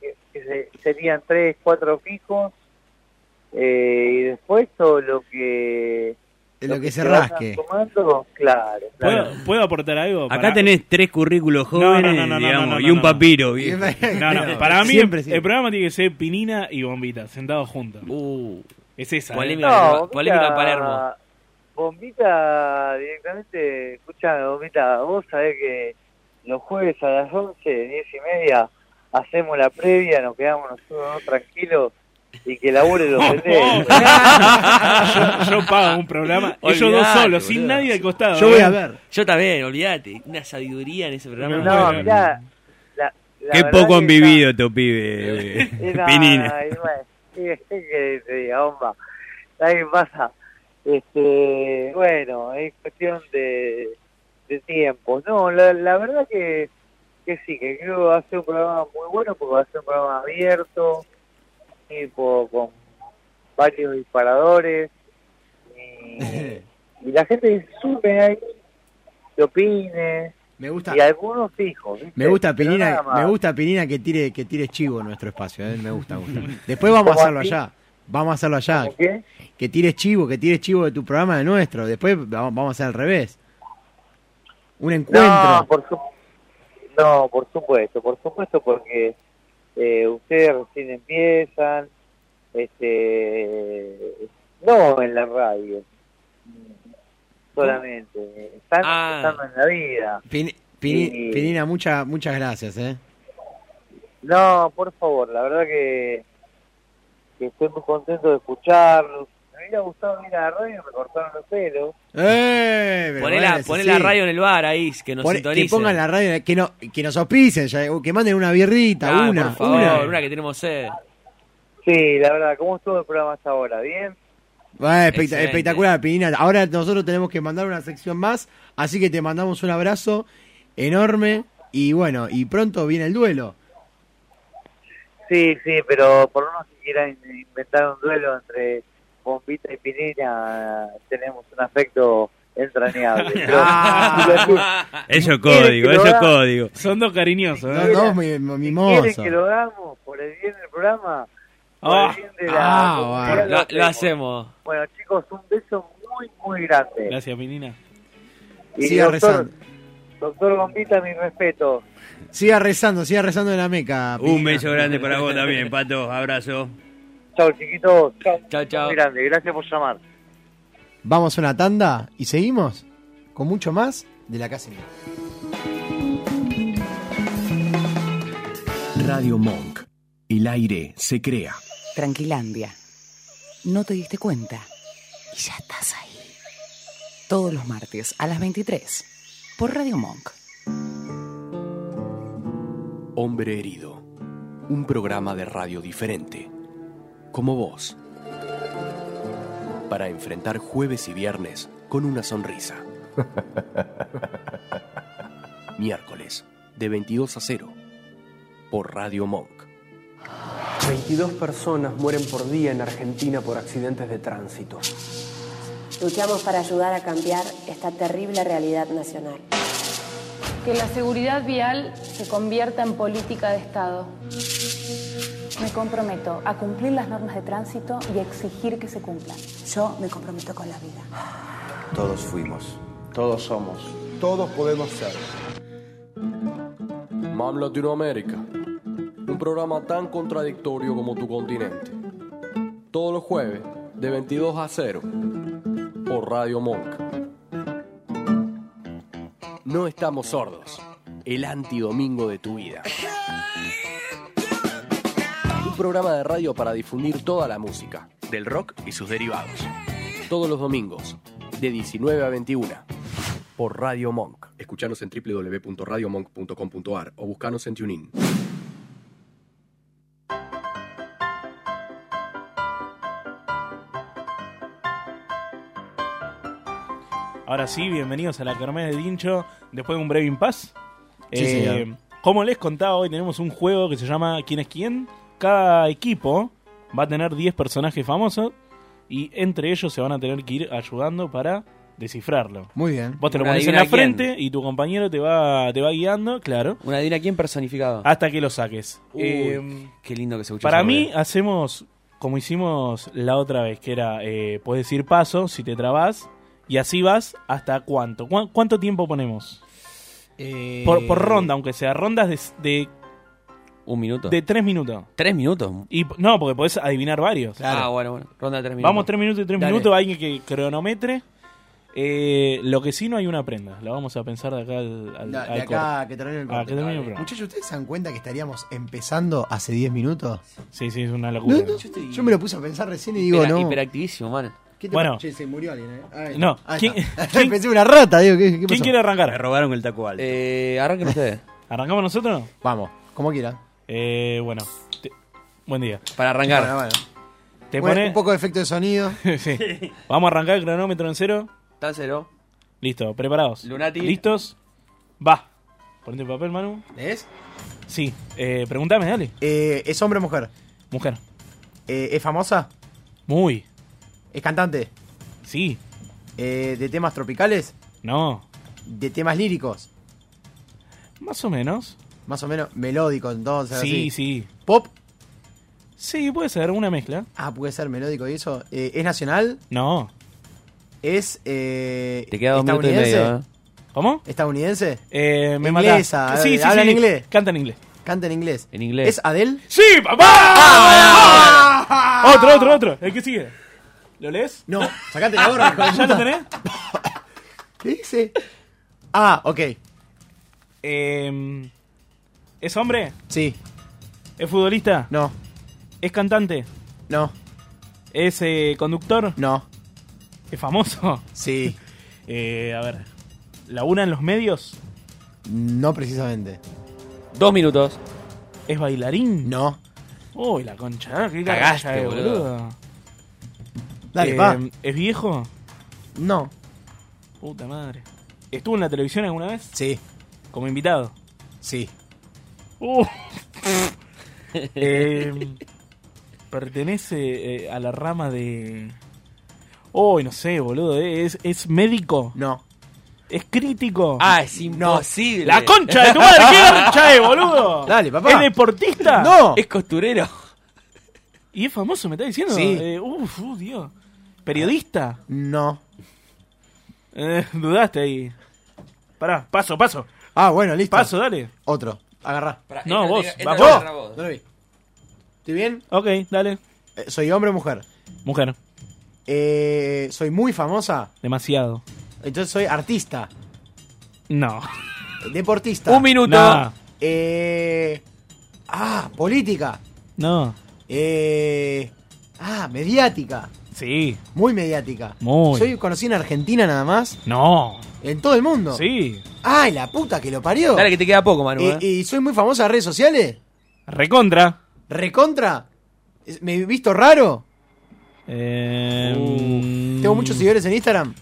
[SPEAKER 7] que- que se- serían tres, cuatro fijos eh, y después todo lo que...
[SPEAKER 5] De lo que se
[SPEAKER 7] vayan
[SPEAKER 5] rasque.
[SPEAKER 7] Tomando, claro, claro.
[SPEAKER 4] ¿Puedo, puedo aportar algo?
[SPEAKER 2] Acá
[SPEAKER 4] Para-
[SPEAKER 2] tenés tres currículos
[SPEAKER 4] No, no, no,
[SPEAKER 2] jóvenes,
[SPEAKER 4] no, no,
[SPEAKER 2] digamos,
[SPEAKER 4] no, no,
[SPEAKER 2] y un
[SPEAKER 4] no.
[SPEAKER 2] papiro. viejo.
[SPEAKER 4] No, no, para mí
[SPEAKER 5] Siempre,
[SPEAKER 4] el,
[SPEAKER 5] siempre.
[SPEAKER 4] el programa tiene que ser Pinina y Bombita, sentados juntos.
[SPEAKER 6] Uh,
[SPEAKER 4] Es esa.
[SPEAKER 6] ¿Cuál
[SPEAKER 4] ¿eh?
[SPEAKER 6] es? Polémica- polémica en Palermo.
[SPEAKER 7] Bombita, directamente, escucha, Bombita, vos sabés que los jueves a las 11, 10 y media, hacemos la previa, nos quedamos nosotros dos tranquilos y que labure los pendejos.
[SPEAKER 4] yo, yo pago un programa, ellos dos
[SPEAKER 6] Olvidate,
[SPEAKER 4] solos, sin
[SPEAKER 6] boludo.
[SPEAKER 4] nadie al costado.
[SPEAKER 5] Yo voy
[SPEAKER 4] ¿eh?
[SPEAKER 5] a ver.
[SPEAKER 6] yo también, olvídate. Una sabiduría en ese programa.
[SPEAKER 7] No, mirá, la, la
[SPEAKER 2] Qué
[SPEAKER 7] verdad
[SPEAKER 2] poco han
[SPEAKER 7] que está-
[SPEAKER 2] vivido estos pibes,
[SPEAKER 7] Y
[SPEAKER 2] eh,
[SPEAKER 7] nada,
[SPEAKER 2] Pinina.
[SPEAKER 7] y bueno, ¿qué querés que te diga, bomba? Ahí pasa. Este, bueno, es cuestión de, de tiempo. No, la, la verdad que, que sí, que creo que va a ser un programa muy bueno porque va a ser un programa abierto, tipo, con varios disparadores. Y, y la gente sube ahí, que opine,
[SPEAKER 5] Me gusta.
[SPEAKER 7] y algunos fijos. ¿viste?
[SPEAKER 5] Me gusta
[SPEAKER 7] Pero
[SPEAKER 5] Pirina,
[SPEAKER 7] nada más.
[SPEAKER 5] me gusta Pirina que tire que tire chivo en nuestro espacio, ¿eh? me gusta, me gusta. Después vamos a hacerlo
[SPEAKER 7] así?
[SPEAKER 5] allá. Vamos a hacerlo allá.
[SPEAKER 7] ¿Por qué?
[SPEAKER 5] Que tires chivo, que tires chivo de tu programa de nuestro. Después va- vamos a hacer al revés. Un
[SPEAKER 7] No, pues,
[SPEAKER 5] encuentro.
[SPEAKER 7] por, su- no, por supuesto, por supuesto, porque eh, ustedes recién empiezan, este, no en la radio, solamente, están
[SPEAKER 6] Ah.
[SPEAKER 7] empezando en la vida.
[SPEAKER 5] Pin- Pini-
[SPEAKER 7] Sí.
[SPEAKER 5] Pinina, muchas muchas gracias, ¿eh?
[SPEAKER 7] No, por favor, la verdad que, que estoy muy contento de escucharlos. Me hubiera gustado ir a la radio, me cortaron los pelos.
[SPEAKER 5] ¡Eh! pero
[SPEAKER 6] Poné, la,
[SPEAKER 5] bueno,
[SPEAKER 6] poné
[SPEAKER 5] sí.
[SPEAKER 6] la radio en el bar ahí, que nos
[SPEAKER 5] Poné- que
[SPEAKER 6] sintonicen.
[SPEAKER 5] pongan la radio, que, no, que nos auspicen, ya, o que manden una birrita,
[SPEAKER 6] Ah,
[SPEAKER 5] una,
[SPEAKER 6] por favor,
[SPEAKER 5] una.
[SPEAKER 6] una. que tenemos sed.
[SPEAKER 7] Sí, la verdad, ¿cómo estuvo el programa hasta ahora? ¿Bien?
[SPEAKER 5] Bueno, espect-
[SPEAKER 6] Excelente.
[SPEAKER 5] Ah, espectacular, Pinina. Ahora nosotros tenemos que mandar una sección más, así que te mandamos un abrazo enorme y bueno, y pronto viene el duelo.
[SPEAKER 7] Sí, sí, pero por lo menos si quieran inventar un duelo entre Bombita y Pinina, tenemos un afecto entrañable. Pero-
[SPEAKER 2] Ah.
[SPEAKER 7] ah.
[SPEAKER 2] Eso es código, eso es código.
[SPEAKER 4] Son dos cariñosos.
[SPEAKER 5] Los
[SPEAKER 4] ¿eh?
[SPEAKER 5] dos mi-
[SPEAKER 7] si quieren
[SPEAKER 5] mimosos.
[SPEAKER 7] que lo hagamos por el bien del programa, por
[SPEAKER 4] Ah.
[SPEAKER 7] el bien de la
[SPEAKER 5] Ah,
[SPEAKER 7] comunidad
[SPEAKER 5] bueno.
[SPEAKER 6] Lo, lo hacemos.
[SPEAKER 7] Bueno, chicos, un beso muy, muy grande.
[SPEAKER 4] Gracias, menina.
[SPEAKER 7] Y
[SPEAKER 5] Siga
[SPEAKER 7] doctor,
[SPEAKER 5] rezando.
[SPEAKER 7] doctor Gombita, mi respeto.
[SPEAKER 5] Siga rezando, siga rezando en la Meca.
[SPEAKER 2] Un
[SPEAKER 5] Pinina.
[SPEAKER 2] beso grande para vos también, Pato. Abrazo.
[SPEAKER 7] Chao, chiquitos. Chao,
[SPEAKER 6] Chao, chao.
[SPEAKER 7] Muy grande. Gracias por llamar.
[SPEAKER 5] Vamos a una tanda y seguimos con mucho más de la casa. Indie.
[SPEAKER 1] Radio Monk. El aire se crea.
[SPEAKER 8] Tranquilandia. No te diste cuenta. Y ya estás ahí. Todos los martes a las 23 por Radio Monk.
[SPEAKER 1] Hombre herido. Un programa de radio diferente. Como vos. Para enfrentar jueves y viernes con una sonrisa. Miércoles, de 22 a 0. Por Radio Monk.
[SPEAKER 9] 22 personas mueren por día en Argentina por accidentes de tránsito.
[SPEAKER 10] Luchamos para ayudar a cambiar esta terrible realidad nacional. Que la seguridad vial se convierta en política de Estado. Me comprometo a cumplir las normas de tránsito y a exigir que se cumplan. Yo me comprometo con la vida.
[SPEAKER 11] Todos fuimos, todos somos, todos podemos ser.
[SPEAKER 9] MAM Latinoamérica, un programa tan contradictorio como tu continente. Todos los jueves, de 22 a 0, por Radio Monk.
[SPEAKER 1] No estamos sordos. El antidomingo de tu vida. Un programa de radio para difundir toda la música, del rock y sus derivados. Todos los domingos, de 19 a 21, por Radio Monk. Escuchanos en www.radiomonk.com.ar o buscanos en TuneIn.
[SPEAKER 4] Ahora sí, bienvenidos a la Carmen de Dincho después de un breve impas.
[SPEAKER 5] Sí, señor.
[SPEAKER 4] como les contaba, hoy tenemos un juego que se llama ¿Quién es quién? Cada equipo va a tener 10 personajes famosos y entre ellos se van a tener que ir ayudando para descifrarlo.
[SPEAKER 5] Muy bien.
[SPEAKER 4] Vos te lo
[SPEAKER 6] Una
[SPEAKER 4] pones en
[SPEAKER 6] adivina
[SPEAKER 4] la
[SPEAKER 6] quién.
[SPEAKER 4] frente y tu compañero te va, te va guiando, claro,
[SPEAKER 6] Una adivina quién personificado.
[SPEAKER 4] hasta que lo saques.
[SPEAKER 6] Uy,
[SPEAKER 4] Eh,
[SPEAKER 6] qué lindo que se escucha.
[SPEAKER 4] para
[SPEAKER 6] esa
[SPEAKER 4] mí
[SPEAKER 6] voz.
[SPEAKER 4] hacemos como hicimos la otra vez, que era, eh, puedes decir paso si te trabas y así vas hasta cuánto. ¿Cuán- ¿Cuánto tiempo ponemos? eh, Por,
[SPEAKER 6] Eh,
[SPEAKER 4] por ronda, aunque sea. Rondas de, de-
[SPEAKER 6] Un minuto.
[SPEAKER 4] de tres minutos.
[SPEAKER 6] ¿Tres minutos?
[SPEAKER 4] Y, p- no, porque podés adivinar varios.
[SPEAKER 6] Ah, bueno, bueno. Ronda de tres minutos.
[SPEAKER 4] Vamos tres minutos y tres
[SPEAKER 6] Dale.
[SPEAKER 4] minutos. Alguien que cronometre. Eh, lo que sí no hay una prenda. La vamos a pensar de acá al, al-
[SPEAKER 5] Da-
[SPEAKER 4] al
[SPEAKER 5] de acá que termine el
[SPEAKER 4] Ah, que
[SPEAKER 5] corte.
[SPEAKER 4] termine el programa.
[SPEAKER 5] Muchachos, ¿ustedes se dan cuenta que estaríamos empezando hace 10 minutos?
[SPEAKER 4] corte. Sí, sí, es una
[SPEAKER 5] No,
[SPEAKER 4] locura.
[SPEAKER 5] no,
[SPEAKER 6] Yo estoy-
[SPEAKER 5] yo me lo puse a pensar recién y digo,
[SPEAKER 6] Hiper-
[SPEAKER 5] no.
[SPEAKER 6] Hiperactivísimo, man.
[SPEAKER 5] ¿Qué
[SPEAKER 4] Bueno.
[SPEAKER 5] Che, se murió alguien, ¿eh? Ahí
[SPEAKER 4] No,
[SPEAKER 5] está. Ahí
[SPEAKER 4] ¿quién-
[SPEAKER 5] está.
[SPEAKER 4] quién-
[SPEAKER 5] Pensé una rata, digo, ¿qué, qué
[SPEAKER 4] ¿Quién
[SPEAKER 5] pasó?
[SPEAKER 4] quiere
[SPEAKER 2] Me
[SPEAKER 4] arrancar?
[SPEAKER 2] robaron el taco alto.
[SPEAKER 6] Eh, arranquen ustedes.
[SPEAKER 4] ¿Arrancamos nosotros?
[SPEAKER 5] Vamos, como quiera.
[SPEAKER 4] Eh, bueno. te- buen día.
[SPEAKER 6] Para arrancar.
[SPEAKER 5] Bueno, bueno.
[SPEAKER 4] Te
[SPEAKER 5] Bueno,
[SPEAKER 4] pone-
[SPEAKER 5] Un poco de efecto de sonido.
[SPEAKER 4] Sí. Vamos a arrancar el cronómetro en cero.
[SPEAKER 6] Está cero.
[SPEAKER 4] Listo, preparados.
[SPEAKER 6] Lunati.
[SPEAKER 4] ¿Listos? Va. Ponete papel, Manu.
[SPEAKER 5] ¿Es?
[SPEAKER 4] Sí. Eh, pregúntame, dale.
[SPEAKER 5] Eh, ¿Es hombre o mujer?
[SPEAKER 4] Mujer.
[SPEAKER 5] Eh, ¿Es famosa?
[SPEAKER 4] Muy.
[SPEAKER 5] ¿Es cantante?
[SPEAKER 4] Sí.
[SPEAKER 5] Eh, ¿De temas tropicales?
[SPEAKER 4] No.
[SPEAKER 5] ¿De temas líricos?
[SPEAKER 4] Más o menos.
[SPEAKER 5] Más o menos melódico, entonces.
[SPEAKER 4] Sí,
[SPEAKER 5] así.
[SPEAKER 4] sí.
[SPEAKER 5] ¿Pop?
[SPEAKER 4] Sí, puede ser una mezcla.
[SPEAKER 5] Ah, puede ser melódico y eso. Eh, ¿Es nacional?
[SPEAKER 4] No.
[SPEAKER 5] ¿Es. Eh,
[SPEAKER 6] Te queda dos minutos y
[SPEAKER 5] estadounidense?
[SPEAKER 6] medio. ¿eh?
[SPEAKER 4] ¿Cómo?
[SPEAKER 5] ¿Estadounidense?
[SPEAKER 4] Eh, me
[SPEAKER 5] Inglesa,
[SPEAKER 4] matás.
[SPEAKER 5] eh, ¿habla en inglés?
[SPEAKER 4] Canta en inglés.
[SPEAKER 5] Canta en inglés.
[SPEAKER 6] En inglés.
[SPEAKER 5] ¿Es Adele?
[SPEAKER 4] ¡Sí, papá! Otro, otro, otro. ¿El que sigue? ¿Lo lees?
[SPEAKER 5] No, sacate la gorra, hijo de
[SPEAKER 4] ¿Ya lo
[SPEAKER 5] puta.
[SPEAKER 4] tenés?
[SPEAKER 5] ¿Qué dice? Ah, ok.
[SPEAKER 4] Eh, ¿Es hombre?
[SPEAKER 5] Sí,
[SPEAKER 4] ¿Es futbolista?
[SPEAKER 5] no,
[SPEAKER 4] ¿Es cantante?
[SPEAKER 5] no,
[SPEAKER 4] ¿Es eh, conductor?
[SPEAKER 5] no,
[SPEAKER 4] ¿Es famoso?
[SPEAKER 5] sí.
[SPEAKER 4] Eh, a ver. ¿Labura en los medios?
[SPEAKER 5] No precisamente.
[SPEAKER 6] Dos minutos.
[SPEAKER 4] ¿Es bailarín?
[SPEAKER 5] No.
[SPEAKER 4] Uy, la concha. ¿eh? Qué
[SPEAKER 6] Cagaste,
[SPEAKER 4] cagalla, eh,
[SPEAKER 6] boludo.
[SPEAKER 5] Dale,
[SPEAKER 4] Eh,
[SPEAKER 5] va.
[SPEAKER 4] ¿Es viejo?
[SPEAKER 5] No.
[SPEAKER 4] Puta madre. ¿Estuvo en la televisión alguna vez?
[SPEAKER 5] Sí,
[SPEAKER 4] Como invitado.
[SPEAKER 5] sí.
[SPEAKER 4] Uh. Eh, pertenece eh, a la rama de. Uy, no sé, boludo. eh, ¿Es, es médico?
[SPEAKER 5] No.
[SPEAKER 4] ¿Es crítico?
[SPEAKER 6] Ah, es imposible.
[SPEAKER 5] eh.
[SPEAKER 4] ¡La concha de tu madre! ¡Qué garcha es, boludo!
[SPEAKER 5] Dale, papá.
[SPEAKER 4] ¿Es deportista?
[SPEAKER 5] No.
[SPEAKER 6] Es costurero.
[SPEAKER 4] Y es famoso, me está diciendo.
[SPEAKER 5] Sí.
[SPEAKER 4] Eh, uf, uh, Dios. ¿Periodista?
[SPEAKER 5] No.
[SPEAKER 4] Eh, dudaste ahí. Pará, paso, paso.
[SPEAKER 5] Ah, bueno, listo.
[SPEAKER 4] Paso, dale.
[SPEAKER 5] Otro. Agarrá.
[SPEAKER 4] Pará, No, esta vos, la- esta vas la vos. agarra
[SPEAKER 5] vos.
[SPEAKER 4] vos.
[SPEAKER 5] No lo vi. ¿Estoy bien? Eh,
[SPEAKER 4] Ok, dale.
[SPEAKER 5] ¿Soy hombre o mujer?
[SPEAKER 4] Mujer.
[SPEAKER 5] Eh, ¿Soy muy famosa?
[SPEAKER 4] Demasiado.
[SPEAKER 5] Entonces soy artista.
[SPEAKER 4] No.
[SPEAKER 5] Deportista.
[SPEAKER 4] Un minuto. No.
[SPEAKER 5] Eh, ah, política.
[SPEAKER 4] No.
[SPEAKER 5] Eh, ah, mediática.
[SPEAKER 4] Sí.
[SPEAKER 5] Muy mediática.
[SPEAKER 4] Muy.
[SPEAKER 5] Soy conocida en Argentina nada más.
[SPEAKER 4] No.
[SPEAKER 5] En todo el mundo.
[SPEAKER 4] Sí.
[SPEAKER 5] Ay, la puta que lo parió.
[SPEAKER 6] Dale que te queda poco, Manu.
[SPEAKER 5] Eh,
[SPEAKER 6] ¿eh?
[SPEAKER 5] ¿Y soy muy famosa en redes sociales?
[SPEAKER 4] Recontra.
[SPEAKER 5] ¿Recontra? ¿Es- ¿Me he visto raro?
[SPEAKER 4] Eh,
[SPEAKER 5] Uh. ¿Tengo muchos seguidores en Instagram?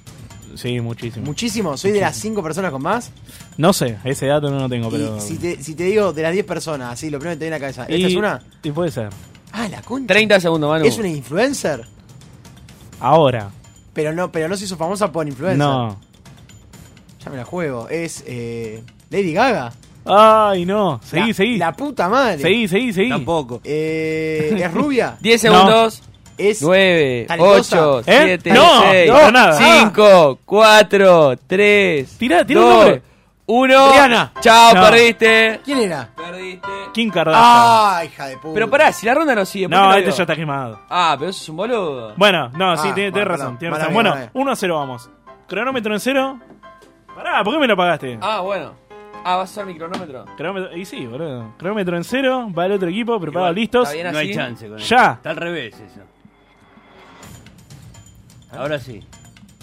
[SPEAKER 4] Sí, muchísimo.
[SPEAKER 5] Muchísimo. ¿Soy de las 5 personas con más?
[SPEAKER 4] no sé, ese dato no lo tengo, pero.
[SPEAKER 5] Y si te, si te digo de las 10 personas, así, lo primero que te viene a la cabeza. ¿Esta
[SPEAKER 4] Y-
[SPEAKER 5] es una?
[SPEAKER 4] Y puede ser.
[SPEAKER 5] Ah, la concha.
[SPEAKER 6] 30 segundos, Manu.
[SPEAKER 5] ¿Es una influencer?
[SPEAKER 4] Ahora.
[SPEAKER 5] Pero no, pero no se hizo famosa por influencer.
[SPEAKER 4] No.
[SPEAKER 5] Ya me la juego. Es eh, Lady Gaga.
[SPEAKER 4] Ay, no. Seguí,
[SPEAKER 5] La-
[SPEAKER 4] seguí.
[SPEAKER 5] La puta madre.
[SPEAKER 4] Seguí, seguí, seguí.
[SPEAKER 6] Tampoco.
[SPEAKER 5] Eh, ¿Es rubia?
[SPEAKER 6] 10
[SPEAKER 4] No.
[SPEAKER 6] segundos.
[SPEAKER 5] Es
[SPEAKER 6] 9,
[SPEAKER 5] talentosa.
[SPEAKER 6] 8,
[SPEAKER 4] ¿Eh?
[SPEAKER 6] 7,
[SPEAKER 4] No,
[SPEAKER 6] 6,
[SPEAKER 4] no, nada.
[SPEAKER 6] 5, 4, 3,
[SPEAKER 4] Tirá, tirá un
[SPEAKER 6] 2,
[SPEAKER 4] nombre.
[SPEAKER 6] 1.
[SPEAKER 4] Rihanna.
[SPEAKER 6] Chao,
[SPEAKER 4] No.
[SPEAKER 6] perdiste.
[SPEAKER 5] ¿Quién era?
[SPEAKER 6] Perdiste.
[SPEAKER 4] Kim Kardashian.
[SPEAKER 5] Ah, hija de puta.
[SPEAKER 6] Pero pará, si la ronda no sigue. ¿por qué
[SPEAKER 4] no,
[SPEAKER 6] la
[SPEAKER 4] este
[SPEAKER 6] veo?
[SPEAKER 4] ya está quemado.
[SPEAKER 6] Ah, pero eso es un boludo.
[SPEAKER 4] Bueno, no, sí,
[SPEAKER 5] Ah,
[SPEAKER 4] tiene- tenés
[SPEAKER 5] bueno,
[SPEAKER 4] razón.
[SPEAKER 5] perdón.
[SPEAKER 4] tiene
[SPEAKER 5] Mala
[SPEAKER 4] razón.
[SPEAKER 5] mía,
[SPEAKER 4] Bueno,
[SPEAKER 5] mala mía.
[SPEAKER 4] 1 a 0 vamos. Cronómetro en cero. Pará, ¿por qué me lo pagaste?
[SPEAKER 6] Ah, bueno. Ah, va a ser mi cronómetro.
[SPEAKER 4] Cronómetro, y sí, boludo. Cronómetro en cero, va el otro equipo, preparados,
[SPEAKER 6] Igual,
[SPEAKER 4] listos.
[SPEAKER 6] está bien
[SPEAKER 2] No
[SPEAKER 6] así.
[SPEAKER 2] hay chance con eso.
[SPEAKER 4] Ya.
[SPEAKER 2] Está al revés eso. Ahora sí.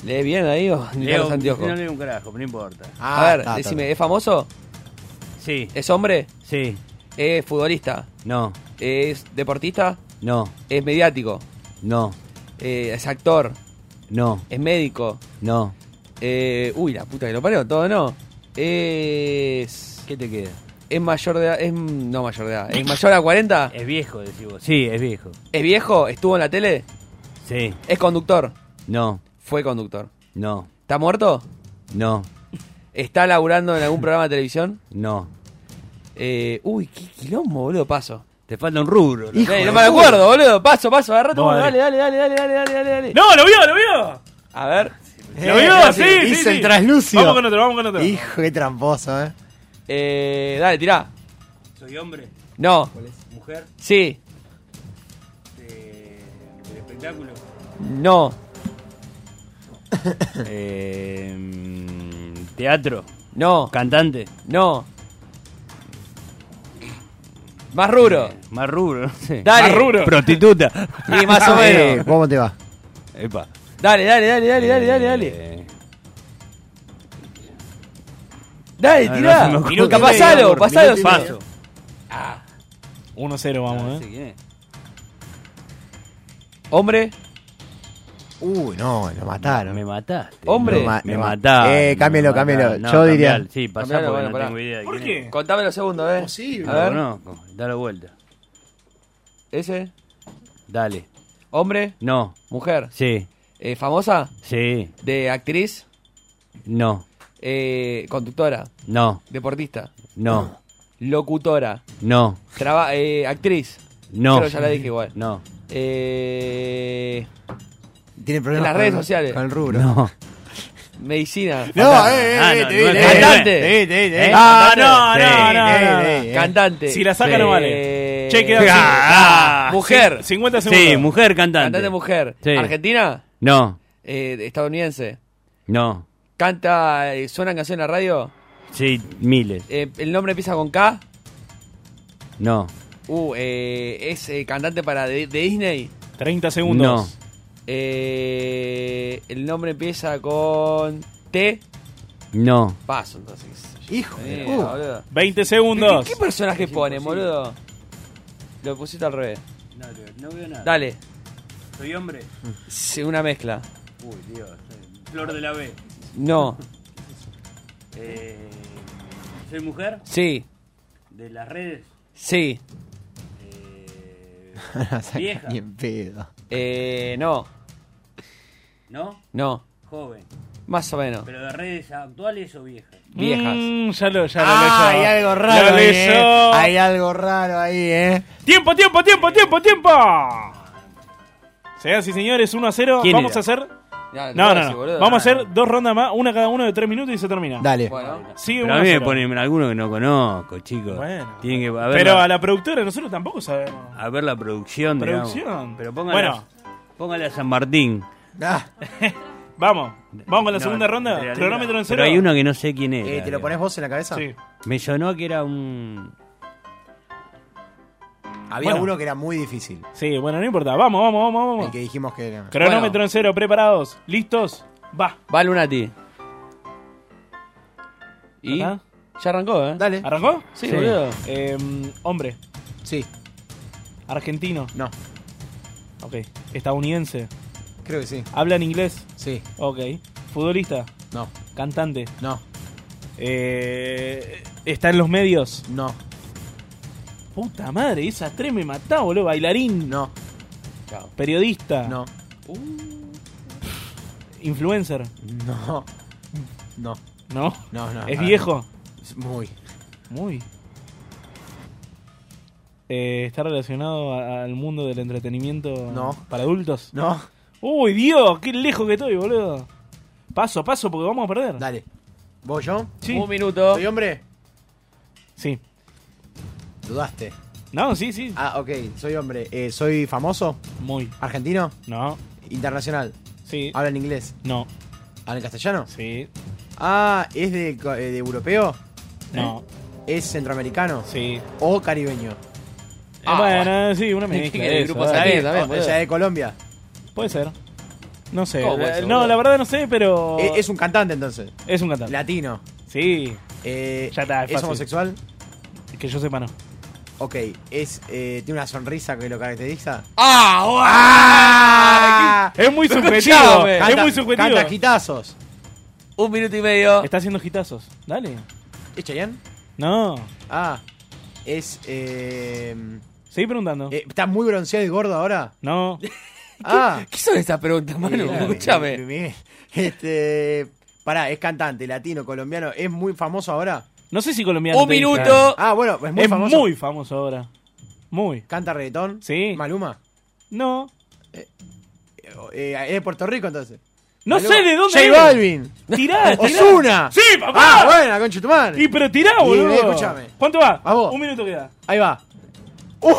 [SPEAKER 6] ¿Lees bien ahí o ni
[SPEAKER 2] Leo,
[SPEAKER 6] los anteojos?
[SPEAKER 2] no leo un carajo, pero no importa.
[SPEAKER 5] Ah,
[SPEAKER 6] a ver,
[SPEAKER 5] está, está,
[SPEAKER 6] decime,
[SPEAKER 5] está.
[SPEAKER 6] ¿es famoso?
[SPEAKER 2] Sí,
[SPEAKER 6] ¿Es hombre?
[SPEAKER 2] sí.
[SPEAKER 6] ¿Es futbolista?
[SPEAKER 2] No,
[SPEAKER 6] ¿Es deportista?
[SPEAKER 2] no,
[SPEAKER 6] ¿Es mediático?
[SPEAKER 2] no,
[SPEAKER 6] Eh, ¿Es actor?
[SPEAKER 2] no,
[SPEAKER 6] ¿Es médico?
[SPEAKER 2] no.
[SPEAKER 6] Eh, uy, la puta que lo parió, todo no. Es.
[SPEAKER 2] ¿Qué te queda?
[SPEAKER 6] Es mayor de edad. Es, no mayor de edad. ¿Es mayor a 40?
[SPEAKER 2] Es viejo, decís vos. Sí, es viejo.
[SPEAKER 6] ¿Es viejo? ¿Estuvo en la tele?
[SPEAKER 2] Sí,
[SPEAKER 6] ¿Es conductor?
[SPEAKER 2] no,
[SPEAKER 6] Fue conductor.
[SPEAKER 2] no,
[SPEAKER 6] ¿Está muerto?
[SPEAKER 2] no,
[SPEAKER 6] ¿Está laburando en algún programa de televisión?
[SPEAKER 2] no.
[SPEAKER 6] Eh, uy, qué quilombo, boludo, paso.
[SPEAKER 2] Te falta un rubro. loco.
[SPEAKER 6] Ey, no me acuerdo, boludo. Paso, paso, agarrate.
[SPEAKER 4] Vos,
[SPEAKER 6] uno,
[SPEAKER 4] dale.
[SPEAKER 6] Dale, dale, dale, dale, dale, dale, dale, dale.
[SPEAKER 4] ¡No, lo vio, lo vio!
[SPEAKER 6] A ver.
[SPEAKER 4] Lo
[SPEAKER 2] Eh,
[SPEAKER 4] vio, sí, sí.
[SPEAKER 5] hizo Eh, el
[SPEAKER 4] sí.
[SPEAKER 5] traslúcido.
[SPEAKER 4] Vamos con otro, vamos con otro.
[SPEAKER 5] Hijo, qué tramposo, eh.
[SPEAKER 6] Eh, dale, tirá.
[SPEAKER 2] ¿Soy hombre?
[SPEAKER 6] No.
[SPEAKER 2] ¿Mujer?
[SPEAKER 6] Sí.
[SPEAKER 2] Eh, ¿El espectáculo?
[SPEAKER 6] No.
[SPEAKER 2] Eh, mm, ¿Teatro?
[SPEAKER 6] No.
[SPEAKER 2] ¿Cantante?
[SPEAKER 6] No. Más rubro.
[SPEAKER 2] Eh, Más rubro, no sé.
[SPEAKER 6] Dale.
[SPEAKER 4] Más rubro.
[SPEAKER 2] Prostituta.
[SPEAKER 6] Sí, más o
[SPEAKER 5] Eh,
[SPEAKER 6] menos.
[SPEAKER 5] ¿Cómo te va?
[SPEAKER 2] Epa.
[SPEAKER 6] Dale, dale, dale, dale, dale, dale, dale.
[SPEAKER 2] Eh,
[SPEAKER 6] Dale,
[SPEAKER 2] no,
[SPEAKER 6] tirá.
[SPEAKER 2] no se me
[SPEAKER 6] Minuto,
[SPEAKER 2] ocurre.
[SPEAKER 6] pasalo,
[SPEAKER 2] Minuto
[SPEAKER 6] pasalo.
[SPEAKER 2] y
[SPEAKER 6] Paso.
[SPEAKER 4] Ah. 1-0
[SPEAKER 2] no
[SPEAKER 4] vamos,
[SPEAKER 2] sé
[SPEAKER 4] eh.
[SPEAKER 2] quién es.
[SPEAKER 6] Hombre,
[SPEAKER 5] Uy, uh, no, lo mataron.
[SPEAKER 2] Me mataste.
[SPEAKER 6] Hombre.
[SPEAKER 2] No,
[SPEAKER 5] Ma-
[SPEAKER 2] me
[SPEAKER 5] no.
[SPEAKER 2] mataron.
[SPEAKER 5] Eh, cámbialo,
[SPEAKER 2] me mataron.
[SPEAKER 5] cámbialo.
[SPEAKER 2] No,
[SPEAKER 5] Yo diría-
[SPEAKER 2] cambialo. Sí, pasá
[SPEAKER 6] Cambialo,
[SPEAKER 2] porque
[SPEAKER 6] bueno,
[SPEAKER 2] no
[SPEAKER 6] pará.
[SPEAKER 2] tengo idea de
[SPEAKER 4] ¿Por
[SPEAKER 2] quién
[SPEAKER 4] qué?
[SPEAKER 6] contame los segundos, eh.
[SPEAKER 5] Imposible.
[SPEAKER 6] A
[SPEAKER 2] es.
[SPEAKER 6] ver,
[SPEAKER 2] No, no, dale vuelta.
[SPEAKER 6] ese.
[SPEAKER 2] Dale.
[SPEAKER 6] Hombre,
[SPEAKER 2] No.
[SPEAKER 6] mujer.
[SPEAKER 2] Sí.
[SPEAKER 6] Eh, famosa,
[SPEAKER 2] Sí.
[SPEAKER 6] de actriz,
[SPEAKER 2] No.
[SPEAKER 6] eh, conductora,
[SPEAKER 2] No.
[SPEAKER 6] deportista,
[SPEAKER 2] No.
[SPEAKER 6] locutora,
[SPEAKER 2] No.
[SPEAKER 6] traba- eh, actriz.
[SPEAKER 2] No.
[SPEAKER 6] Pero ya la dije igual.
[SPEAKER 2] No.
[SPEAKER 6] Eh,
[SPEAKER 5] Tiene problemas.
[SPEAKER 6] En las
[SPEAKER 5] con
[SPEAKER 6] redes
[SPEAKER 5] el-
[SPEAKER 6] sociales.
[SPEAKER 5] Con el rubro.
[SPEAKER 2] No.
[SPEAKER 6] medicina,
[SPEAKER 5] No, eh, eh,
[SPEAKER 2] Ah,
[SPEAKER 5] eh,
[SPEAKER 2] no,
[SPEAKER 5] te
[SPEAKER 2] no,
[SPEAKER 5] vi,
[SPEAKER 2] no,
[SPEAKER 5] te
[SPEAKER 2] no,
[SPEAKER 5] vi,
[SPEAKER 6] no,
[SPEAKER 5] te vi, te vi, te vi.
[SPEAKER 4] Ah,
[SPEAKER 5] Cantante.
[SPEAKER 4] no, no,
[SPEAKER 5] Sí,
[SPEAKER 4] no,
[SPEAKER 5] eh,
[SPEAKER 4] no,
[SPEAKER 5] eh, eh.
[SPEAKER 6] cantante.
[SPEAKER 4] Si la saca, no vale.
[SPEAKER 6] Eh,
[SPEAKER 4] Che, queda
[SPEAKER 2] Este, Ah,
[SPEAKER 6] Mujer.
[SPEAKER 4] 50 segundos.
[SPEAKER 2] Sí, mujer cantante.
[SPEAKER 6] Cantante mujer.
[SPEAKER 2] Sí.
[SPEAKER 6] ¿Argentina?
[SPEAKER 2] No.
[SPEAKER 6] Eh, estadounidense.
[SPEAKER 2] No.
[SPEAKER 6] Canta, eh, suena canción en la radio.
[SPEAKER 2] Sí, miles.
[SPEAKER 6] Eh, el nombre empieza con K.
[SPEAKER 2] No.
[SPEAKER 6] Uh, eh, es eh, cantante para de, de Disney.
[SPEAKER 4] 30 segundos.
[SPEAKER 6] Eh, el nombre empieza con T.
[SPEAKER 2] No.
[SPEAKER 6] Paso, entonces. qué sé yo.
[SPEAKER 5] Hijo de
[SPEAKER 6] Eh,
[SPEAKER 5] puta.
[SPEAKER 6] boludo.
[SPEAKER 4] 20
[SPEAKER 6] ¿Qué,
[SPEAKER 4] segundos.
[SPEAKER 6] qué personaje pone, boludo? Lo pusiste al revés.
[SPEAKER 2] No, veo nada.
[SPEAKER 6] Dale,
[SPEAKER 2] ¿Soy hombre?
[SPEAKER 6] sí, una mezcla.
[SPEAKER 2] Uy, Dios. Flor de la B.
[SPEAKER 6] No,
[SPEAKER 2] Eh, ¿Soy mujer?
[SPEAKER 6] sí,
[SPEAKER 2] ¿De las redes?
[SPEAKER 6] sí,
[SPEAKER 2] Eh,
[SPEAKER 5] No saca
[SPEAKER 2] vieja.
[SPEAKER 5] Ni en pedo.
[SPEAKER 6] eh, no,
[SPEAKER 2] ¿No?
[SPEAKER 6] no,
[SPEAKER 2] Joven.
[SPEAKER 6] más o menos.
[SPEAKER 2] ¿Pero de redes actuales o viejas?
[SPEAKER 6] Viejas.
[SPEAKER 4] Mm, ya lo, ya lo
[SPEAKER 5] Ah,
[SPEAKER 4] leyó.
[SPEAKER 5] hay algo
[SPEAKER 4] Lo
[SPEAKER 5] raro ahí, eh.
[SPEAKER 4] leyó.
[SPEAKER 5] Hay algo raro ahí, eh.
[SPEAKER 4] Tiempo, tiempo, tiempo, tiempo, tiempo. Señoras y señores, 1 a 0.
[SPEAKER 6] ¿Quién
[SPEAKER 4] Vamos
[SPEAKER 6] era?
[SPEAKER 4] a hacer.
[SPEAKER 6] Ya,
[SPEAKER 4] No, no,
[SPEAKER 6] gracias,
[SPEAKER 4] no.
[SPEAKER 6] boludo.
[SPEAKER 4] Vamos a
[SPEAKER 6] Ah.
[SPEAKER 4] hacer dos rondas más, una cada uno de tres minutos y se termina.
[SPEAKER 5] Dale.
[SPEAKER 4] Sigue
[SPEAKER 2] Pero
[SPEAKER 4] uno
[SPEAKER 2] a mí me
[SPEAKER 4] cero.
[SPEAKER 2] ponen alguno que no conozco, chicos.
[SPEAKER 4] Bueno.
[SPEAKER 2] Tienen que a ver,
[SPEAKER 4] Pero
[SPEAKER 2] la,
[SPEAKER 4] a la productora nosotros tampoco sabemos.
[SPEAKER 2] a ver la producción, digamos.
[SPEAKER 4] Producción.
[SPEAKER 2] Pero póngale,
[SPEAKER 4] Bueno,
[SPEAKER 2] póngale a San Martín.
[SPEAKER 5] Ah.
[SPEAKER 4] vamos. Vamos con
[SPEAKER 2] No,
[SPEAKER 4] la segunda ronda.
[SPEAKER 2] realidad.
[SPEAKER 4] Cronómetro
[SPEAKER 2] Pero
[SPEAKER 4] en cero.
[SPEAKER 2] hay uno que no sé quién
[SPEAKER 6] Eh,
[SPEAKER 2] es.
[SPEAKER 5] Eh, ¿Te lo pones vos en la cabeza?
[SPEAKER 4] Sí.
[SPEAKER 2] Me sonó que era un.
[SPEAKER 5] Había
[SPEAKER 4] Bueno.
[SPEAKER 5] uno que era muy difícil.
[SPEAKER 4] Sí, bueno, no importa. Vamos, vamos, vamos, vamos.
[SPEAKER 5] El que dijimos que era.
[SPEAKER 4] Cronómetro en cero, preparados, listos, va.
[SPEAKER 6] Va Lunati. Y
[SPEAKER 4] ¿Acá?
[SPEAKER 6] ya arrancó, ¿eh?
[SPEAKER 5] Dale.
[SPEAKER 4] ¿Arrancó?
[SPEAKER 6] Sí, boludo.
[SPEAKER 4] Eh, hombre,
[SPEAKER 5] Sí.
[SPEAKER 4] argentino.
[SPEAKER 5] No.
[SPEAKER 4] Ok. Estadounidense.
[SPEAKER 5] Creo que sí.
[SPEAKER 4] Habla en inglés.
[SPEAKER 5] Sí.
[SPEAKER 4] Ok. Futbolista.
[SPEAKER 5] No.
[SPEAKER 4] Cantante.
[SPEAKER 5] No.
[SPEAKER 4] Eh, está en los medios.
[SPEAKER 5] No.
[SPEAKER 4] Puta madre, esas tres me matá, boludo. Bailarín.
[SPEAKER 5] No.
[SPEAKER 6] Chao.
[SPEAKER 4] Periodista. Uh.
[SPEAKER 5] No.
[SPEAKER 4] Influencer.
[SPEAKER 5] No. No.
[SPEAKER 4] No.
[SPEAKER 5] No, no.
[SPEAKER 4] Es
[SPEAKER 5] Ah,
[SPEAKER 4] viejo.
[SPEAKER 5] es Muy.
[SPEAKER 4] Muy. Eh, ¿Está relacionado a- al mundo del entretenimiento
[SPEAKER 5] No.
[SPEAKER 4] para adultos?
[SPEAKER 5] No.
[SPEAKER 4] Uy, Dios, qué lejos que estoy, boludo. Paso, paso, porque vamos a perder.
[SPEAKER 5] Dale. ¿Vos, yo?
[SPEAKER 4] Sí,
[SPEAKER 6] Un minuto.
[SPEAKER 5] ¿Soy hombre?
[SPEAKER 4] sí.
[SPEAKER 5] Dudaste.
[SPEAKER 4] No, sí, sí.
[SPEAKER 5] Ah, ok. Soy hombre. Eh, ¿Soy famoso?
[SPEAKER 4] Muy.
[SPEAKER 5] ¿Argentino?
[SPEAKER 4] No,
[SPEAKER 5] ¿Internacional?
[SPEAKER 4] sí.
[SPEAKER 5] ¿Habla en inglés?
[SPEAKER 4] No,
[SPEAKER 5] ¿Habla en castellano?
[SPEAKER 4] sí.
[SPEAKER 5] Ah, ¿es de, co- eh, de europeo? Eh,
[SPEAKER 4] No,
[SPEAKER 5] ¿Es centroamericano?
[SPEAKER 4] sí.
[SPEAKER 5] ¿O caribeño? Ah,
[SPEAKER 4] Eh, bueno, sí, una
[SPEAKER 6] ¿Qué
[SPEAKER 4] mezcla
[SPEAKER 6] quiere
[SPEAKER 4] de
[SPEAKER 6] el
[SPEAKER 4] eso,
[SPEAKER 6] grupo
[SPEAKER 4] dale.
[SPEAKER 6] Salir? Está bien,
[SPEAKER 5] ¿O-
[SPEAKER 6] boludo.
[SPEAKER 5] ¿Es de Colombia?
[SPEAKER 4] Puede ser. No sé.
[SPEAKER 6] ¿Cómo
[SPEAKER 4] Eh,
[SPEAKER 6] puede ser,
[SPEAKER 4] no,
[SPEAKER 6] boludo?
[SPEAKER 4] la verdad no sé, pero.
[SPEAKER 5] Eh, Es un cantante entonces.
[SPEAKER 4] es un cantante.
[SPEAKER 5] Latino.
[SPEAKER 4] Sí,
[SPEAKER 5] Eh,
[SPEAKER 4] Ya está, es
[SPEAKER 5] ¿Es
[SPEAKER 4] fácil.
[SPEAKER 5] homosexual?
[SPEAKER 4] que yo sepa no.
[SPEAKER 5] Ok. ¿Es, eh, ¿Tiene una sonrisa que lo caracteriza?
[SPEAKER 6] ¡Ah!
[SPEAKER 4] Es muy
[SPEAKER 6] Pero
[SPEAKER 4] subjetivo.
[SPEAKER 6] escuchame.
[SPEAKER 4] Es muy subjetivo.
[SPEAKER 5] Canta gitazos.
[SPEAKER 6] Un minuto y medio.
[SPEAKER 4] Está haciendo gitazos. Dale.
[SPEAKER 5] ¿Es Chayanne?
[SPEAKER 4] No.
[SPEAKER 5] Ah. ¿Es... eh,
[SPEAKER 4] Seguí preguntando.
[SPEAKER 5] eh, ¿Está muy bronceado y gordo ahora?
[SPEAKER 4] No.
[SPEAKER 5] Ah.
[SPEAKER 6] ¿Qué son estas preguntas, Manu?
[SPEAKER 5] Mira, Luis
[SPEAKER 6] Escúchame.
[SPEAKER 5] Miguel. Este. Pará, es cantante, latino, colombiano. ¿Es muy famoso ahora?
[SPEAKER 4] No sé si colombiano.
[SPEAKER 6] Un
[SPEAKER 4] te dije.
[SPEAKER 6] minuto.
[SPEAKER 5] Ah, bueno, es muy
[SPEAKER 4] es
[SPEAKER 5] famoso.
[SPEAKER 4] muy famoso ahora. Muy.
[SPEAKER 5] ¿Canta reggaetón?
[SPEAKER 4] Sí.
[SPEAKER 5] ¿Maluma?
[SPEAKER 4] No.
[SPEAKER 5] Eh, ¿Es de Puerto Rico entonces?
[SPEAKER 4] No
[SPEAKER 5] Maluma.
[SPEAKER 4] sé de dónde.
[SPEAKER 5] J
[SPEAKER 4] es.
[SPEAKER 5] Balvin.
[SPEAKER 4] Tirá, tirá.
[SPEAKER 5] Ozuna.
[SPEAKER 4] Sí, papá.
[SPEAKER 5] Ah, buena, concha tu madre.
[SPEAKER 4] Y pero tirá,
[SPEAKER 5] Y,
[SPEAKER 4] boludo.
[SPEAKER 5] eh, escúchame.
[SPEAKER 4] ¿Cuánto va?
[SPEAKER 5] A vos.
[SPEAKER 4] Un minuto queda.
[SPEAKER 5] Ahí va. Uh,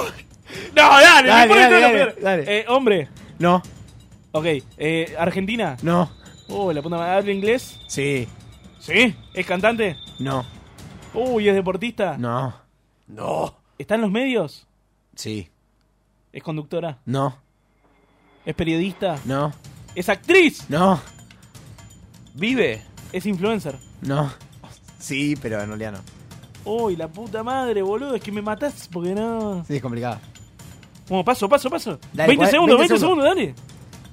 [SPEAKER 4] No, dale,
[SPEAKER 5] Dale,
[SPEAKER 4] después
[SPEAKER 5] dale,
[SPEAKER 4] de todo
[SPEAKER 5] dale,
[SPEAKER 4] lo peor.
[SPEAKER 5] dale.
[SPEAKER 4] Eh, hombre.
[SPEAKER 5] No,
[SPEAKER 4] Ok. Eh, Argentina.
[SPEAKER 5] no.
[SPEAKER 4] Oh, la puta madre. ¿Habla inglés?
[SPEAKER 5] Sí,
[SPEAKER 4] Sí. ¿Es cantante?
[SPEAKER 5] no,
[SPEAKER 4] Uy, ¿es deportista?
[SPEAKER 5] no.
[SPEAKER 4] ¿Está en los medios?
[SPEAKER 5] Sí,
[SPEAKER 4] ¿Es conductora?
[SPEAKER 5] no,
[SPEAKER 4] ¿Es periodista?
[SPEAKER 5] no,
[SPEAKER 4] ¿Es actriz?
[SPEAKER 5] no,
[SPEAKER 6] Vive.
[SPEAKER 4] ¿Es influencer?
[SPEAKER 5] no. Sí, pero en realidad no.
[SPEAKER 4] Uy, la puta madre, boludo. Es que me matás porque no.
[SPEAKER 5] Sí, es complicado.
[SPEAKER 4] Vamos, paso, paso, paso.
[SPEAKER 5] Dale,
[SPEAKER 4] 20
[SPEAKER 5] cua-
[SPEAKER 4] segundos, 20
[SPEAKER 5] 20
[SPEAKER 4] segundos, dale.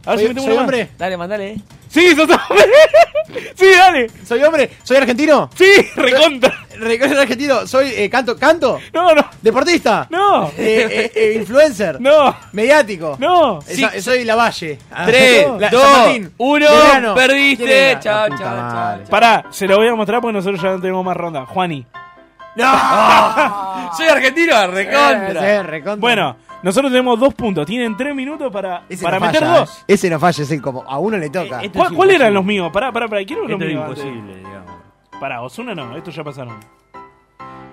[SPEAKER 4] A ver si
[SPEAKER 5] ¿Soy, soy
[SPEAKER 4] metemos una más.
[SPEAKER 5] hombre?
[SPEAKER 6] Dale, mandale.
[SPEAKER 4] Sí, sos hombre. sí, dale.
[SPEAKER 5] ¿Soy hombre? ¿Soy argentino?
[SPEAKER 4] Sí, recontra.
[SPEAKER 5] Re- ¿Soy argentino? ¿Soy eh, canto? ¿Canto?
[SPEAKER 4] No, no,
[SPEAKER 5] ¿Deportista?
[SPEAKER 4] no,
[SPEAKER 5] Eh, eh, eh, ¿Influencer?
[SPEAKER 4] no,
[SPEAKER 5] ¿Mediático?
[SPEAKER 4] no.
[SPEAKER 5] Eh, so- soy Lavalle. Ah,
[SPEAKER 6] Tres,
[SPEAKER 5] no. La- San
[SPEAKER 6] dos,
[SPEAKER 5] Martín.
[SPEAKER 6] uno.
[SPEAKER 5] Belgrano. ¿Quién
[SPEAKER 6] Perdiste.
[SPEAKER 5] era?
[SPEAKER 6] Chao, chao,
[SPEAKER 5] La puta
[SPEAKER 6] chao.
[SPEAKER 5] madre.
[SPEAKER 6] chao.
[SPEAKER 4] Pará, se lo voy a mostrar porque nosotros ya no tenemos más ronda. Juani.
[SPEAKER 6] Soy argentino, recontra.
[SPEAKER 5] Eh, recontra.
[SPEAKER 4] Bueno, nosotros tenemos dos puntos. Tienen tres minutos para,
[SPEAKER 5] Ese
[SPEAKER 4] para
[SPEAKER 5] no
[SPEAKER 4] meter
[SPEAKER 5] falla,
[SPEAKER 4] dos.
[SPEAKER 5] ¿eh? Ese no falla, ese como a uno le toca.
[SPEAKER 6] Este
[SPEAKER 2] Eh, esto
[SPEAKER 4] ¿Cuál,
[SPEAKER 2] es
[SPEAKER 4] cuál
[SPEAKER 2] imposible.
[SPEAKER 4] eran los míos? Pará, pará, pará. Quiero ver los
[SPEAKER 2] Esto es
[SPEAKER 4] míos. antes.
[SPEAKER 2] imposible, digamos.
[SPEAKER 4] Pará, Osuna no, estos ya pasaron.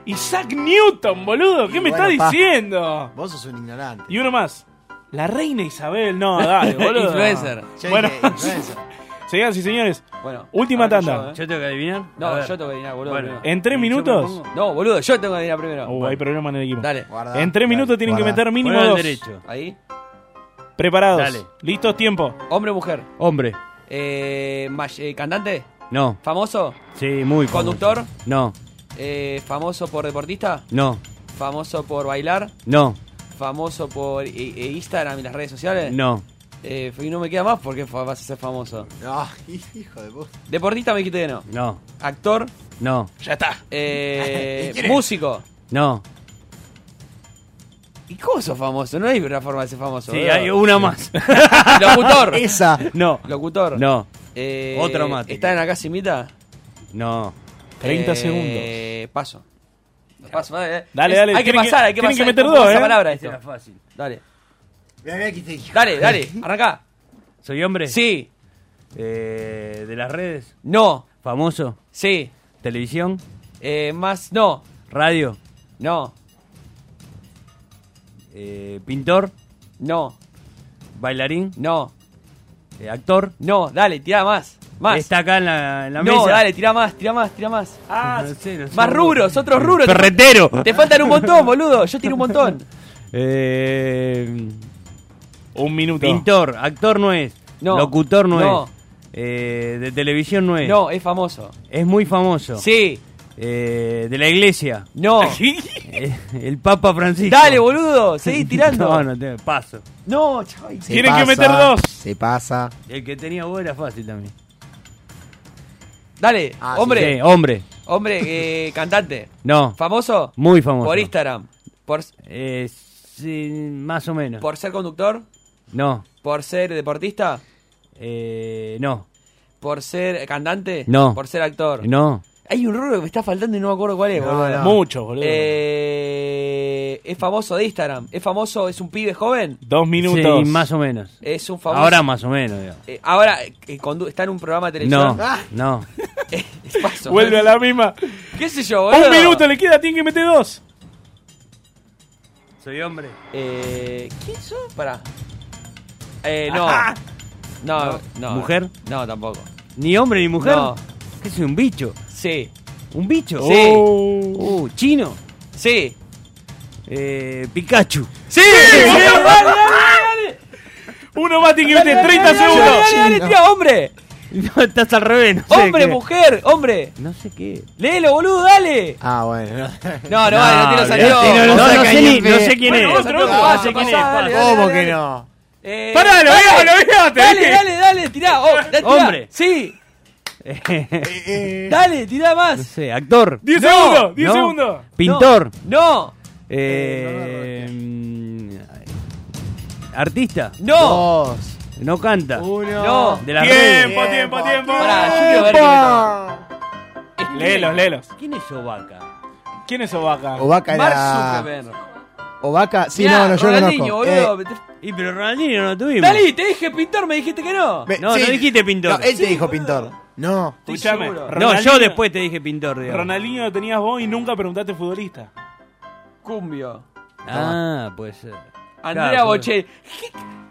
[SPEAKER 4] Isaac Newton, boludo, ¿qué
[SPEAKER 5] Y
[SPEAKER 4] me
[SPEAKER 5] bueno,
[SPEAKER 4] estás
[SPEAKER 5] pa.
[SPEAKER 4] diciendo?
[SPEAKER 5] Vos sos un ignorante.
[SPEAKER 4] Y uno más. La reina Isabel, no, dale, boludo.
[SPEAKER 6] Influencer.
[SPEAKER 5] Ya
[SPEAKER 4] Bueno.
[SPEAKER 5] dije, influencer.
[SPEAKER 4] Señoras y señores,
[SPEAKER 6] Bueno.
[SPEAKER 4] Última
[SPEAKER 6] ahora
[SPEAKER 4] tanda.
[SPEAKER 6] yo, ¿eh?
[SPEAKER 2] ¿Yo tengo que adivinar? A
[SPEAKER 6] No,
[SPEAKER 2] ver.
[SPEAKER 6] yo tengo que adivinar, boludo.
[SPEAKER 2] Bueno.
[SPEAKER 6] primero.
[SPEAKER 4] en tres
[SPEAKER 2] ¿Y yo
[SPEAKER 4] minutos.
[SPEAKER 2] propongo?
[SPEAKER 6] No, boludo, yo tengo que adivinar primero.
[SPEAKER 4] Uh, hay problema en el equipo.
[SPEAKER 6] Dale.
[SPEAKER 5] Guardá,
[SPEAKER 4] En tres
[SPEAKER 5] dale,
[SPEAKER 4] minutos tienen que
[SPEAKER 5] guardá.
[SPEAKER 4] meter mínimo
[SPEAKER 2] Ponelo al
[SPEAKER 4] dos.
[SPEAKER 2] derecho.
[SPEAKER 6] Ahí.
[SPEAKER 4] Preparados.
[SPEAKER 2] Dale.
[SPEAKER 4] Listos, tiempo.
[SPEAKER 6] Hombre o mujer.
[SPEAKER 2] Hombre.
[SPEAKER 6] Eh, may- eh, cantante.
[SPEAKER 2] No.
[SPEAKER 6] Famoso.
[SPEAKER 2] Sí, muy famoso.
[SPEAKER 6] ¿Conductor?
[SPEAKER 2] No.
[SPEAKER 6] Eh, famoso por deportista.
[SPEAKER 2] No.
[SPEAKER 6] Famoso por bailar.
[SPEAKER 2] No.
[SPEAKER 6] Famoso por eh, eh, Instagram y las redes sociales.
[SPEAKER 2] No.
[SPEAKER 6] Eh, y no me queda más porque fa- vas a ser famoso.
[SPEAKER 5] Ah, hijo de puta.
[SPEAKER 6] Deportista me dijiste que no.
[SPEAKER 2] No.
[SPEAKER 6] Actor.
[SPEAKER 2] No.
[SPEAKER 4] Ya está.
[SPEAKER 6] eh, músico.
[SPEAKER 2] No.
[SPEAKER 6] ¿Y cómo sos famoso? No hay una forma de ser famoso.
[SPEAKER 2] Sí,
[SPEAKER 6] boludo.
[SPEAKER 2] hay una más.
[SPEAKER 6] Locutor.
[SPEAKER 5] Esa.
[SPEAKER 2] No.
[SPEAKER 6] Locutor.
[SPEAKER 2] No.
[SPEAKER 6] Eh,
[SPEAKER 2] Otra más, te
[SPEAKER 6] ¿Está en acá simita?
[SPEAKER 2] No.
[SPEAKER 4] 30
[SPEAKER 6] Eh,
[SPEAKER 4] segundos.
[SPEAKER 6] Paso. Paso, dale,
[SPEAKER 4] Dale, dale,
[SPEAKER 6] Hay que
[SPEAKER 4] tienen que-
[SPEAKER 6] pasar, hay que
[SPEAKER 4] tienen
[SPEAKER 6] pasar.
[SPEAKER 4] que meter
[SPEAKER 6] ¿Cómo
[SPEAKER 4] dos,
[SPEAKER 6] pasa
[SPEAKER 4] eh.
[SPEAKER 6] palabra esto?
[SPEAKER 2] fácil.
[SPEAKER 6] Dale. Dale, dale, arranca.
[SPEAKER 2] ¿Soy hombre?
[SPEAKER 6] Sí.
[SPEAKER 2] Eh, ¿De las redes?
[SPEAKER 6] No.
[SPEAKER 2] ¿Famoso?
[SPEAKER 6] Sí.
[SPEAKER 2] ¿Televisión?
[SPEAKER 6] Eh, más, no.
[SPEAKER 2] ¿Radio?
[SPEAKER 6] No.
[SPEAKER 2] Eh, ¿Pintor?
[SPEAKER 6] No.
[SPEAKER 2] ¿Bailarín? Eh,
[SPEAKER 6] No.
[SPEAKER 2] ¿Actor?
[SPEAKER 6] No, dale, tira más. Más.
[SPEAKER 2] ¿Está acá en la, en la
[SPEAKER 6] no,
[SPEAKER 2] mesa?
[SPEAKER 6] dale, tira más, tira más, tira más. Ah, más rubros, otros rubros.
[SPEAKER 2] Ferretero.
[SPEAKER 6] Te faltan un montón, boludo. Yo tiro un montón.
[SPEAKER 2] Eh,
[SPEAKER 4] un minuto.
[SPEAKER 2] Pintor, actor no es.
[SPEAKER 6] No.
[SPEAKER 2] Locutor no,
[SPEAKER 6] No.
[SPEAKER 2] es. Eh, de televisión no es.
[SPEAKER 6] No, es famoso.
[SPEAKER 2] Es muy famoso.
[SPEAKER 6] Sí.
[SPEAKER 2] Eh, de la iglesia.
[SPEAKER 6] No.
[SPEAKER 2] Eh, el Papa Francisco.
[SPEAKER 6] Dale, boludo. Seguí tirando.
[SPEAKER 2] No, no, te- paso.
[SPEAKER 6] No, chaval.
[SPEAKER 5] Se pasa, Se pasa.
[SPEAKER 2] El que tenía vos era fácil también.
[SPEAKER 6] Dale, hombre.
[SPEAKER 2] Ah, Sí, hombre.
[SPEAKER 6] Hombre, eh, cantante.
[SPEAKER 2] No.
[SPEAKER 6] ¿Famoso?
[SPEAKER 2] Muy famoso.
[SPEAKER 6] Por Instagram. Por,
[SPEAKER 2] Eh, sí, más o menos.
[SPEAKER 6] por ser conductor.
[SPEAKER 2] No.
[SPEAKER 6] Por ser deportista.
[SPEAKER 2] Eh, no.
[SPEAKER 6] Por ser cantante.
[SPEAKER 2] No.
[SPEAKER 6] Por ser actor.
[SPEAKER 2] No.
[SPEAKER 6] Hay un rubro que me está faltando y no me acuerdo cuál es,
[SPEAKER 2] No,
[SPEAKER 6] boludo.
[SPEAKER 2] no. Muchos, boludo.
[SPEAKER 6] Eh, es famoso de Instagram. Es famoso, es un pibe joven.
[SPEAKER 4] Dos
[SPEAKER 2] Sí, más o menos.
[SPEAKER 6] Es un famoso.
[SPEAKER 2] Ahora más o menos, digo.
[SPEAKER 6] Eh, ahora eh, condu- está en un programa de
[SPEAKER 2] No,
[SPEAKER 6] televisión. Ah.
[SPEAKER 2] no.
[SPEAKER 6] Paso.
[SPEAKER 4] Vuelve a la misma.
[SPEAKER 6] ¿Qué sé yo, boludo?
[SPEAKER 4] Un minuto le queda, tiene que meter dos.
[SPEAKER 2] Soy hombre.
[SPEAKER 6] Eh, ¿Quién sos? Pará. Eh, no. no. No.
[SPEAKER 2] ¿Mujer?
[SPEAKER 6] No, tampoco.
[SPEAKER 2] Ni hombre ni mujer.
[SPEAKER 6] No.
[SPEAKER 2] ¿Qué soy? ¿Un bicho?
[SPEAKER 6] Sí.
[SPEAKER 2] ¿Un bicho?
[SPEAKER 6] Sí.
[SPEAKER 2] Oh. Uh, ¿Chino?
[SPEAKER 6] Sí.
[SPEAKER 2] Eh, Pikachu.
[SPEAKER 6] ¡Sí! ¡Dale, dale, dale!
[SPEAKER 4] Uno más tiene que
[SPEAKER 6] Dale,
[SPEAKER 4] meter
[SPEAKER 6] dale,
[SPEAKER 4] 30
[SPEAKER 6] dale,
[SPEAKER 4] segundos.
[SPEAKER 6] Dale, dale, dale, tira, hombre.
[SPEAKER 2] No, estás al revés. No sé
[SPEAKER 6] Hombre,
[SPEAKER 2] qué.
[SPEAKER 6] mujer, hombre.
[SPEAKER 2] No sé qué.
[SPEAKER 6] Léelo, boludo, dale.
[SPEAKER 5] Ah, bueno.
[SPEAKER 6] No, no, vale, no te lo salió.
[SPEAKER 2] olvidate, no
[SPEAKER 6] No,
[SPEAKER 2] lo
[SPEAKER 6] no
[SPEAKER 2] saca
[SPEAKER 6] sé
[SPEAKER 2] ni
[SPEAKER 6] ni-
[SPEAKER 2] en pe-
[SPEAKER 6] no
[SPEAKER 2] sé quién
[SPEAKER 6] Bueno,
[SPEAKER 2] es.
[SPEAKER 6] vos, pero vos,
[SPEAKER 2] No
[SPEAKER 6] pasa,
[SPEAKER 2] sé quién es.
[SPEAKER 6] pasa, dale,
[SPEAKER 5] ¿Cómo
[SPEAKER 6] dale,
[SPEAKER 5] que
[SPEAKER 6] dale.
[SPEAKER 5] no?
[SPEAKER 6] Eh,
[SPEAKER 4] Pará, lo
[SPEAKER 6] dale.
[SPEAKER 4] veo, lo veo, te
[SPEAKER 6] Dale,
[SPEAKER 4] dije.
[SPEAKER 6] dale, dale, tirá. Oh, da- tirá.
[SPEAKER 2] Hombre.
[SPEAKER 6] Sí.
[SPEAKER 5] Eh,
[SPEAKER 6] Dale, tirá
[SPEAKER 2] No
[SPEAKER 6] más.
[SPEAKER 2] sé, actor.
[SPEAKER 4] 10
[SPEAKER 6] No,
[SPEAKER 4] segundos, 10
[SPEAKER 2] no.
[SPEAKER 4] segundos.
[SPEAKER 2] Pintor.
[SPEAKER 6] No.
[SPEAKER 2] Eh, mm, artista.
[SPEAKER 6] No.
[SPEAKER 5] Dos,
[SPEAKER 2] No canta.
[SPEAKER 5] uno.
[SPEAKER 6] No.
[SPEAKER 2] De las redes.
[SPEAKER 4] Tiempo, tiempo, tiempo.
[SPEAKER 6] Pará, yo quiero ver
[SPEAKER 4] Léelos, léelos.
[SPEAKER 2] ¿Quién es Ovaca?
[SPEAKER 4] ¿Quién es Ovaca?
[SPEAKER 5] Ovaca
[SPEAKER 6] Mark
[SPEAKER 5] era.
[SPEAKER 6] Zuckerberg.
[SPEAKER 5] Ovaca, sí,
[SPEAKER 6] Mirá,
[SPEAKER 5] no, no, yo lo
[SPEAKER 6] Ronaldinho,
[SPEAKER 5] conozco. Eh,
[SPEAKER 6] boludo.
[SPEAKER 2] Y pero Ronaldinho no lo tuvimos.
[SPEAKER 6] Dale, te dije pintor, me dijiste que no.
[SPEAKER 5] me-
[SPEAKER 2] No, no dijiste pintor.
[SPEAKER 5] No, él te
[SPEAKER 6] Sí,
[SPEAKER 5] dijo
[SPEAKER 6] boludo.
[SPEAKER 5] pintor. No.
[SPEAKER 6] Estoy
[SPEAKER 4] Escuchame.
[SPEAKER 6] seguro.
[SPEAKER 4] Ro-
[SPEAKER 2] No,
[SPEAKER 4] Ronaldinho-
[SPEAKER 2] yo después te dije pintor, digamos.
[SPEAKER 4] Ronaldinho lo tenías vos y nunca preguntaste futbolista.
[SPEAKER 6] Cumbio.
[SPEAKER 2] Ah, puede ser.
[SPEAKER 6] Andrea
[SPEAKER 2] Claro,
[SPEAKER 6] Bocelli.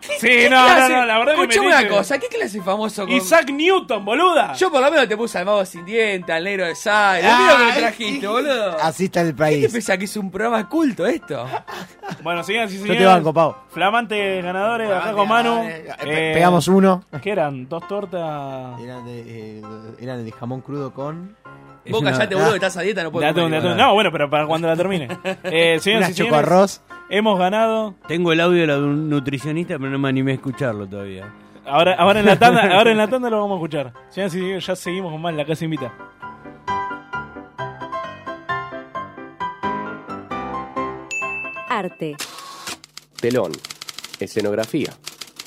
[SPEAKER 4] Sí,
[SPEAKER 6] ¿Qué
[SPEAKER 4] no, no,
[SPEAKER 6] clase?
[SPEAKER 4] no, la verdad que me
[SPEAKER 6] Escuchame
[SPEAKER 4] diste-
[SPEAKER 6] una cosa, ¿qué clase famoso con...
[SPEAKER 4] Isaac Newton, boluda.
[SPEAKER 6] Yo por lo menos te puse al mago sin dientes, al negro de Sai.
[SPEAKER 5] Ah,
[SPEAKER 6] Mira lo que me
[SPEAKER 5] es-
[SPEAKER 6] trajiste, boludo.
[SPEAKER 5] Así está el
[SPEAKER 6] ¿Qué te
[SPEAKER 5] país.
[SPEAKER 6] pensás que es un programa culto esto?
[SPEAKER 4] Bueno, señoras y
[SPEAKER 5] Yo
[SPEAKER 4] señores.
[SPEAKER 5] te banco, Pau.
[SPEAKER 4] Flamantes ganadores, acá con Manu.
[SPEAKER 5] Eh,
[SPEAKER 4] Eh,
[SPEAKER 5] pe- Pegamos uno.
[SPEAKER 4] ¿Qué eran? ¿Dos tortas?
[SPEAKER 5] Eran de, eh, eran de jamón crudo con.
[SPEAKER 2] Es
[SPEAKER 6] Vos
[SPEAKER 2] una-
[SPEAKER 6] callate, boludo, que estás a dieta, no puedo
[SPEAKER 4] Datun, datun. No, bueno, pero para cuando la termine. Eh, señoras
[SPEAKER 5] Unas
[SPEAKER 4] y señores,
[SPEAKER 5] chocoarroz.
[SPEAKER 4] hemos ganado.
[SPEAKER 2] Tengo el audio de la de un nutricionista, pero no me animé a escucharlo todavía.
[SPEAKER 4] Ahora, ahora, en la tanda, ahora en la tanda lo vamos a escuchar. Señoras y señores, ya seguimos con más La Casa Invita.
[SPEAKER 12] Arte.
[SPEAKER 1] Telón, escenografía,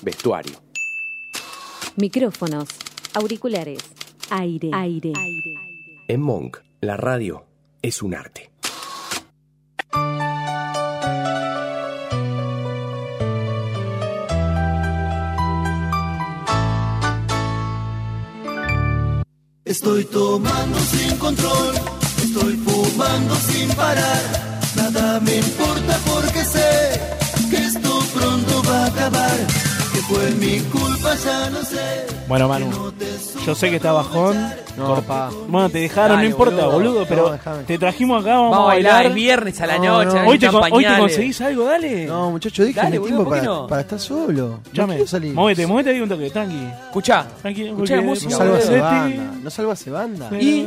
[SPEAKER 1] vestuario.
[SPEAKER 12] Micrófonos. Auriculares. Aire. Aire. Aire.
[SPEAKER 1] En Monk, la radio es un arte.
[SPEAKER 3] Estoy tomando sin control, estoy fumando sin parar. Nada me importa porque sé que esto pronto va a acabar. Que fue mi culpa, ya no sé.
[SPEAKER 4] Bueno, Manu, yo sé que está bajón.
[SPEAKER 5] No, pa.
[SPEAKER 4] Bueno, te dejaron,
[SPEAKER 6] Dale,
[SPEAKER 4] no importa,
[SPEAKER 6] boludo.
[SPEAKER 4] boludo,
[SPEAKER 5] No,
[SPEAKER 4] pero
[SPEAKER 5] déjame.
[SPEAKER 4] te trajimos acá, vamos,
[SPEAKER 6] Vamos a bailar, es
[SPEAKER 4] Hoy
[SPEAKER 6] viernes a la
[SPEAKER 5] No,
[SPEAKER 6] noche.
[SPEAKER 5] no.
[SPEAKER 4] te,
[SPEAKER 6] necesitan
[SPEAKER 4] con- hoy te
[SPEAKER 6] pañales.
[SPEAKER 4] conseguís algo, dale.
[SPEAKER 5] No, muchacho, dije
[SPEAKER 6] Dale,
[SPEAKER 5] el
[SPEAKER 6] boludo,
[SPEAKER 5] tiempo
[SPEAKER 6] ¿por qué
[SPEAKER 5] para,
[SPEAKER 6] no?
[SPEAKER 5] para estar solo. No
[SPEAKER 4] Llame.
[SPEAKER 5] quiero salir.
[SPEAKER 4] Móvete, móvete ahí un toque, tranqui.
[SPEAKER 6] Escuchá,
[SPEAKER 4] Tranqui,
[SPEAKER 6] escuchá la
[SPEAKER 4] porque-
[SPEAKER 5] No
[SPEAKER 6] música,
[SPEAKER 5] salgo a
[SPEAKER 6] boludo.
[SPEAKER 5] ese
[SPEAKER 4] Móvete.
[SPEAKER 5] banda. No salgo a ese banda.
[SPEAKER 6] Y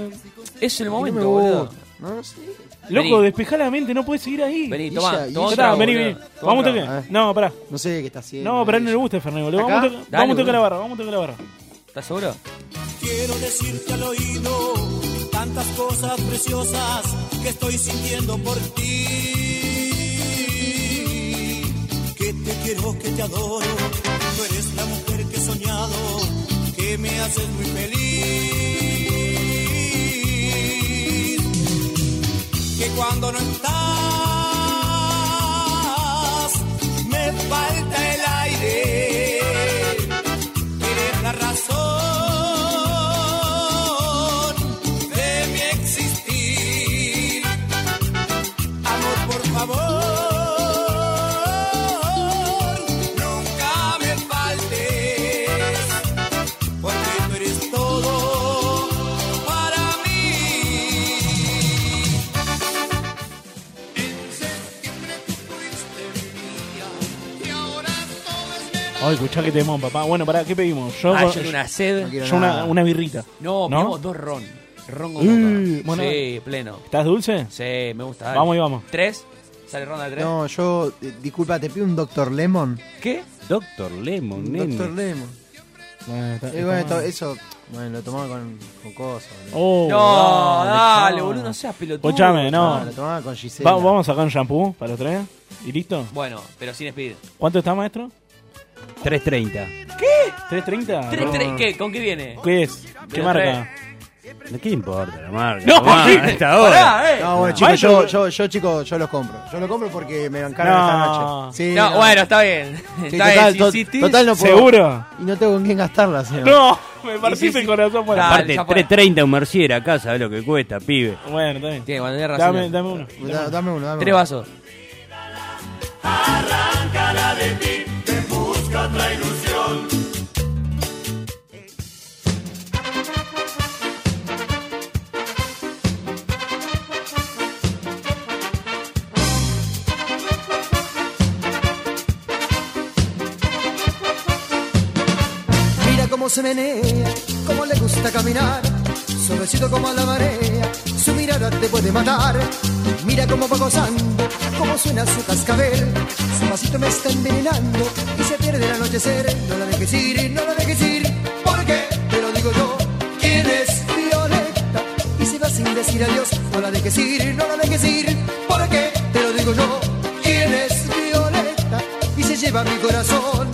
[SPEAKER 6] es el momento,
[SPEAKER 5] no me
[SPEAKER 6] boludo.
[SPEAKER 5] gusta. No, no sé.
[SPEAKER 4] Loco,
[SPEAKER 6] Vení.
[SPEAKER 4] despejá la mente, no puedes seguir ahí.
[SPEAKER 6] Vení,
[SPEAKER 5] Guilla,
[SPEAKER 6] tomá, tomá
[SPEAKER 5] Guilla.
[SPEAKER 6] un
[SPEAKER 4] Pará,
[SPEAKER 6] trago,
[SPEAKER 4] vení,
[SPEAKER 6] boludo.
[SPEAKER 4] vení.
[SPEAKER 6] Tomá un
[SPEAKER 4] Vamos a
[SPEAKER 6] trago.
[SPEAKER 5] trago, a
[SPEAKER 4] toque.
[SPEAKER 5] ver.
[SPEAKER 4] No, pará.
[SPEAKER 5] No sé qué está haciendo.
[SPEAKER 4] No, pará, no le gusta Fernández, boludo. Vamos a toque-
[SPEAKER 6] Dale,
[SPEAKER 4] vamos a tocar
[SPEAKER 6] boludo.
[SPEAKER 4] la barra, vamos a tocar la barra.
[SPEAKER 6] ¿Estás seguro?
[SPEAKER 3] Quiero decirte al oído tantas cosas preciosas que estoy sintiendo por ti. Que te quiero, que te adoro. Tú eres la mujer que he soñado, que me haces muy feliz. Que cuando no estás, me falta el
[SPEAKER 4] Ay, escuchá que temón, papá. Bueno, pará, ¿qué pedimos?
[SPEAKER 6] Ah, yo
[SPEAKER 4] con-
[SPEAKER 6] tengo una sed. No quiero
[SPEAKER 4] yo una,
[SPEAKER 6] nada.
[SPEAKER 4] una birrita.
[SPEAKER 6] No, pidimos dos ron. Ron con
[SPEAKER 4] Uh,
[SPEAKER 6] coca.
[SPEAKER 4] bueno.
[SPEAKER 6] Sí, pleno.
[SPEAKER 4] ¿Estás dulce?
[SPEAKER 6] Sí, me gusta. dale.
[SPEAKER 4] Vamos y vamos.
[SPEAKER 6] ¿Tres? ¿Sale ronda de tres?
[SPEAKER 5] No, yo, eh, disculpa, te pido un Dr. Lemon.
[SPEAKER 6] ¿Qué?
[SPEAKER 2] Doctor Lemon, nene.
[SPEAKER 5] Dr. Lemon. Eh, bueno, to- eso, bueno, lo tomaba con, con cosas. boludo.
[SPEAKER 4] Oh,
[SPEAKER 6] No, dale, boludo, no seas pelotudo.
[SPEAKER 4] Escuchame, no.
[SPEAKER 5] Ah, lo tomaba con Gisela.
[SPEAKER 4] Va- vamos a sacar un shampoo para los tres. ¿Y listo?
[SPEAKER 6] Bueno, pero sin speed.
[SPEAKER 4] ¿Cuánto está, maestro?
[SPEAKER 2] 3.30.
[SPEAKER 6] ¿Qué?
[SPEAKER 4] ¿3.30?
[SPEAKER 6] ¿Tres, tres, ¿qué? ¿Con qué viene?
[SPEAKER 4] ¿Qué es?
[SPEAKER 6] De
[SPEAKER 4] ¿Qué
[SPEAKER 6] los
[SPEAKER 4] marca?
[SPEAKER 2] ¿De qué importa la marca?
[SPEAKER 4] No,
[SPEAKER 2] Tomá,
[SPEAKER 4] sí.
[SPEAKER 2] a esta hora.
[SPEAKER 6] Pará, eh.
[SPEAKER 5] No, bueno, chicos, yo, yo, yo, chicos, yo los compro. Yo los compro porque me bancaron
[SPEAKER 4] No.
[SPEAKER 5] esta noche. Sí,
[SPEAKER 6] No,
[SPEAKER 5] no.
[SPEAKER 6] bueno, está bien.
[SPEAKER 5] Sí,
[SPEAKER 6] Está bien,
[SPEAKER 5] total,
[SPEAKER 6] si
[SPEAKER 5] to-
[SPEAKER 6] insistís-
[SPEAKER 5] total no puedo.
[SPEAKER 4] ¿Seguro?
[SPEAKER 5] Y no tengo con quién gastarla, señor.
[SPEAKER 4] No, me
[SPEAKER 6] Sí, sí,
[SPEAKER 4] partiste
[SPEAKER 6] sí.
[SPEAKER 4] el corazón por la
[SPEAKER 6] Dale.
[SPEAKER 2] Aparte,
[SPEAKER 6] ya fue.
[SPEAKER 2] 3.30 un mercier acá, ¿sabes lo que cuesta, pibe?
[SPEAKER 4] Bueno, está bien.
[SPEAKER 6] Tiene, cuando tenés razón.
[SPEAKER 4] Dame, dame uno.
[SPEAKER 5] Da- dame uno, dame
[SPEAKER 6] Tres
[SPEAKER 5] uno.
[SPEAKER 6] vasos.
[SPEAKER 13] Mira cómo se menea, cómo le gusta caminar, suavecito como la marea, su mirada te puede matar. Mira cómo va gozando, cómo suena su cascabel, su vasito me está envenenando y se pierde el anochecer. No la dejes ir, no la dejes ir, porque te lo digo yo, ¿quién es Violeta? Y se va sin decir adiós, no la dejes ir, no la dejes ir, porque te lo digo yo, ¿quién es Violeta? Y se lleva mi corazón.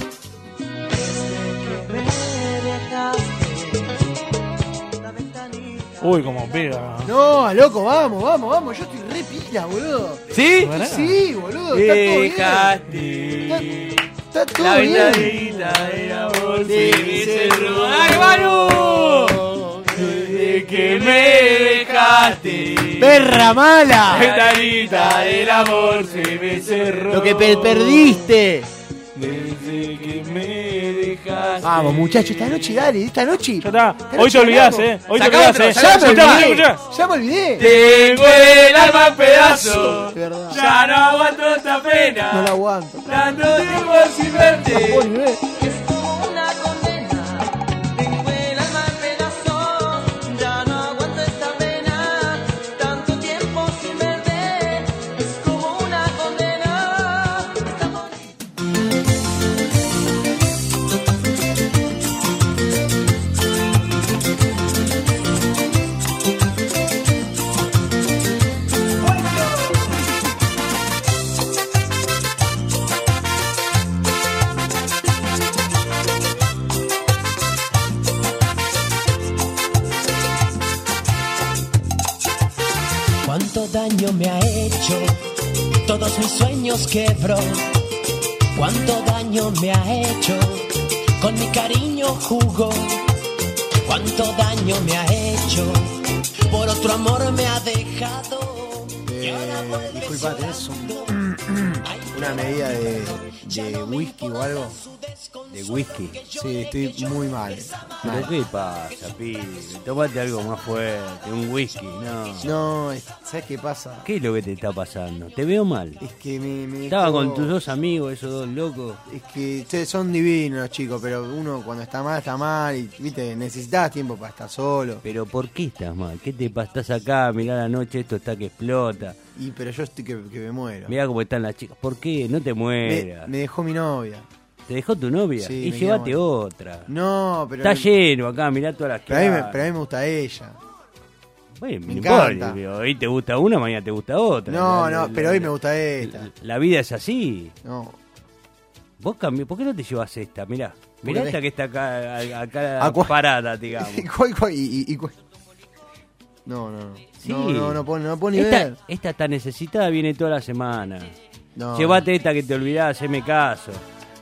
[SPEAKER 4] Uy, como pega.
[SPEAKER 5] No, loco, vamos, vamos, vamos. Yo estoy re pila, boludo.
[SPEAKER 6] ¿Sí?
[SPEAKER 4] Pará.
[SPEAKER 5] Sí, boludo, está todo bien.
[SPEAKER 6] Dejaste
[SPEAKER 5] Está todo
[SPEAKER 6] la
[SPEAKER 5] bien.
[SPEAKER 6] ventanita de la bolsa y me cerró. ¡Ay, Manu! Desde que me dejaste.
[SPEAKER 5] ¡Perra
[SPEAKER 6] La
[SPEAKER 5] mala!
[SPEAKER 6] ventanita del amor se me cerró.
[SPEAKER 5] Lo que pe- perdiste.
[SPEAKER 4] Desde que me dejaste.
[SPEAKER 5] Vamos, muchachos, esta noche, dale, esta noche.
[SPEAKER 4] Ya está. Hoy te olvidás, eh. Hoy te
[SPEAKER 6] Sacá
[SPEAKER 4] olvidás,
[SPEAKER 6] otro,
[SPEAKER 4] eh.
[SPEAKER 5] Ya me
[SPEAKER 4] Ya está,
[SPEAKER 5] olvidé.
[SPEAKER 4] escuchá.
[SPEAKER 5] Ya me olvidé.
[SPEAKER 6] Tengo el alma en pedazos.
[SPEAKER 5] De verdad.
[SPEAKER 6] Ya no aguanto esta pena.
[SPEAKER 5] No la aguanto.
[SPEAKER 6] Tanto tiempo sin verte.
[SPEAKER 5] Vos ni ves.
[SPEAKER 14] Cuánto daño me ha hecho, todos mis sueños quebró. Cuánto daño me ha hecho, con mi cariño jugó. Cuánto daño me ha hecho, por otro amor me ha dejado.
[SPEAKER 5] Eh, disculpa, ¿tenés un- una medida de, de whisky o algo?
[SPEAKER 2] De whisky.
[SPEAKER 5] Sí, estoy muy mal.
[SPEAKER 2] ¿Pero
[SPEAKER 5] mal.
[SPEAKER 2] qué pasa, pibe? Tómate algo más fuerte, un whisky, no.
[SPEAKER 5] No, es- ¿sabes qué pasa?
[SPEAKER 2] ¿Qué es lo que te está pasando? Te veo mal.
[SPEAKER 5] Es que me. me
[SPEAKER 2] Estaba
[SPEAKER 5] esto-
[SPEAKER 2] con tus dos amigos, esos dos locos.
[SPEAKER 5] Es que che, son divinos los chicos, pero uno cuando está mal, está mal. Y, viste, necesitas tiempo para estar solo.
[SPEAKER 2] Pero ¿por qué estás mal? ¿Qué te pasa? Estás acá, mirá la noche, esto está que explota.
[SPEAKER 5] Y, pero yo estoy que, que me muero.
[SPEAKER 2] Mirá cómo están las chicas. ¿Por qué? No te
[SPEAKER 5] Me,
[SPEAKER 2] mueras.
[SPEAKER 5] me dejó mi novia.
[SPEAKER 2] ¿Te dejó tu novia?
[SPEAKER 5] Sí,
[SPEAKER 2] y
[SPEAKER 5] me
[SPEAKER 2] llévate
[SPEAKER 5] quedo
[SPEAKER 2] otra.
[SPEAKER 5] No, pero.
[SPEAKER 2] está lleno acá, mirá todas las que
[SPEAKER 5] pero a, mí me,
[SPEAKER 2] hay.
[SPEAKER 5] pero a mí me gusta ella.
[SPEAKER 2] Bueno,
[SPEAKER 5] me
[SPEAKER 2] no importa,
[SPEAKER 5] encanta.
[SPEAKER 2] digo, hoy te gusta una, mañana te gusta otra.
[SPEAKER 5] No,
[SPEAKER 2] La- la-
[SPEAKER 5] no,
[SPEAKER 2] la-
[SPEAKER 5] pero hoy me
[SPEAKER 2] la-
[SPEAKER 5] gusta esta.
[SPEAKER 2] La vida es así.
[SPEAKER 5] No.
[SPEAKER 2] Vos cambi- ¿Por qué no te llevas esta? Mirá. Mirá
[SPEAKER 5] Porque
[SPEAKER 2] esta
[SPEAKER 5] me-
[SPEAKER 2] que está acá, a- acá
[SPEAKER 5] ¿A cuál?
[SPEAKER 2] parada, digamos.
[SPEAKER 5] ¿Cuál, cuál? y, y- y cuál? No, no, no.
[SPEAKER 2] Sí.
[SPEAKER 5] No, no, no puedo, no puedo ni
[SPEAKER 2] Esta,
[SPEAKER 5] ver.
[SPEAKER 2] esta está necesitada, viene toda la semana.
[SPEAKER 5] No,
[SPEAKER 2] Llévate esta que te olvidás, heme caso.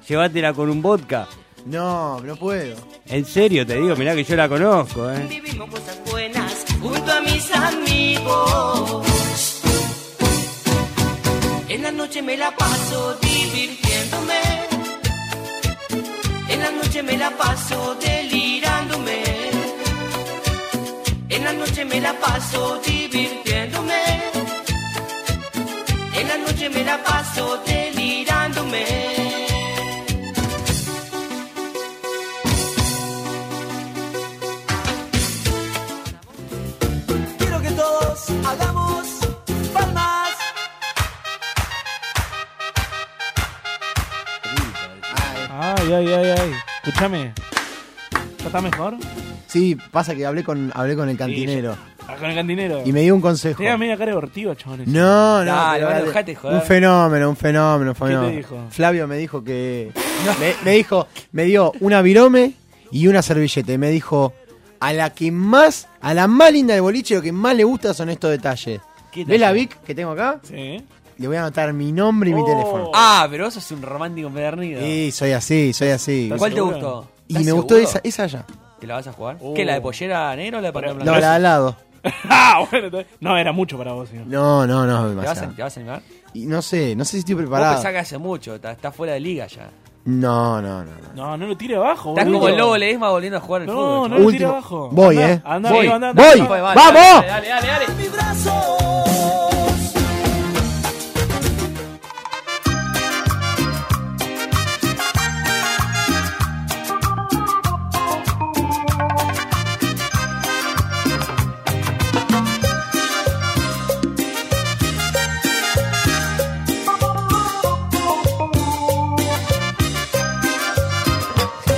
[SPEAKER 2] Llévatela con un vodka.
[SPEAKER 5] no, no puedo.
[SPEAKER 2] En serio te digo, mirá que yo la conozco, ¿eh?
[SPEAKER 15] Vivimos cosas buenas junto a mis amigos. En la noche me la paso divirtiéndome. En la noche me la paso delirándome. En la noche me la paso divirtiéndome. En la noche me la paso delirándome.
[SPEAKER 4] ay, ay, ay. Escúchame. ¿Ya está mejor?
[SPEAKER 5] Sí, pasa que hablé con, hablé con el cantinero.
[SPEAKER 4] Ah, Con el cantinero.
[SPEAKER 5] Y me dio un consejo.
[SPEAKER 4] Tenía media cara de ortiva, chavales.
[SPEAKER 5] No, no.
[SPEAKER 4] Dale,
[SPEAKER 5] pero
[SPEAKER 4] bueno,
[SPEAKER 5] vale.
[SPEAKER 4] dejate, joder.
[SPEAKER 5] Un fenómeno, un fenómeno, un
[SPEAKER 4] te
[SPEAKER 5] fenómeno.
[SPEAKER 4] dijo?
[SPEAKER 5] Flavio me dijo que. Me, me dijo, me dio una virome y una servilleta. Y me dijo, a la que más, a la más linda del boliche, lo que más le gusta son estos detalles. ¿Ves la Vic que tengo acá?
[SPEAKER 4] Sí.
[SPEAKER 5] Le voy a anotar mi nombre y
[SPEAKER 2] Oh,
[SPEAKER 5] mi teléfono.
[SPEAKER 6] Ah, pero vos sos un romántico empedernido.
[SPEAKER 5] Sí, soy así, soy así.
[SPEAKER 6] ¿Cuál te gustó?
[SPEAKER 5] Y
[SPEAKER 6] ¿Estás
[SPEAKER 5] me gustó
[SPEAKER 6] seguro?
[SPEAKER 5] esa, esa allá.
[SPEAKER 6] ¿Te la vas a jugar?
[SPEAKER 4] Oh.
[SPEAKER 6] ¿Qué, la de pollera negra o la de pantalón
[SPEAKER 5] No, la de al lado.
[SPEAKER 4] ah, bueno. entonces- No, era mucho para vos, señor.
[SPEAKER 5] No, no, no,
[SPEAKER 6] ¿Te vas, a,
[SPEAKER 5] demasiado.
[SPEAKER 6] ¿Te vas a animar?
[SPEAKER 5] Y no sé, no sé si estoy
[SPEAKER 6] Vos
[SPEAKER 5] preparado.
[SPEAKER 6] pensás que hace mucho, está, está fuera de liga ya.
[SPEAKER 5] No, no, no. no.
[SPEAKER 4] No, no lo tire abajo,
[SPEAKER 6] Estás
[SPEAKER 4] boludo.
[SPEAKER 6] como el lobo Ledesma volviendo a jugar al
[SPEAKER 4] No,
[SPEAKER 6] fútbol.
[SPEAKER 4] no
[SPEAKER 6] chaval.
[SPEAKER 4] lo tire abajo.
[SPEAKER 5] Voy,
[SPEAKER 4] Andá,
[SPEAKER 5] eh.
[SPEAKER 4] andá,
[SPEAKER 5] Voy.
[SPEAKER 4] amigo, andá, andá,
[SPEAKER 5] Voy.
[SPEAKER 4] andá.
[SPEAKER 5] Vamos.
[SPEAKER 6] Dale, dale, dale.
[SPEAKER 3] Mi brazo.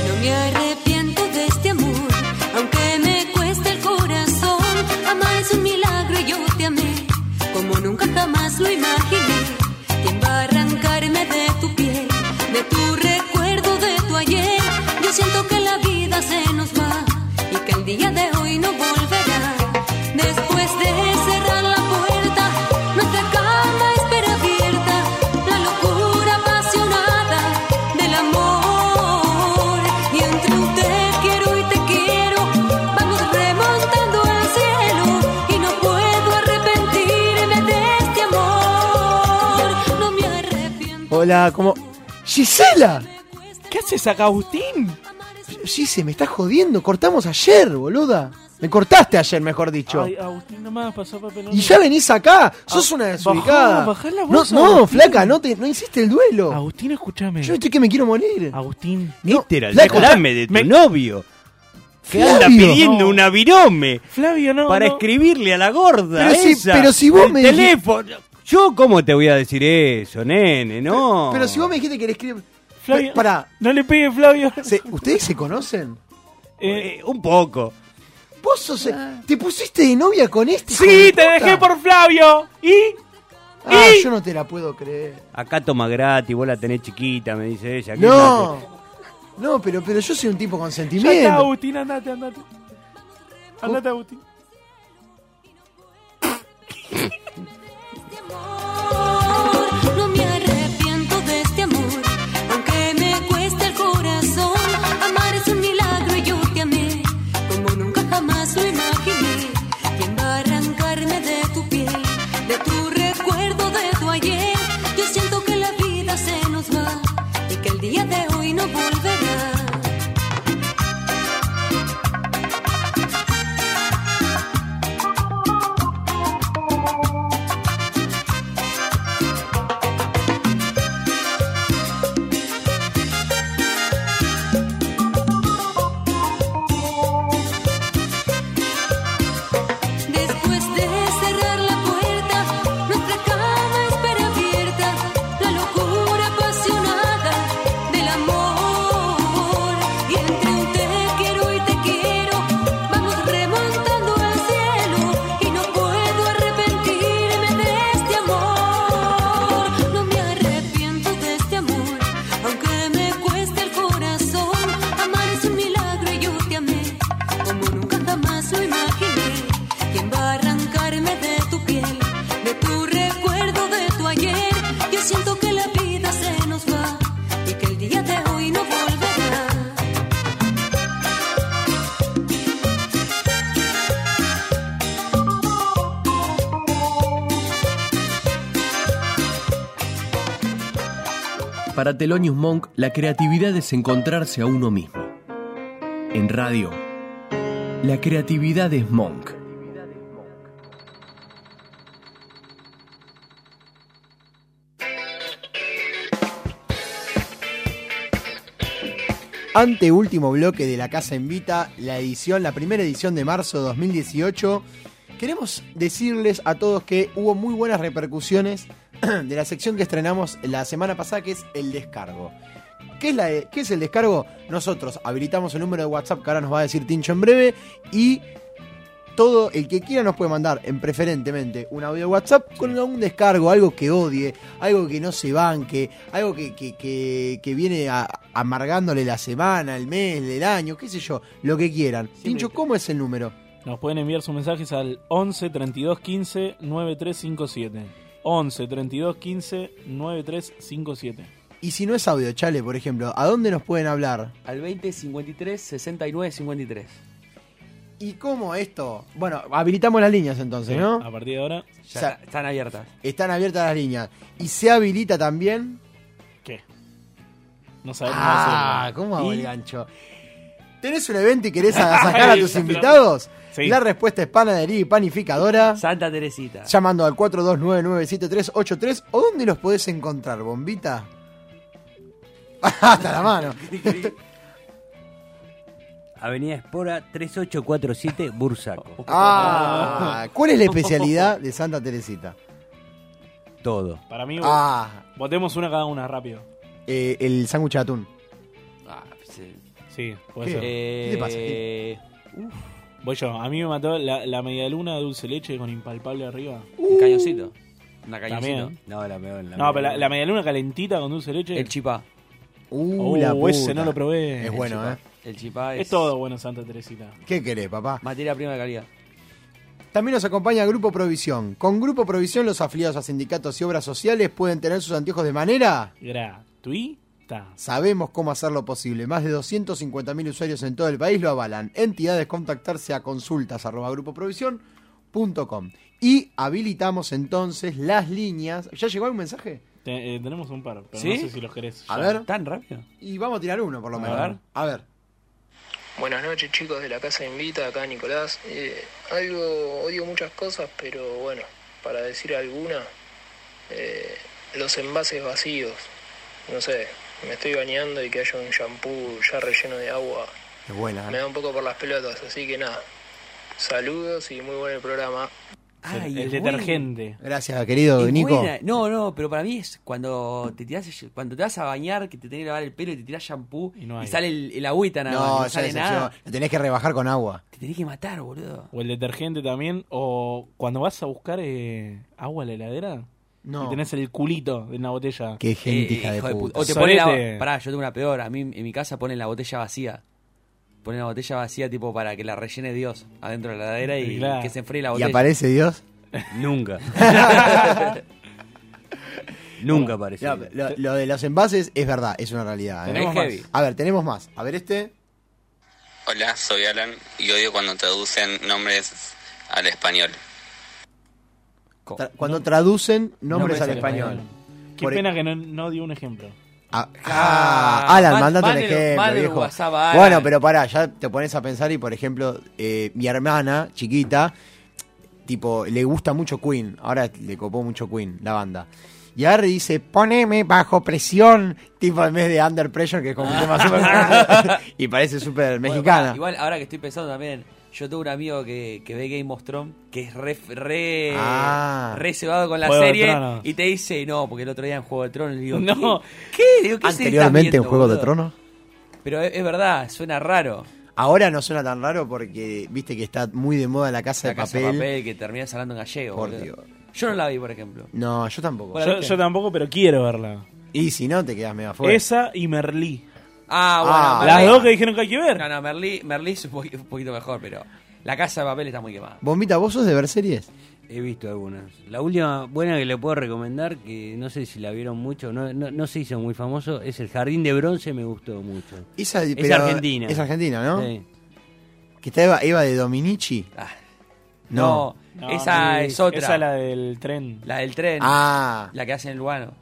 [SPEAKER 16] No me arrepiento de este amor, aunque me cueste el corazón. Amar es un milagro y yo te amé, como nunca jamás lo imaginé. ¿Quién va a arrancarme de tu piel, de tu recuerdo, de tu ayer? Yo siento que la vida se nos va y que el día de hoy no volverá. Después de cerrar la puerta, nuestra cama espera abierta, la locura apasionada del amor. Y entre un te quiero y te quiero, vamos remontando al cielo. Y no puedo arrepentirme de este amor. No me
[SPEAKER 5] Hola, ¿cómo? ¡Gisela!
[SPEAKER 4] ¿Qué haces acá, Agustín?
[SPEAKER 5] Gise, me estás jodiendo. Cortamos ayer, boluda. Me cortaste ayer, mejor dicho.
[SPEAKER 4] Ay, Agustín, nomás pasó papel.
[SPEAKER 5] y ya venís acá. Sos una desubicada.
[SPEAKER 4] Ah, bajá, bajá la voz,
[SPEAKER 5] no, no
[SPEAKER 4] Agustín.
[SPEAKER 5] flaca, no, te, no hiciste el duelo.
[SPEAKER 4] Agustín, escúchame.
[SPEAKER 5] Yo estoy que me quiero morir.
[SPEAKER 4] Agustín.
[SPEAKER 2] Este era el
[SPEAKER 5] Flaco.
[SPEAKER 2] reclame de tu novio. Que
[SPEAKER 5] Flavio.
[SPEAKER 2] anda pidiendo una virome
[SPEAKER 4] Flavio, no.
[SPEAKER 2] para
[SPEAKER 4] no.
[SPEAKER 2] escribirle a la gorda.
[SPEAKER 5] Pero si-
[SPEAKER 2] esa,
[SPEAKER 5] pero si vos
[SPEAKER 2] el
[SPEAKER 5] me dijiste-
[SPEAKER 2] teléfono. Yo, ¿cómo te voy a decir eso, nene? No.
[SPEAKER 5] Pero si vos me dijiste que le escribes.
[SPEAKER 4] Flavio,
[SPEAKER 5] Pará.
[SPEAKER 4] No le pegue, Flavio.
[SPEAKER 5] ¿Se- ¿Ustedes se conocen?
[SPEAKER 4] Eh,
[SPEAKER 2] un poco.
[SPEAKER 5] Vos sos. ¿Te pusiste de novia con este? hijo
[SPEAKER 4] sí,
[SPEAKER 5] de
[SPEAKER 4] te
[SPEAKER 5] puta?
[SPEAKER 4] dejé por Flavio. ¿Y?
[SPEAKER 5] Ah,
[SPEAKER 4] ¿Y?
[SPEAKER 5] yo no te la puedo creer.
[SPEAKER 2] Acá toma gratis, vos la tenés chiquita, me dice ella. ¿Qué
[SPEAKER 5] No. No, pero, pero yo soy un tipo con
[SPEAKER 4] Ya está,
[SPEAKER 5] sentimiento.
[SPEAKER 4] Agustín, andate, andate. Andate, Agustín.
[SPEAKER 16] No me arrepiento de este amor, aunque me cueste el corazón. Amar es un milagro y yo te amé, como nunca jamás lo imaginé. ¿Quién va a arrancarme de tu piel, de tu recuerdo, de tu ayer? Yo siento que la vida se nos va y que el día de hoy no volverá. Después de cerrar la puerta, nuestra cama espera abierta, la locura apasionada del amor. Y entre un te quiero y te quiero, vamos remontando al cielo. Y no puedo arrepentirme de este amor. No me arrepiento de este amor, aunque me cueste el corazón. Amar es un milagro y yo te amé, como nunca jamás lo imaginé. ¿Quién va a arrancarme de tu piel, de tu recuerdo, de tu ayer? Yo siento que la vida se nos va y que el día de hoy no volverá.
[SPEAKER 1] Para Thelonious Monk, la creatividad es encontrarse a uno mismo. En radio, la creatividad es Monk.
[SPEAKER 5] Ante último bloque de La Casa Invita, la edición, la primera edición de marzo de 2018. Queremos decirles a todos que hubo muy buenas repercusiones de la sección que estrenamos la semana pasada, que es El Descargo. ¿Qué es, la, de- ¿Qué es el descargo? Nosotros habilitamos el número de WhatsApp que ahora nos va a decir Tincho en breve y todo el que quiera nos puede mandar en preferentemente un audio de WhatsApp con algún descargo, algo que odie, algo que no se banque, algo que, que- que- que viene a- amargándole la semana, el mes, el año, qué sé yo, lo que quieran. Tincho, ¿cómo es el número?
[SPEAKER 4] Nos pueden enviar sus mensajes al 11 32 15 9357. 11 32 15 9357.
[SPEAKER 5] Y si no es audio, chale, por ejemplo, ¿a dónde nos pueden hablar?
[SPEAKER 6] Al 20 53 69 53.
[SPEAKER 5] ¿Y cómo esto? Bueno, habilitamos las líneas entonces, ¿no?
[SPEAKER 4] A partir de ahora.
[SPEAKER 6] Ya está- están abiertas.
[SPEAKER 5] Están abiertas las líneas. Y se habilita también.
[SPEAKER 4] ¿Qué? No sabemos.
[SPEAKER 5] Ah, ¿cómo hago el gancho? ¿Tenés un evento y querés a- sacar a
[SPEAKER 6] Ay,
[SPEAKER 5] tus
[SPEAKER 6] ya,
[SPEAKER 5] invitados?
[SPEAKER 6] sí.
[SPEAKER 5] La respuesta es panadería y panificadora.
[SPEAKER 6] Santa Teresita.
[SPEAKER 5] Llamando al 42997383 o dónde los podés encontrar, bombita. Hasta la mano.
[SPEAKER 2] Avenida Espora 3847 Bursaco.
[SPEAKER 5] Ah, ¿cuál es la especialidad de Santa Teresita?
[SPEAKER 2] Todo.
[SPEAKER 4] Para mí,
[SPEAKER 5] Ah.
[SPEAKER 4] votemos una cada una rápido.
[SPEAKER 5] Eh, el sándwich de atún.
[SPEAKER 6] Ah, sí.
[SPEAKER 4] Sí, puede
[SPEAKER 5] ¿Qué?
[SPEAKER 4] ser. Eh,
[SPEAKER 5] ¿Qué te pasa,
[SPEAKER 4] Voy yo. A mí me mató la, la medialuna de dulce leche con impalpable arriba.
[SPEAKER 5] Uh.
[SPEAKER 6] Un cañoncito. Una cañoncito.
[SPEAKER 4] También.
[SPEAKER 2] No, la peor.
[SPEAKER 4] no, pero la, la medialuna calentita con dulce leche.
[SPEAKER 6] El chipá.
[SPEAKER 5] Uh,
[SPEAKER 4] Oh,
[SPEAKER 5] la
[SPEAKER 4] ese
[SPEAKER 5] puta.
[SPEAKER 4] no lo probé.
[SPEAKER 5] Es bueno, ¿eh?
[SPEAKER 6] El chipá es,
[SPEAKER 4] Es todo bueno, Santa Teresita.
[SPEAKER 5] ¿Qué querés, papá?
[SPEAKER 6] materia prima de calidad.
[SPEAKER 5] También nos acompaña Grupo Provisión. Con Grupo Provisión, los afiliados a sindicatos y obras sociales pueden tener sus anteojos de manera.
[SPEAKER 4] Gratuita.
[SPEAKER 5] Sabemos cómo hacerlo posible. Más de 250.000 usuarios en todo el país lo avalan. Entidades contactarse a consultas arroba grupoprovisión.com. Y habilitamos entonces las líneas. ¿Ya llegó algún mensaje?
[SPEAKER 4] Te- eh, tenemos un par, pero
[SPEAKER 5] ¿Sí?
[SPEAKER 4] no sé si los querés.
[SPEAKER 5] A
[SPEAKER 4] ya.
[SPEAKER 5] ver.
[SPEAKER 6] ¿Tan rápido?
[SPEAKER 5] Y vamos a tirar uno por lo
[SPEAKER 4] A
[SPEAKER 5] menos.
[SPEAKER 4] ver.
[SPEAKER 5] A ver.
[SPEAKER 17] Buenas noches chicos de la Casa Invita, acá Nicolás. Eh, algo, odio muchas cosas, pero bueno, para decir alguna, eh, los envases vacíos. No sé, me estoy bañando y que haya un shampoo ya relleno de agua,
[SPEAKER 5] Es buena. ¿eh?
[SPEAKER 17] me da un poco por las pelotas, así que nada. Saludos y muy buen el programa.
[SPEAKER 6] Ay,
[SPEAKER 4] el
[SPEAKER 6] es
[SPEAKER 4] detergente.
[SPEAKER 5] Gracias, Ah, querido
[SPEAKER 6] Es
[SPEAKER 5] Nico.
[SPEAKER 6] buena. No, no, pero para mí es cuando te tirás, cuando te vas a bañar, que te tenés que lavar el pelo y te tirás shampoo y,
[SPEAKER 4] hay.
[SPEAKER 6] sale el, el agüita nada más,
[SPEAKER 5] No,
[SPEAKER 6] no
[SPEAKER 5] esa
[SPEAKER 6] sale nada.
[SPEAKER 5] decepción. Lo tenés que rebajar con agua.
[SPEAKER 6] Te tenés que matar, boludo.
[SPEAKER 4] O el detergente también. O cuando vas a buscar eh, agua a la heladera.
[SPEAKER 6] No.
[SPEAKER 4] Y tenés el culito de una botella.
[SPEAKER 5] Qué gente, hija
[SPEAKER 6] Eh,
[SPEAKER 5] de
[SPEAKER 6] Hijo de puta.
[SPEAKER 5] puta.
[SPEAKER 6] O te ponen
[SPEAKER 4] Sorete.
[SPEAKER 6] la, pará, yo tengo una peor. A mí en mi casa ponen la botella vacía. Ponen la botella vacía tipo para que la rellene Dios adentro de la heladera y
[SPEAKER 4] Claro.
[SPEAKER 6] que se enfríe la
[SPEAKER 5] ¿Y
[SPEAKER 6] botella.
[SPEAKER 5] aparece Dios?
[SPEAKER 2] Nunca.
[SPEAKER 5] Nunca
[SPEAKER 2] aparece.
[SPEAKER 5] lo, lo de los envases es verdad, es una realidad. ¿eh?
[SPEAKER 18] Tenemos Es heavy. más.
[SPEAKER 5] A ver, tenemos más. A ver este.
[SPEAKER 18] Hola, soy Alan y odio cuando traducen nombres al español.
[SPEAKER 5] Tra- cuando traducen nombres
[SPEAKER 4] Nombres
[SPEAKER 5] al
[SPEAKER 4] al
[SPEAKER 5] español.
[SPEAKER 4] Qué
[SPEAKER 5] Por- e-
[SPEAKER 4] pena que no, no dio un ejemplo.
[SPEAKER 5] Ah, ah, Alan,
[SPEAKER 4] man-
[SPEAKER 5] mandate un
[SPEAKER 4] mándelo-
[SPEAKER 5] ejemplo,
[SPEAKER 4] mándelo
[SPEAKER 5] viejo.
[SPEAKER 4] WhatsApp a Alan.
[SPEAKER 5] Bueno, pero pará, ya te pones a pensar y, por ejemplo, eh, mi hermana chiquita, tipo, le gusta mucho Queen. Ahora le copó mucho Queen, la banda. Y ahora dice, poneme bajo presión, tipo en vez de under pressure, que es como un tema súper... y parece súper mexicana.
[SPEAKER 6] Igual, ahora que estoy pensando también, yo tengo un amigo que, que ve Game of Thrones, que es re, re,
[SPEAKER 5] Ah.
[SPEAKER 6] re cebado con la
[SPEAKER 5] Juego de
[SPEAKER 6] serie,
[SPEAKER 5] Tronos.
[SPEAKER 6] y te dice, no, porque el otro día en Juego de Tronos, le digo,
[SPEAKER 5] No.
[SPEAKER 6] ¿qué? ¿Qué? Digo, ¿qué serie
[SPEAKER 5] Anteriormente
[SPEAKER 6] estás
[SPEAKER 5] en
[SPEAKER 6] viendo,
[SPEAKER 5] Juego de
[SPEAKER 6] boludo?
[SPEAKER 5] Tronos.
[SPEAKER 6] Pero es, es verdad, suena raro.
[SPEAKER 5] Ahora no suena tan raro porque viste que está muy de moda la casa,
[SPEAKER 6] La
[SPEAKER 5] de,
[SPEAKER 6] casa
[SPEAKER 5] papel.
[SPEAKER 6] de papel que terminas hablando en gallego.
[SPEAKER 5] Por
[SPEAKER 6] boludo. Yo no la vi, por ejemplo.
[SPEAKER 5] No, yo tampoco.
[SPEAKER 6] Bueno, Yo- ¿viste? yo
[SPEAKER 4] tampoco, pero quiero verla.
[SPEAKER 5] Y si no, te quedas medio afuera.
[SPEAKER 4] Esa y Merlí.
[SPEAKER 6] Ah, bueno.
[SPEAKER 5] Ah,
[SPEAKER 6] Merlí-
[SPEAKER 5] las dos
[SPEAKER 4] que dijeron que hay que ver.
[SPEAKER 6] No, no, Merlí, Merlí es un, po- un poquito mejor, pero la casa de papel está muy quemada.
[SPEAKER 5] Bombita, ¿vos sos de ver series?
[SPEAKER 2] He visto algunas. La última buena que le puedo recomendar, que no sé si la vieron mucho, no, no, no se hizo muy famoso, es El Jardín de Bronce, me gustó mucho.
[SPEAKER 5] Esa-
[SPEAKER 2] es
[SPEAKER 5] pero-
[SPEAKER 2] argentina.
[SPEAKER 5] Es argentina, ¿no?
[SPEAKER 2] Sí.
[SPEAKER 5] Que está Eva, Eva de Dominici.
[SPEAKER 6] Ah. No, esa
[SPEAKER 4] sí,
[SPEAKER 6] es otra.
[SPEAKER 4] Esa es la del tren.
[SPEAKER 6] La del tren.
[SPEAKER 5] Ah.
[SPEAKER 6] La que hacen en Lugano.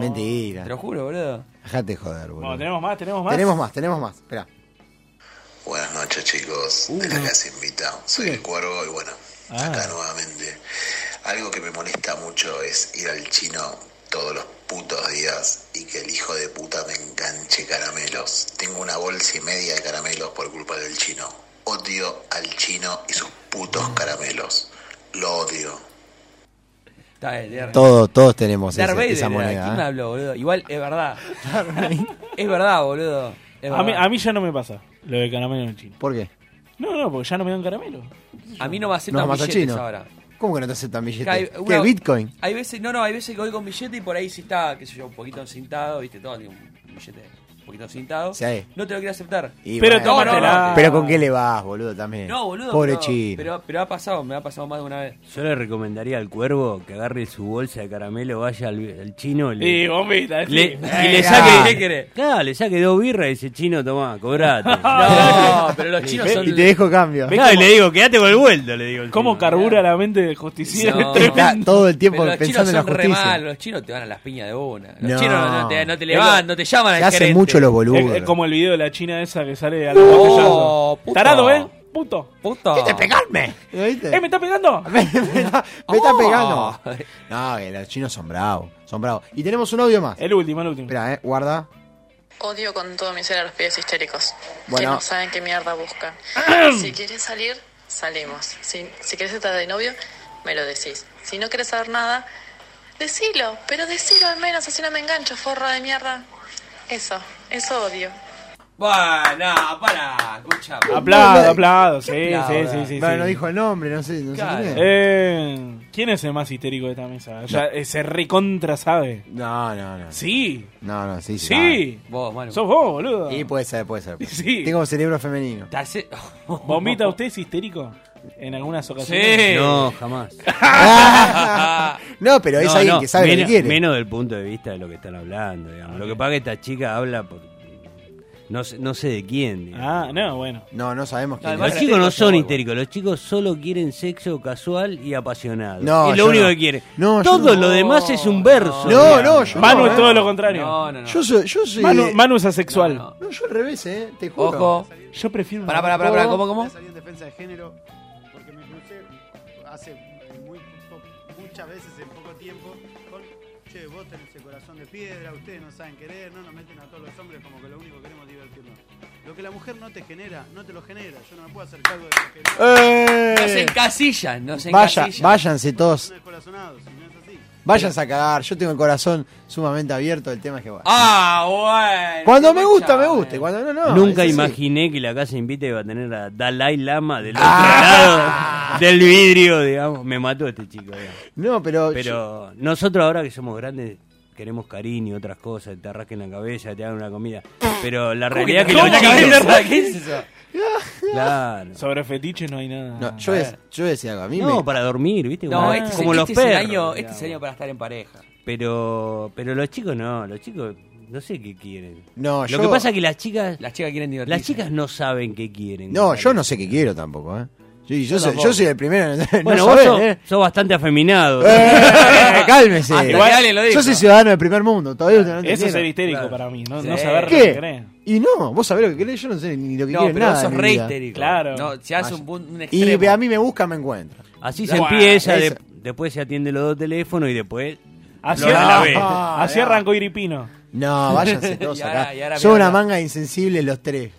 [SPEAKER 5] Mentira.
[SPEAKER 6] Te lo juro, boludo.
[SPEAKER 5] Dejate joder, boludo.
[SPEAKER 4] Bueno, tenemos más, tenemos más.
[SPEAKER 5] Tenemos más, tenemos más. Espera. Uh.
[SPEAKER 19] Buenas noches chicos, de la casa invita, soy el cuervo y bueno, acá
[SPEAKER 6] Ah.
[SPEAKER 19] nuevamente. Algo que me molesta mucho es ir al chino todos los putos días y que el hijo de puta me enganche caramelos. Tengo una bolsa y media de caramelos por culpa del chino. Odio al chino y sus putos caramelos. Lo odio.
[SPEAKER 6] Está bien, Darth Vader.
[SPEAKER 5] Todos- todos tenemos
[SPEAKER 6] Darth
[SPEAKER 5] ese-
[SPEAKER 6] Vader
[SPEAKER 5] esa
[SPEAKER 6] era.
[SPEAKER 5] moneda,
[SPEAKER 6] ¿Quién
[SPEAKER 5] ¿eh?
[SPEAKER 6] me habló, boludo? Igual es verdad. es verdad, boludo. Es
[SPEAKER 4] A mí,
[SPEAKER 6] verdad.
[SPEAKER 4] a mí ya no me pasa lo de caramelo en chino.
[SPEAKER 5] ¿Por qué?
[SPEAKER 4] No, no, porque ya no me dan caramelo.
[SPEAKER 6] A mí no me
[SPEAKER 5] No,
[SPEAKER 6] aceptan
[SPEAKER 5] más
[SPEAKER 6] billetes
[SPEAKER 5] chino.
[SPEAKER 6] ahora.
[SPEAKER 5] ¿Cómo que no te aceptan billetes?
[SPEAKER 6] Hay-
[SPEAKER 5] ¿Qué,
[SPEAKER 6] una-
[SPEAKER 5] Bitcoin?
[SPEAKER 6] Hay veces, no, no, hay veces que voy con billete y por ahí sí está, qué sé yo, un poquito encintado, viste, todo, digo, un billete un poquito encintado.
[SPEAKER 5] Sí.
[SPEAKER 6] No te lo quiero aceptar.
[SPEAKER 5] Y
[SPEAKER 6] pero
[SPEAKER 5] bueno, Pero con qué le vas, boludo, también.
[SPEAKER 6] No, boludo.
[SPEAKER 5] Pobre
[SPEAKER 6] no,
[SPEAKER 5] chino.
[SPEAKER 6] Pero, pero ha pasado, me ha pasado más de una vez.
[SPEAKER 2] Yo le recomendaría al cuervo que agarre su bolsa de caramelo, vaya al, al chino le,
[SPEAKER 6] Sí, vomita, sí.
[SPEAKER 2] le- y le
[SPEAKER 6] Eh,
[SPEAKER 2] saque.
[SPEAKER 6] ¿qué querés?
[SPEAKER 2] Claro, le saque dos birras y dice, chino, tomá, cobrate.
[SPEAKER 6] No, pero los chinos son.
[SPEAKER 5] dejo cambio.
[SPEAKER 2] Claro, y le digo, quédate con el vuelto, le digo.
[SPEAKER 4] ¿Cómo carbura la mente del justiciero?
[SPEAKER 6] No.
[SPEAKER 4] Tremendo.
[SPEAKER 6] Pero los chinos son re malos, los chinos te van a las piñas de una. Los
[SPEAKER 4] No.
[SPEAKER 6] chinos no te, no te
[SPEAKER 4] Es
[SPEAKER 6] levantan,
[SPEAKER 4] lo-
[SPEAKER 6] no te llaman al
[SPEAKER 5] Se hacen
[SPEAKER 6] gerente.
[SPEAKER 5] mucho los boludos.
[SPEAKER 4] Es, es como el video de la china esa que sale a la
[SPEAKER 5] Oh,
[SPEAKER 4] oh,
[SPEAKER 5] puto.
[SPEAKER 4] Tarado, ¿eh? Puto.
[SPEAKER 6] Puto.
[SPEAKER 4] ¿Qué te
[SPEAKER 5] pegarme? ¿Viste?
[SPEAKER 4] ¡Eh, me está pegando!
[SPEAKER 5] Me
[SPEAKER 6] Oh.
[SPEAKER 5] está pegando. No, que los chinos son bravos. Son bravos. Y tenemos un audio más.
[SPEAKER 4] El último, el último.
[SPEAKER 5] Espera, eh, guarda.
[SPEAKER 20] Odio con todo mi ser a los pies histéricos.
[SPEAKER 5] Bueno.
[SPEAKER 20] Que no saben qué mierda buscan. si quieres salir, salimos. Si, si quieres estar de novio, me lo decís. Si no quieres saber nada, decilo. Pero decilo al menos, así no me engancho, forro de mierda. Eso, eso odio.
[SPEAKER 6] Bueno, pará, escucha.
[SPEAKER 4] Aplaudo, aplaudo.
[SPEAKER 6] Aplaudo,
[SPEAKER 4] Sí, sí, sí,
[SPEAKER 6] aplaudo.
[SPEAKER 4] sí.
[SPEAKER 5] Bueno,
[SPEAKER 4] sí.
[SPEAKER 5] no dijo el nombre, no sé. No
[SPEAKER 6] Claro.
[SPEAKER 5] sé quién es.
[SPEAKER 4] Eh, ¿Quién es el más histérico de esta mesa? Ya, eh, se recontra sabe.
[SPEAKER 5] No, no, no.
[SPEAKER 4] Sí.
[SPEAKER 5] No, no, sí, sí.
[SPEAKER 4] Sí.
[SPEAKER 6] Vos, mano.
[SPEAKER 4] Sos vos, boludo.
[SPEAKER 5] Y puede ser, puede ser. puede ser.
[SPEAKER 4] Sí.
[SPEAKER 5] Tengo cerebro femenino.
[SPEAKER 4] ¿Vomita usted es histérico? En algunas ocasiones.
[SPEAKER 2] Sí. No, jamás.
[SPEAKER 5] no, pero es alguien que sabe lo que
[SPEAKER 2] menos-
[SPEAKER 5] quiere.
[SPEAKER 2] Menos del punto de vista de lo que están hablando, digamos. Lo que pasa es que esta chica habla por... No sé, no sé de quién. digamos.
[SPEAKER 4] Ah, no, bueno.
[SPEAKER 5] No, no sabemos quién
[SPEAKER 2] Los chicos no son histéricos, los chicos solo quieren sexo casual y apasionado.
[SPEAKER 5] No,
[SPEAKER 2] es lo
[SPEAKER 5] yo
[SPEAKER 2] único
[SPEAKER 5] no.
[SPEAKER 2] que quieren.
[SPEAKER 5] No, yo
[SPEAKER 2] Todo
[SPEAKER 5] no.
[SPEAKER 2] lo demás es un verso.
[SPEAKER 5] No, no,
[SPEAKER 2] digamos.
[SPEAKER 5] yo Manu no, es eh. todo lo
[SPEAKER 4] contrario.
[SPEAKER 6] No, no, no.
[SPEAKER 5] Yo soy. Yo soy
[SPEAKER 4] Manu, Manu es asexual.
[SPEAKER 5] No, yo al revés, eh. Te juro.
[SPEAKER 6] Ojo.
[SPEAKER 4] Yo prefiero.
[SPEAKER 6] Pará, pará, pará, pará, ¿cómo, cómo?
[SPEAKER 21] Voy a salir en defensa de género porque me crucé hace muy po- muchas veces en poco tiempo con che, vos tenés el corazón de piedra, ustedes no saben querer, no nos meten a todos los hombres como que lo único que queremos es divertirnos. Lo que la mujer no te genera, no te lo genera. Yo no me puedo hacer cargo de lo que
[SPEAKER 5] ¡Eh!
[SPEAKER 6] Nos encasillan, nos
[SPEAKER 5] Vaya,
[SPEAKER 6] encasillan.
[SPEAKER 5] váyanse todos. Váyanse a cagar. Yo tengo el corazón sumamente abierto. El tema es que bueno.
[SPEAKER 6] Ah, bueno.
[SPEAKER 5] Cuando me gusta, me gusta. y Cuando no, no.
[SPEAKER 2] Nunca
[SPEAKER 5] es así.
[SPEAKER 2] imaginé que la casa invita iba a tener a Dalai Lama del otro
[SPEAKER 5] Ah.
[SPEAKER 2] lado del vidrio, digamos. Me mató este chico. digamos.
[SPEAKER 5] No, pero.
[SPEAKER 2] Pero nosotros ahora que somos grandes queremos cariño, otras cosas, te arrasquen la cabeza, te hagan una comida. Pero la
[SPEAKER 4] ¿Cómo
[SPEAKER 2] realidad
[SPEAKER 4] que
[SPEAKER 2] que
[SPEAKER 4] te
[SPEAKER 2] los
[SPEAKER 4] arrancan la
[SPEAKER 2] chicos...
[SPEAKER 4] cabeza? ¿Qué es eso?
[SPEAKER 6] Este
[SPEAKER 2] Claro.
[SPEAKER 4] Sobre fetiches no hay nada.
[SPEAKER 5] No, yo, es- yo decía algo. A mí
[SPEAKER 2] No,
[SPEAKER 5] me-
[SPEAKER 2] para dormir, ¿viste?
[SPEAKER 6] No,
[SPEAKER 2] Una-
[SPEAKER 6] este,
[SPEAKER 2] como
[SPEAKER 6] es,
[SPEAKER 2] los
[SPEAKER 6] este es el
[SPEAKER 2] perros.
[SPEAKER 6] año, este
[SPEAKER 2] digamos.
[SPEAKER 6] es el año para estar en pareja.
[SPEAKER 2] Pero, pero los chicos no, los chicos no sé qué quieren.
[SPEAKER 5] No,
[SPEAKER 2] Lo
[SPEAKER 5] yo-
[SPEAKER 2] que pasa es que las chicas...
[SPEAKER 6] Las chicas quieren divertirse.
[SPEAKER 2] Las chicas no saben qué quieren.
[SPEAKER 5] No, yo no sé qué quiero tampoco, eh. Yo, yo
[SPEAKER 2] Yo
[SPEAKER 5] soy,
[SPEAKER 2] tampoco.
[SPEAKER 5] yo soy el primero en no
[SPEAKER 2] Bueno, vos
[SPEAKER 5] saber,
[SPEAKER 2] sos,
[SPEAKER 5] eh.
[SPEAKER 2] sos bastante afeminado.
[SPEAKER 5] Eh, cálmese.
[SPEAKER 2] Hasta Ah, que alguien lo dijo.
[SPEAKER 5] yo soy ciudadano del primer mundo. Todavía usted no
[SPEAKER 4] Eso es ser
[SPEAKER 5] entiende.
[SPEAKER 4] histérico para mí, no, no
[SPEAKER 6] Sí.
[SPEAKER 4] saber lo que querés.
[SPEAKER 5] ¿Qué? Y no, vos sabés lo que querés, yo no sé ni lo que
[SPEAKER 6] No,
[SPEAKER 5] quiero
[SPEAKER 6] pero
[SPEAKER 5] nada.
[SPEAKER 6] sos
[SPEAKER 5] en mi
[SPEAKER 6] re
[SPEAKER 5] vida.
[SPEAKER 6] histérico. Claro. No, se hace un pun- un
[SPEAKER 5] Y
[SPEAKER 6] extremo.
[SPEAKER 5] a mí me busca, me encuentra.
[SPEAKER 2] Así se
[SPEAKER 5] Guau,
[SPEAKER 2] empieza, de-
[SPEAKER 5] esa-
[SPEAKER 2] después se atiende los dos teléfonos y después...
[SPEAKER 4] Así,
[SPEAKER 2] lo de la B.
[SPEAKER 4] Ah, así arrancó Iripino.
[SPEAKER 5] No, váyanse todos
[SPEAKER 4] Y
[SPEAKER 5] acá.
[SPEAKER 4] ahora- y ahora
[SPEAKER 5] Son
[SPEAKER 4] mirá.
[SPEAKER 5] una manga de insensibles los tres.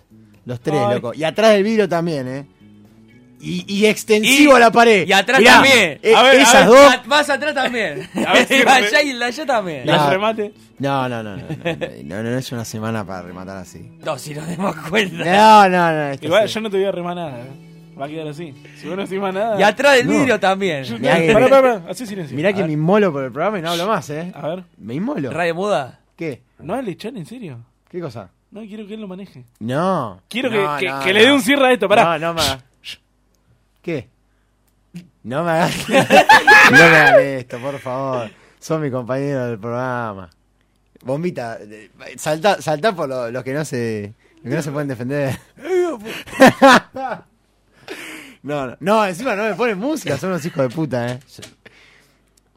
[SPEAKER 5] Los tres,
[SPEAKER 4] Ay.
[SPEAKER 5] loco. Y atrás del vidrio también, eh. Y, y extensivo a la pared.
[SPEAKER 6] Y atrás
[SPEAKER 5] Mirá,
[SPEAKER 6] también.
[SPEAKER 5] eh,
[SPEAKER 6] A ver, a
[SPEAKER 5] esas
[SPEAKER 6] ver,
[SPEAKER 5] dos.
[SPEAKER 6] a- Más atrás también.
[SPEAKER 5] A ver si
[SPEAKER 6] Y
[SPEAKER 5] reme-
[SPEAKER 6] allá y la allá también.
[SPEAKER 5] No.
[SPEAKER 4] remate?
[SPEAKER 5] No, no, no, no, no, no, no, no es una semana para rematar así.
[SPEAKER 6] No, si nos demos cuenta.
[SPEAKER 5] No, no, no. esto
[SPEAKER 4] Igual
[SPEAKER 5] sí.
[SPEAKER 4] yo no te voy a remar nada. ¿eh? Va a quedar así. Si vos no decís más nada.
[SPEAKER 6] Y atrás del
[SPEAKER 5] No.
[SPEAKER 6] vidrio también.
[SPEAKER 4] Yo-
[SPEAKER 5] Mirá que-
[SPEAKER 4] Pará, pará, pará, hacé silencio.
[SPEAKER 5] Mirá
[SPEAKER 4] A
[SPEAKER 5] que
[SPEAKER 4] ver.
[SPEAKER 5] me inmolo por el programa y no hablo más, eh.
[SPEAKER 4] A ver.
[SPEAKER 5] Me inmolo.
[SPEAKER 6] ¿Radio muda?
[SPEAKER 5] ¿Qué?
[SPEAKER 4] ¿No al echar en serio?
[SPEAKER 5] ¿Qué cosa?
[SPEAKER 4] No, quiero que él lo maneje.
[SPEAKER 5] No.
[SPEAKER 4] Quiero
[SPEAKER 5] No,
[SPEAKER 4] que, que-
[SPEAKER 5] no,
[SPEAKER 4] que le dé
[SPEAKER 5] no.
[SPEAKER 4] un cierre a esto,
[SPEAKER 5] No,
[SPEAKER 4] pará.
[SPEAKER 5] no me hagas. ¿Qué? No me hagas. no me hagas esto, por favor. Son mi compañero del programa. Bombita, eh, saltá, saltá por lo- los que no se. Los que no se pueden defender. No, no, no, encima no me ponen música, son unos hijos de puta, eh.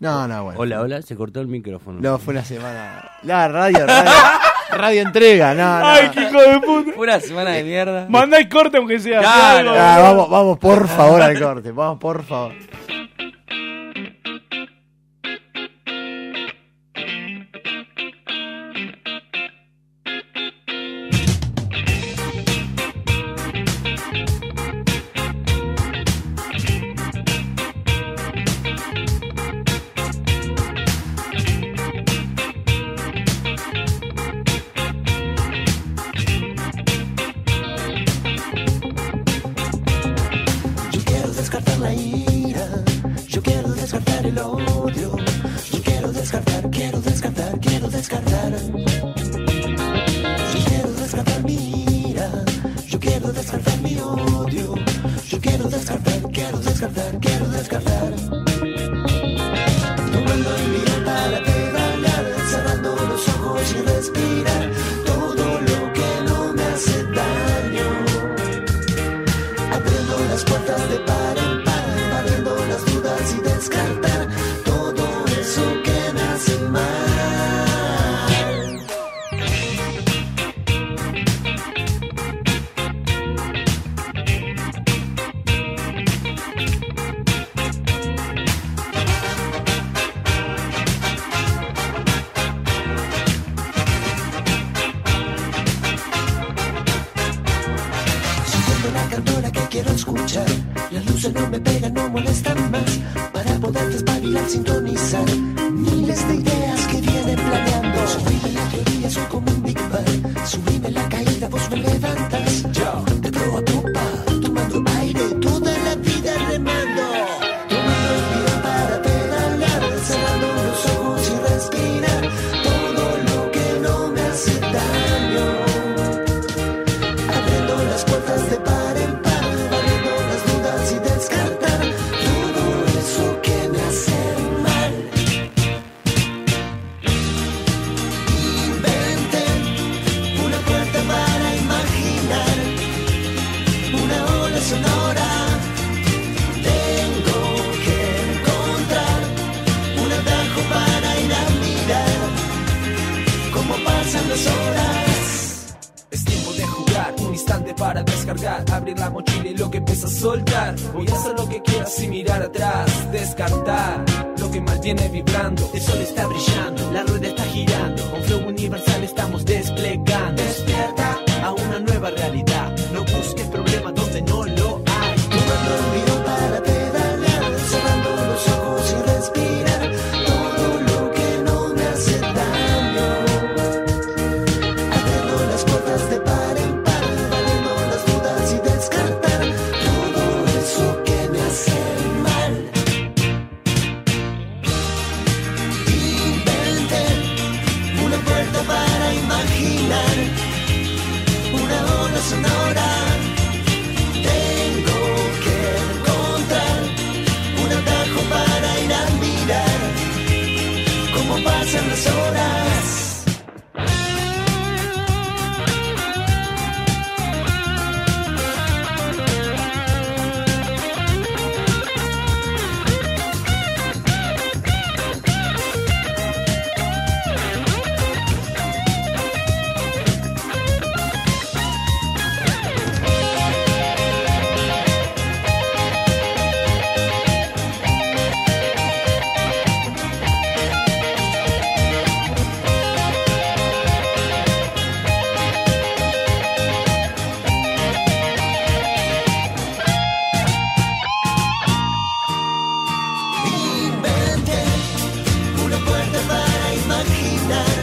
[SPEAKER 5] No, no, bueno.
[SPEAKER 2] Hola, hola, se cortó el micrófono.
[SPEAKER 5] No, fue una semana. La radio, radio. Radio entrega, no, no.
[SPEAKER 4] Ay, qué hijo de puta.
[SPEAKER 6] Una semana de mierda.
[SPEAKER 4] Mandá el corte aunque sea.
[SPEAKER 5] Claro.
[SPEAKER 4] Algo.
[SPEAKER 5] Ah, vamos, vamos, por favor, al corte. Vamos, por favor.
[SPEAKER 22] la ira. Yo quiero descartar el odio. Yo quiero descartar, quiero descartar, quiero descartar. Yo quiero descartar mi ira. Yo quiero descartar mi odio. Yo quiero descartar, quiero descartar, quiero descartar. Doblando el mirar para pedalear, cerrando los ojos y respirar todo lo que no me hace daño. Abriendo las puertas de par en par, barriendo las dudas y descartar todo eso que me hace mal. Sintiendo la cantora que quiero escuchar. Las luces no me pegan, no molestan más. Para poder despabilar, sintonizar. Miles de ideas que vienen planeando. Subime la teoría, soy como un Big Bang. Subime la caída, vos me levantas. Yo te pruebo a popa, tomando aire, toda la vida remando. Tomando el día para pedalar, cerrando los ojos y respirar. Todo lo que no me hace daño. Abriendo las puertas de par en par, barriendo las dudas y descartar todo eso que me hace mal. Inventen una puerta para imaginar, una ola sonora. Tengo que encontrar un atajo para ir a mirar cómo pasan las horas. Es tiempo de jugar, un instante para descargar, abrir la mochila y lo que empieza a soltar. Voy a hacer lo que quieras sin mirar atrás, descartar lo que más viene vibrando. El sol está brillando, la rueda está girando, con flow universal estamos desplegando. Despierta a una nueva realidad, no busques problemas donde no lo hay. Tomando el miro para pedalear, cerrando los ojos y respirar. Todo lo que no me hace daño. Abriendo las puertas de par en par, valiendo las dudas y descartar todo eso que me hace mal. Inventen una puerta para imaginar, una ola sonora. Tengo que encontrar un atajo para ir a mirar cómo pasan las horas. Inventen una puerta para imaginar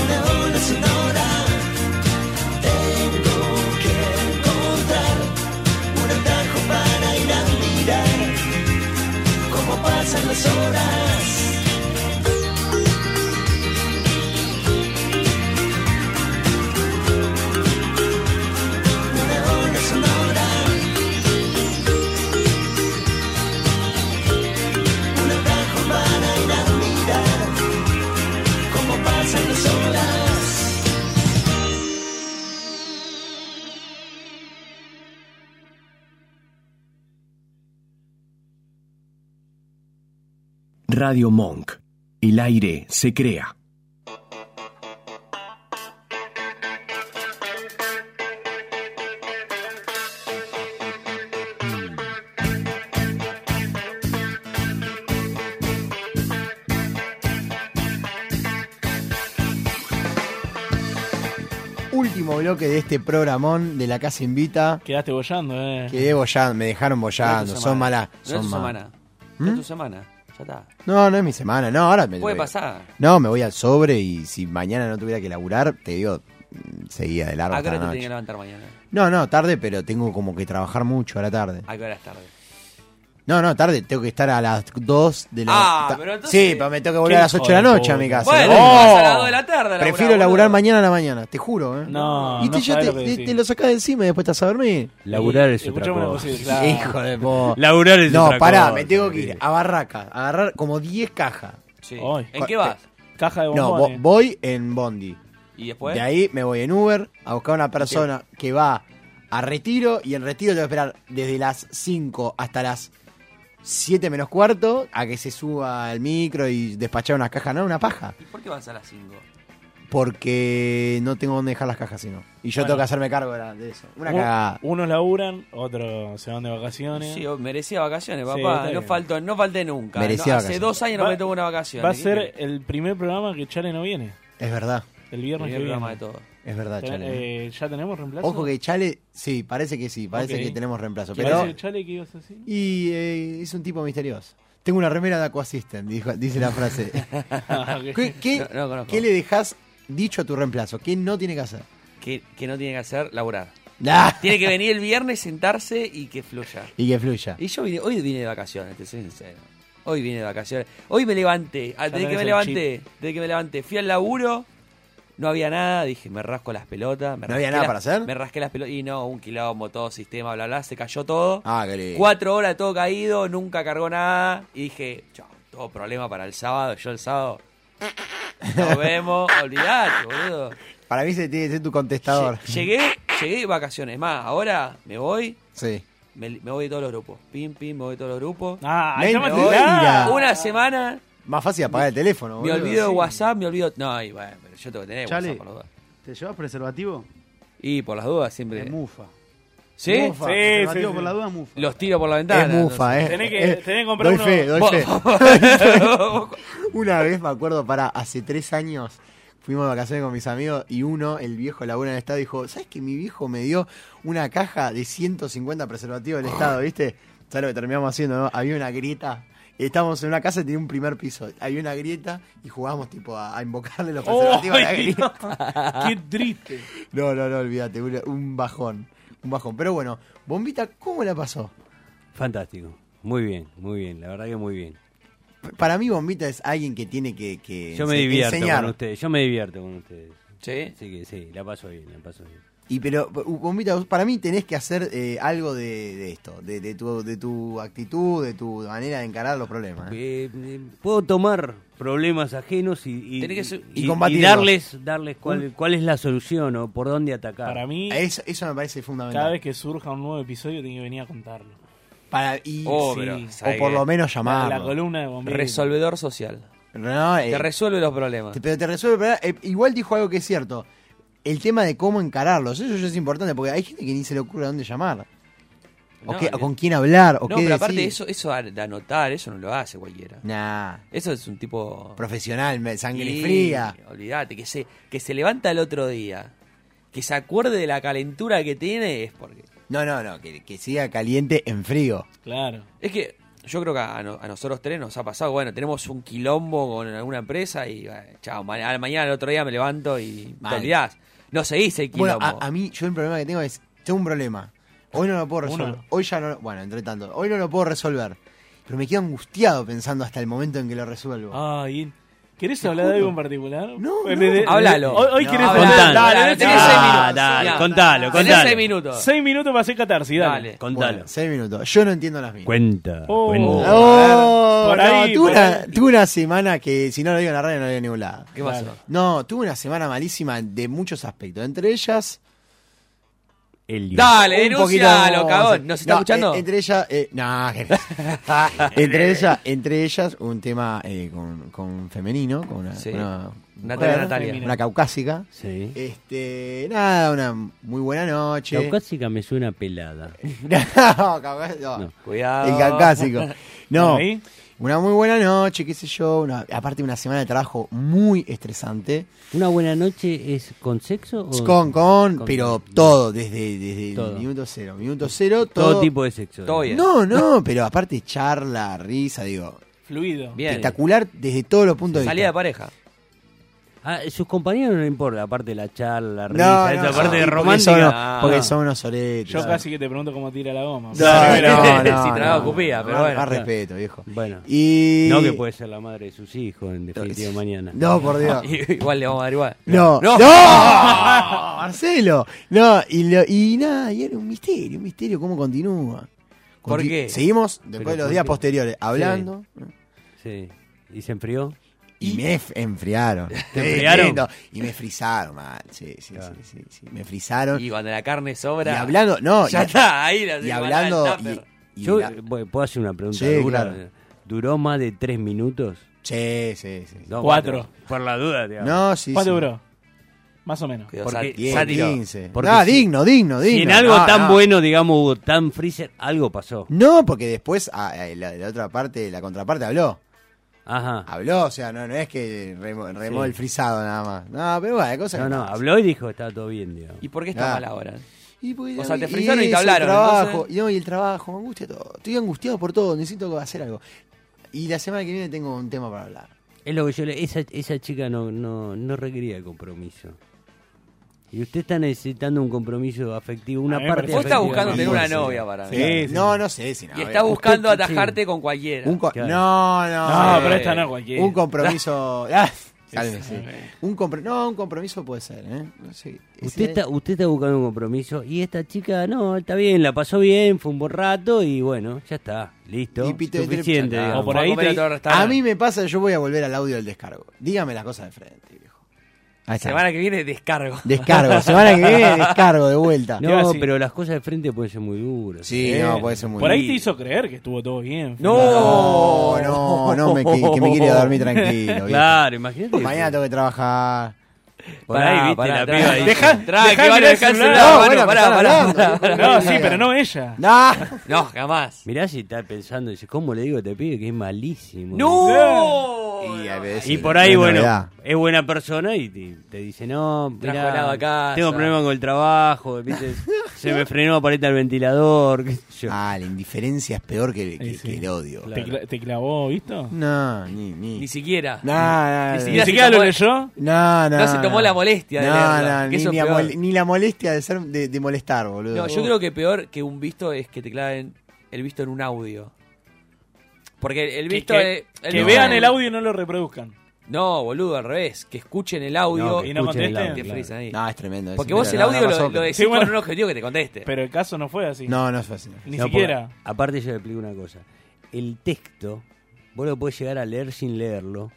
[SPEAKER 22] una ola sonora. Tengo que encontrar un atajo para ir a mirar cómo pasan las horas. Una ola sonora. Un atajo para ir a mirar cómo pasan las horas.
[SPEAKER 1] Radio Monk. El aire se crea.
[SPEAKER 5] Último bloque de este programón de la Casa Invita.
[SPEAKER 4] Quedaste bollando, eh.
[SPEAKER 5] Quedé bollando, me dejaron bollando.
[SPEAKER 6] No es tu
[SPEAKER 5] Son
[SPEAKER 6] semana.
[SPEAKER 5] malas.
[SPEAKER 6] No es
[SPEAKER 5] Son ¿Mm?
[SPEAKER 6] tu
[SPEAKER 5] malas.
[SPEAKER 6] semana. No es tu semana. Ya está.
[SPEAKER 5] No, no es mi semana. No, ahora me
[SPEAKER 6] Puede
[SPEAKER 5] voy-
[SPEAKER 6] pasar.
[SPEAKER 5] No, me voy al sobre y si mañana no tuviera que laburar, te digo, mm, seguía de largo
[SPEAKER 6] ¿A qué
[SPEAKER 5] hasta
[SPEAKER 6] hora
[SPEAKER 5] la
[SPEAKER 6] te tenés que
[SPEAKER 5] noche.
[SPEAKER 6] levantar mañana? Ah.
[SPEAKER 5] No, no, tarde, pero tengo como que trabajar mucho a la tarde.
[SPEAKER 6] ¿A qué hora es tarde?
[SPEAKER 5] No, no, tarde, tengo que estar a las 2 de la
[SPEAKER 6] Ah,
[SPEAKER 5] ta-
[SPEAKER 6] pero entonces-
[SPEAKER 5] Sí, pero me tengo que volver
[SPEAKER 6] ¿Qué
[SPEAKER 5] a las 8 de la
[SPEAKER 6] hijo de
[SPEAKER 5] noche a mi
[SPEAKER 6] puta?
[SPEAKER 5] casa.
[SPEAKER 6] Bueno,
[SPEAKER 5] ¡Oh!
[SPEAKER 6] vas a las 2 de la tarde a laburar,
[SPEAKER 5] Prefiero
[SPEAKER 6] boludo.
[SPEAKER 5] laburar mañana a la mañana, te juro, ¿eh?
[SPEAKER 4] No,
[SPEAKER 5] Y
[SPEAKER 4] no
[SPEAKER 5] te, ya
[SPEAKER 4] sabés
[SPEAKER 5] te,
[SPEAKER 4] lo que
[SPEAKER 5] te-
[SPEAKER 4] decís.
[SPEAKER 5] te lo sacas de encima y después estás a dormir.
[SPEAKER 2] Laburar es otra
[SPEAKER 4] escuchame una
[SPEAKER 2] cosa.
[SPEAKER 4] cosita, claro.
[SPEAKER 5] Hijo de po.
[SPEAKER 2] Laburar es
[SPEAKER 5] No,
[SPEAKER 2] otra
[SPEAKER 5] pará,
[SPEAKER 2] cosa,
[SPEAKER 5] me tengo que ir a Barraca, a agarrar como 10 cajas.
[SPEAKER 4] Ay.
[SPEAKER 6] ¿En qué vas?
[SPEAKER 4] Caja de
[SPEAKER 5] No, vo-
[SPEAKER 4] bombones.
[SPEAKER 5] voy en Bondi.
[SPEAKER 6] ¿Y después?
[SPEAKER 5] De ahí me voy en Uber a buscar una persona que va a retiro y en retiro tengo que esperar desde las 5 hasta las 7 menos cuarto a que se suba al micro y despachar una caja, no, una paja.
[SPEAKER 6] ¿Y por qué vas a las 5?
[SPEAKER 5] Porque no tengo dónde dejar las cajas, sino. Y yo
[SPEAKER 4] Bueno.
[SPEAKER 5] tengo que hacerme cargo de, la- de eso. Una
[SPEAKER 4] Un-
[SPEAKER 5] cagada.
[SPEAKER 4] Unos laburan, otros se van de vacaciones.
[SPEAKER 6] Sí, merecía vacaciones,
[SPEAKER 4] Sí,
[SPEAKER 6] papá.
[SPEAKER 4] está
[SPEAKER 6] no,
[SPEAKER 4] bien.
[SPEAKER 6] faltó, no falté nunca.
[SPEAKER 5] Merecía
[SPEAKER 6] No, hace
[SPEAKER 5] vacaciones.
[SPEAKER 6] dos años no
[SPEAKER 4] Va-
[SPEAKER 6] me tomo una vacación.
[SPEAKER 4] Va a ser el primer programa que Chale no viene.
[SPEAKER 5] Es verdad.
[SPEAKER 4] El viernes
[SPEAKER 6] El
[SPEAKER 4] que viene.
[SPEAKER 6] programa de todo.
[SPEAKER 5] Es verdad,
[SPEAKER 4] Ten-
[SPEAKER 5] Chale.
[SPEAKER 4] eh, ¿Ya tenemos reemplazo?
[SPEAKER 5] Ojo que Chale, sí, parece que sí, parece
[SPEAKER 4] Ok.
[SPEAKER 5] que tenemos reemplazo.
[SPEAKER 4] ¿Qué
[SPEAKER 5] Pero
[SPEAKER 4] parece, Chale, qué ibas a decir?
[SPEAKER 5] Y eh, es un tipo misterioso. Tengo una remera de Aquasystem, dijo- dice la frase.
[SPEAKER 4] Ah,
[SPEAKER 5] ¿Qué, qué-
[SPEAKER 6] No, no conozco.
[SPEAKER 5] qué le dejas dicho a tu reemplazo? ¿Qué no tiene que hacer?
[SPEAKER 6] Que, que no tiene que hacer laburar.
[SPEAKER 5] Ah.
[SPEAKER 6] Tiene que venir el viernes, sentarse y que fluya.
[SPEAKER 5] Y que fluya.
[SPEAKER 6] Y yo vine- hoy vine de vacaciones, te soy sincero. Hoy vine de vacaciones. Hoy me levanté. Ah,
[SPEAKER 4] Ya
[SPEAKER 6] Desde que
[SPEAKER 4] tenés
[SPEAKER 6] me
[SPEAKER 4] el
[SPEAKER 6] levanté, desde que me levanté, fui al laburo. No había nada, dije, me rasco las pelotas. me
[SPEAKER 5] ¿No había
[SPEAKER 6] rasqué
[SPEAKER 5] nada
[SPEAKER 6] las-
[SPEAKER 5] para hacer?
[SPEAKER 6] Me rasqué las pelotas. Y no, un quilombo, todo sistema, bla, bla, se cayó todo.
[SPEAKER 5] Ah, qué lindo.
[SPEAKER 6] Cuatro horas todo caído, nunca cargó nada. Y dije, chao, todo problema para el sábado. Yo el sábado. Nos vemos, olvidate, boludo.
[SPEAKER 5] Para mí se tiene que ser tu contestador.
[SPEAKER 6] Llegué, llegué de vacaciones. Es Más, ahora me voy,
[SPEAKER 5] Sí.
[SPEAKER 6] me, me voy de todos los grupos. Pim, pim, me voy de todos los grupos.
[SPEAKER 4] Ah,
[SPEAKER 5] ahí
[SPEAKER 6] me
[SPEAKER 5] llámate
[SPEAKER 6] voy.
[SPEAKER 5] ya.
[SPEAKER 6] Una semana,
[SPEAKER 5] Más fácil apagar el teléfono.
[SPEAKER 6] me
[SPEAKER 5] boludo.
[SPEAKER 6] olvido de
[SPEAKER 5] Sí.
[SPEAKER 6] WhatsApp, me olvido. No, y bueno, pero yo tengo que tener
[SPEAKER 5] Chale.
[SPEAKER 6] WhatsApp por las dudas.
[SPEAKER 21] ¿Te llevas preservativo?
[SPEAKER 6] Y por las dudas siempre.
[SPEAKER 21] Es mufa.
[SPEAKER 6] ¿Sí?
[SPEAKER 21] Mufa, preservativo por las dudas, mufa.
[SPEAKER 6] Los tiro por la ventana.
[SPEAKER 5] Es mufa,
[SPEAKER 6] entonces.
[SPEAKER 5] eh. Eh, doy Fe, doy
[SPEAKER 6] Vos-
[SPEAKER 5] fe. Doy fe. Una vez me acuerdo, para hace tres años fuimos de vacaciones con mis amigos y uno, el viejo labura en el Estado, dijo: ¿Sabes que mi viejo me dio una caja de 150 preservativos del Estado, viste? ¿Sabes lo que terminamos haciendo, no? Había una grieta. Estábamos en una casa y tenía un primer piso. Había una grieta y jugábamos tipo a, a invocarle los preservativos a la
[SPEAKER 4] ¡Ay,
[SPEAKER 5] grieta.
[SPEAKER 4] Qué triste.
[SPEAKER 5] Ah. No, no, no, olvídate. Un, un bajón. Un bajón. Pero bueno, Bombita, ¿cómo la pasó?
[SPEAKER 2] Fantástico. Muy bien, muy bien. La verdad que muy bien.
[SPEAKER 5] Para mí, Bombita es alguien que tiene que, que
[SPEAKER 2] Yo me
[SPEAKER 5] ense-
[SPEAKER 2] divierto
[SPEAKER 5] enseñar.
[SPEAKER 2] con ustedes. Yo me divierto con ustedes.
[SPEAKER 6] ¿Sí?
[SPEAKER 2] Así que sí, la paso bien, la paso bien.
[SPEAKER 5] Y pero, u- Bombita, vos- para mí tenés que hacer eh, algo de, de esto, de, de tu, de tu actitud, de tu manera de encarar los problemas. ¿eh?
[SPEAKER 2] Eh, eh, puedo tomar problemas ajenos y, y,
[SPEAKER 5] Tenés que ser-
[SPEAKER 2] y-
[SPEAKER 5] y
[SPEAKER 2] y
[SPEAKER 5] combatirlos.
[SPEAKER 2] darles, darles cuál, cuál es la solución o por dónde atacar.
[SPEAKER 4] Para mí,
[SPEAKER 5] Eso, eso me parece fundamental.
[SPEAKER 4] cada vez que surja un nuevo episodio, tengo que venir a contarlo.
[SPEAKER 5] Para, y,
[SPEAKER 6] Oh,
[SPEAKER 5] sí,
[SPEAKER 6] pero,
[SPEAKER 5] o
[SPEAKER 6] ¿sabés
[SPEAKER 5] por
[SPEAKER 6] qué?
[SPEAKER 5] lo menos
[SPEAKER 4] La,
[SPEAKER 5] llamarlo.
[SPEAKER 4] la columna de bomberos.
[SPEAKER 6] Resolvedor social.
[SPEAKER 5] No, eh,
[SPEAKER 6] Te resuelve los problemas.
[SPEAKER 5] te- pero te resuelve. pero, eh, igual dijo algo que es cierto. El tema de cómo encararlos. Eso ya es importante porque hay gente que ni se le ocurre a dónde llamar.
[SPEAKER 6] No,
[SPEAKER 5] O, qué- o
[SPEAKER 6] olvidate.
[SPEAKER 5] con quién hablar. O
[SPEAKER 6] no,
[SPEAKER 5] qué
[SPEAKER 6] pero aparte,
[SPEAKER 5] decir.
[SPEAKER 6] eso, eso de anotar, eso no lo hace cualquiera.
[SPEAKER 5] Nah,
[SPEAKER 6] Eso es un tipo.
[SPEAKER 5] profesional, me- sangre
[SPEAKER 6] Y,
[SPEAKER 5] fría.
[SPEAKER 6] Olvídate, que se, que se levanta el otro día, que se acuerde de la calentura que tiene, es porque.
[SPEAKER 5] No, no, no. Que, que siga caliente en frío.
[SPEAKER 4] Claro.
[SPEAKER 6] Es que yo creo que a, no- a nosotros tres nos ha pasado, bueno, tenemos un quilombo con alguna empresa y eh, chao, ma- a la mañana al otro día me levanto y
[SPEAKER 5] Mal.
[SPEAKER 6] te olvidás. No seguís el
[SPEAKER 5] Bueno,
[SPEAKER 6] quilombo.
[SPEAKER 5] a, a mí, yo el problema que tengo es, tengo un problema. Hoy no lo puedo resolver.
[SPEAKER 6] Uno.
[SPEAKER 5] Hoy ya no, lo- bueno, entre tanto, hoy no lo puedo resolver. Pero me quedo angustiado pensando hasta el momento en que lo resuelvo.
[SPEAKER 4] Ay, ¿querés hablar Ah, de algo en particular? Eh, No,
[SPEAKER 6] Háblalo.
[SPEAKER 4] Hoy, hoy
[SPEAKER 6] No,
[SPEAKER 4] querés
[SPEAKER 6] hablalo,
[SPEAKER 4] contar.
[SPEAKER 6] dale,
[SPEAKER 4] Dale,
[SPEAKER 6] tenés
[SPEAKER 5] Ah,
[SPEAKER 4] dale,
[SPEAKER 6] seis
[SPEAKER 4] dale,
[SPEAKER 6] minutos.
[SPEAKER 4] dale,
[SPEAKER 6] Ya.
[SPEAKER 4] contalo,
[SPEAKER 6] Tenés
[SPEAKER 4] contalo.
[SPEAKER 6] seis minutos.
[SPEAKER 4] Seis minutos para hacer catarsis, dale.
[SPEAKER 6] Dale.
[SPEAKER 5] Bueno, seis minutos. Yo no entiendo las mías.
[SPEAKER 2] Cuenta.
[SPEAKER 4] Oh.
[SPEAKER 2] cuenta.
[SPEAKER 5] Oh,
[SPEAKER 4] Por
[SPEAKER 5] no,
[SPEAKER 4] ahí,
[SPEAKER 5] tuve,
[SPEAKER 4] por
[SPEAKER 5] una,
[SPEAKER 4] ahí.
[SPEAKER 5] tuve una semana que si no lo digo en la radio no lo digo en ningún lado.
[SPEAKER 6] ¿Qué pasó?
[SPEAKER 5] No, tuve una semana malísima de muchos aspectos. Entre ellas,
[SPEAKER 2] El
[SPEAKER 6] Dale,
[SPEAKER 5] Un
[SPEAKER 6] denuncialo,
[SPEAKER 5] poquito-
[SPEAKER 6] cagón. ¿Nos está
[SPEAKER 5] No,
[SPEAKER 6] escuchando?
[SPEAKER 5] eh, entre ellas, eh, no, que- entre ellas, entre ellas, un tema eh, con, con femenino, con una,
[SPEAKER 6] Sí.
[SPEAKER 5] una,
[SPEAKER 6] Natalia, Natalia.
[SPEAKER 5] una caucásica.
[SPEAKER 2] Sí.
[SPEAKER 5] Este, nada, una muy buena noche.
[SPEAKER 2] Caucásica me suena pelada.
[SPEAKER 5] no, caucá- no.
[SPEAKER 2] No.
[SPEAKER 6] Cuidado.
[SPEAKER 5] El caucásico. No.
[SPEAKER 4] Ahí.
[SPEAKER 5] Una muy buena noche, qué sé yo. Una, aparte, una semana de trabajo muy estresante.
[SPEAKER 2] ¿Una buena noche es con sexo? O...
[SPEAKER 5] Con, con,
[SPEAKER 2] con-
[SPEAKER 5] pero todo, desde, desde
[SPEAKER 2] Todo.
[SPEAKER 5] el minuto cero. Minuto cero,
[SPEAKER 2] Todo tipo de sexo.
[SPEAKER 6] Todo bien.
[SPEAKER 5] No, no, pero aparte charla, risa, digo,
[SPEAKER 4] Fluido.
[SPEAKER 6] Bien.
[SPEAKER 5] espectacular desde todos los puntos de
[SPEAKER 6] Salida de
[SPEAKER 5] vista.
[SPEAKER 6] pareja.
[SPEAKER 2] Ah, sus compañeros no le importa, aparte la charla, la
[SPEAKER 5] No,
[SPEAKER 2] risa, esa
[SPEAKER 5] no, no,
[SPEAKER 2] parte
[SPEAKER 5] Ah, porque
[SPEAKER 2] romántica. Ah.
[SPEAKER 5] son unos-
[SPEAKER 2] no.
[SPEAKER 5] porque son unos soletes.
[SPEAKER 4] Yo casi que te pregunto cómo tira la goma.
[SPEAKER 5] Más- Más respeto, viejo.
[SPEAKER 2] Bueno.
[SPEAKER 5] Y...
[SPEAKER 2] No que puede ser la madre de sus hijos, en definitiva, mañana.
[SPEAKER 5] No, por Dios.
[SPEAKER 6] igual le vamos a dar igual.
[SPEAKER 5] No, no,
[SPEAKER 6] No.
[SPEAKER 5] Marcelo. No, y, lo- y nada, y era un misterio, un misterio cómo continúa.
[SPEAKER 2] ¿Por
[SPEAKER 5] Conti-
[SPEAKER 2] qué?
[SPEAKER 5] Seguimos
[SPEAKER 2] Pero
[SPEAKER 5] después de los
[SPEAKER 2] ¿por
[SPEAKER 5] días
[SPEAKER 2] qué?
[SPEAKER 5] posteriores, hablando.
[SPEAKER 2] Sí. ¿Y se enfrió?
[SPEAKER 5] Y me f- enfriaron.
[SPEAKER 2] ¿Te enfriaron?
[SPEAKER 5] Lindo. Y me frizaron mal. Sí, sí, sí, sí, sí. Me frizaron.
[SPEAKER 6] Y cuando la carne sobra.
[SPEAKER 5] Y hablando- no,
[SPEAKER 6] Ya
[SPEAKER 5] y-
[SPEAKER 6] está, ahí la
[SPEAKER 5] y hablando- y- y
[SPEAKER 2] Yo,
[SPEAKER 5] la-
[SPEAKER 2] eh, bueno, ¿Puedo hacer una pregunta
[SPEAKER 5] Sí,
[SPEAKER 2] dura?
[SPEAKER 5] claro.
[SPEAKER 2] ¿Duró más de tres minutos?
[SPEAKER 5] Sí, sí, sí.
[SPEAKER 2] No,
[SPEAKER 4] Cuatro.
[SPEAKER 2] Por la duda, digamos.
[SPEAKER 5] No, sí,
[SPEAKER 4] ¿Cuánto
[SPEAKER 5] sí.
[SPEAKER 4] duró? Más o menos.
[SPEAKER 2] Porque-
[SPEAKER 5] 10,
[SPEAKER 2] sátiro.
[SPEAKER 5] 15.
[SPEAKER 2] Porque
[SPEAKER 5] No,
[SPEAKER 2] si-
[SPEAKER 5] digno, digno, digno.
[SPEAKER 2] Si en algo
[SPEAKER 5] No,
[SPEAKER 2] tan
[SPEAKER 5] no.
[SPEAKER 2] bueno, digamos, hubo tan freezer, algo pasó.
[SPEAKER 5] No, porque después ah, eh, la, la otra parte, la contraparte habló.
[SPEAKER 2] Ajá.
[SPEAKER 5] Habló, o sea, no, no es que remo- remó,
[SPEAKER 2] Sí.
[SPEAKER 5] el frisado nada más. No, pero bueno, hay cosas
[SPEAKER 2] No,
[SPEAKER 5] que
[SPEAKER 2] no,
[SPEAKER 5] pasan.
[SPEAKER 2] habló y dijo que estaba todo bien, digamos.
[SPEAKER 6] ¿Y por qué está
[SPEAKER 5] Ah.
[SPEAKER 6] mal ahora?
[SPEAKER 5] Y porque
[SPEAKER 6] O sea, te
[SPEAKER 5] y
[SPEAKER 6] frisaron y te
[SPEAKER 5] eso, el
[SPEAKER 6] hablaron.
[SPEAKER 5] trabajo,
[SPEAKER 6] entonces-
[SPEAKER 5] y no, y el trabajo, me angustia todo. Estoy angustiado por todo, necesito hacer algo. Y la semana que viene tengo un tema para hablar.
[SPEAKER 2] Es lo que yo le... Esa, esa chica no, no, no requería compromiso. Y usted está necesitando un compromiso afectivo, una
[SPEAKER 6] A mí me
[SPEAKER 2] parte
[SPEAKER 6] parece- Vos estás
[SPEAKER 2] afectiva.
[SPEAKER 6] buscando tener una novia para mí.
[SPEAKER 2] Sí, sí.
[SPEAKER 5] No, no sé si no.
[SPEAKER 6] Y está buscando
[SPEAKER 5] Usted-
[SPEAKER 6] atajarte
[SPEAKER 5] sí.
[SPEAKER 6] con cualquiera.
[SPEAKER 5] Un co-
[SPEAKER 6] Claro.
[SPEAKER 5] No, no. eh.
[SPEAKER 6] No, pero esta no es cualquiera.
[SPEAKER 5] Un compromiso. Ah, cálmese.
[SPEAKER 6] Sí.
[SPEAKER 5] Un compro- No, un compromiso puede ser, ¿eh? No sé.
[SPEAKER 2] Usted está, usted está buscando un compromiso y esta chica, no, está bien, la pasó bien, fue un buen rato y bueno, ya está, listo.
[SPEAKER 5] Y pito de tripa.
[SPEAKER 2] suficiente.
[SPEAKER 5] Claro.
[SPEAKER 2] digamos.
[SPEAKER 5] A mí me pasa, yo voy a volver al audio del descargo. Dígame las cosas de frente, viejo. Ahí está.
[SPEAKER 6] Semana que viene descargo.
[SPEAKER 5] Descargo, semana que viene descargo de vuelta.
[SPEAKER 2] No, pero las cosas de frente pueden ser muy duras.
[SPEAKER 5] Sí,
[SPEAKER 4] ¿eh?
[SPEAKER 5] no, puede ser muy
[SPEAKER 4] Por ahí
[SPEAKER 5] bien.
[SPEAKER 4] te hizo creer que estuvo todo bien.
[SPEAKER 2] Oh.
[SPEAKER 5] No, Oh, no, no, me, que, que me quiere dormir tranquilo. viejo.
[SPEAKER 2] Claro, imagínate.
[SPEAKER 5] Mañana tengo que trabajar.
[SPEAKER 2] Por ahí, viste, la piba ahí.
[SPEAKER 4] Deja,
[SPEAKER 2] Tra-
[SPEAKER 4] deja
[SPEAKER 2] que van a
[SPEAKER 4] el
[SPEAKER 2] dejar celular,
[SPEAKER 4] celular. No,
[SPEAKER 2] mano,
[SPEAKER 4] bueno,
[SPEAKER 2] pará,
[SPEAKER 4] están
[SPEAKER 2] pará,
[SPEAKER 4] hablando.
[SPEAKER 2] pará.
[SPEAKER 4] No, sí, pero no ella.
[SPEAKER 6] No, jamás.
[SPEAKER 2] Mirá si está pensando, dice, ¿cómo le digo a este pibe que es malísimo?
[SPEAKER 5] Y, a veces-
[SPEAKER 2] Y por ahí,
[SPEAKER 5] es
[SPEAKER 2] bueno,
[SPEAKER 5] novedad.
[SPEAKER 2] es buena persona y te, te dice, no,
[SPEAKER 6] Trajo
[SPEAKER 2] mirá,
[SPEAKER 6] helado a casa.
[SPEAKER 2] tengo problemas con el trabajo, ¿viste? se me frenó la paleta del ventilador, qué sé yo.
[SPEAKER 5] Ah, la indiferencia es peor que, que- que el odio.
[SPEAKER 4] ¿Te, cla- te clavó, ¿visto?
[SPEAKER 5] No, ni, ni.
[SPEAKER 6] Ni siquiera.
[SPEAKER 5] No, no,
[SPEAKER 6] Ni
[SPEAKER 5] no.
[SPEAKER 6] siquiera Ni siquiera se lo tomó- leyó.
[SPEAKER 5] No, no.
[SPEAKER 6] No se tomó la molestia de
[SPEAKER 5] No,
[SPEAKER 6] leerla,
[SPEAKER 5] no,
[SPEAKER 6] que
[SPEAKER 5] ni,
[SPEAKER 6] eso es
[SPEAKER 5] ni la
[SPEAKER 6] peor.
[SPEAKER 5] mol- ni la molestia de, ser, de, de molestar, boludo.
[SPEAKER 6] No, yo creo que peor que un visto es que te claven el visto en un audio. Porque el- el
[SPEAKER 4] Que-
[SPEAKER 6] visto.
[SPEAKER 4] que-
[SPEAKER 6] eh, el
[SPEAKER 4] que
[SPEAKER 6] visto-
[SPEAKER 4] vean el audio y no lo reproduzcan.
[SPEAKER 6] No, boludo, al revés. Que escuchen el audio
[SPEAKER 4] No, que escuchen el audio,
[SPEAKER 6] te
[SPEAKER 4] claro.
[SPEAKER 6] frisan ahí.
[SPEAKER 5] No, es tremendo.
[SPEAKER 6] Porque
[SPEAKER 5] es-
[SPEAKER 6] vos
[SPEAKER 5] pero
[SPEAKER 6] el
[SPEAKER 5] no,
[SPEAKER 6] audio
[SPEAKER 5] no
[SPEAKER 6] lo-
[SPEAKER 5] pasó,
[SPEAKER 6] lo,
[SPEAKER 5] pero-
[SPEAKER 6] decís
[SPEAKER 4] Sí, bueno.
[SPEAKER 6] con un objetivo que te conteste.
[SPEAKER 4] Pero el caso no fue así.
[SPEAKER 5] No, no fue así.
[SPEAKER 4] Ni
[SPEAKER 2] No,
[SPEAKER 4] siquiera.
[SPEAKER 2] porque, aparte yo le explico una cosa. El texto, vos lo podés llegar a leer sin leerlo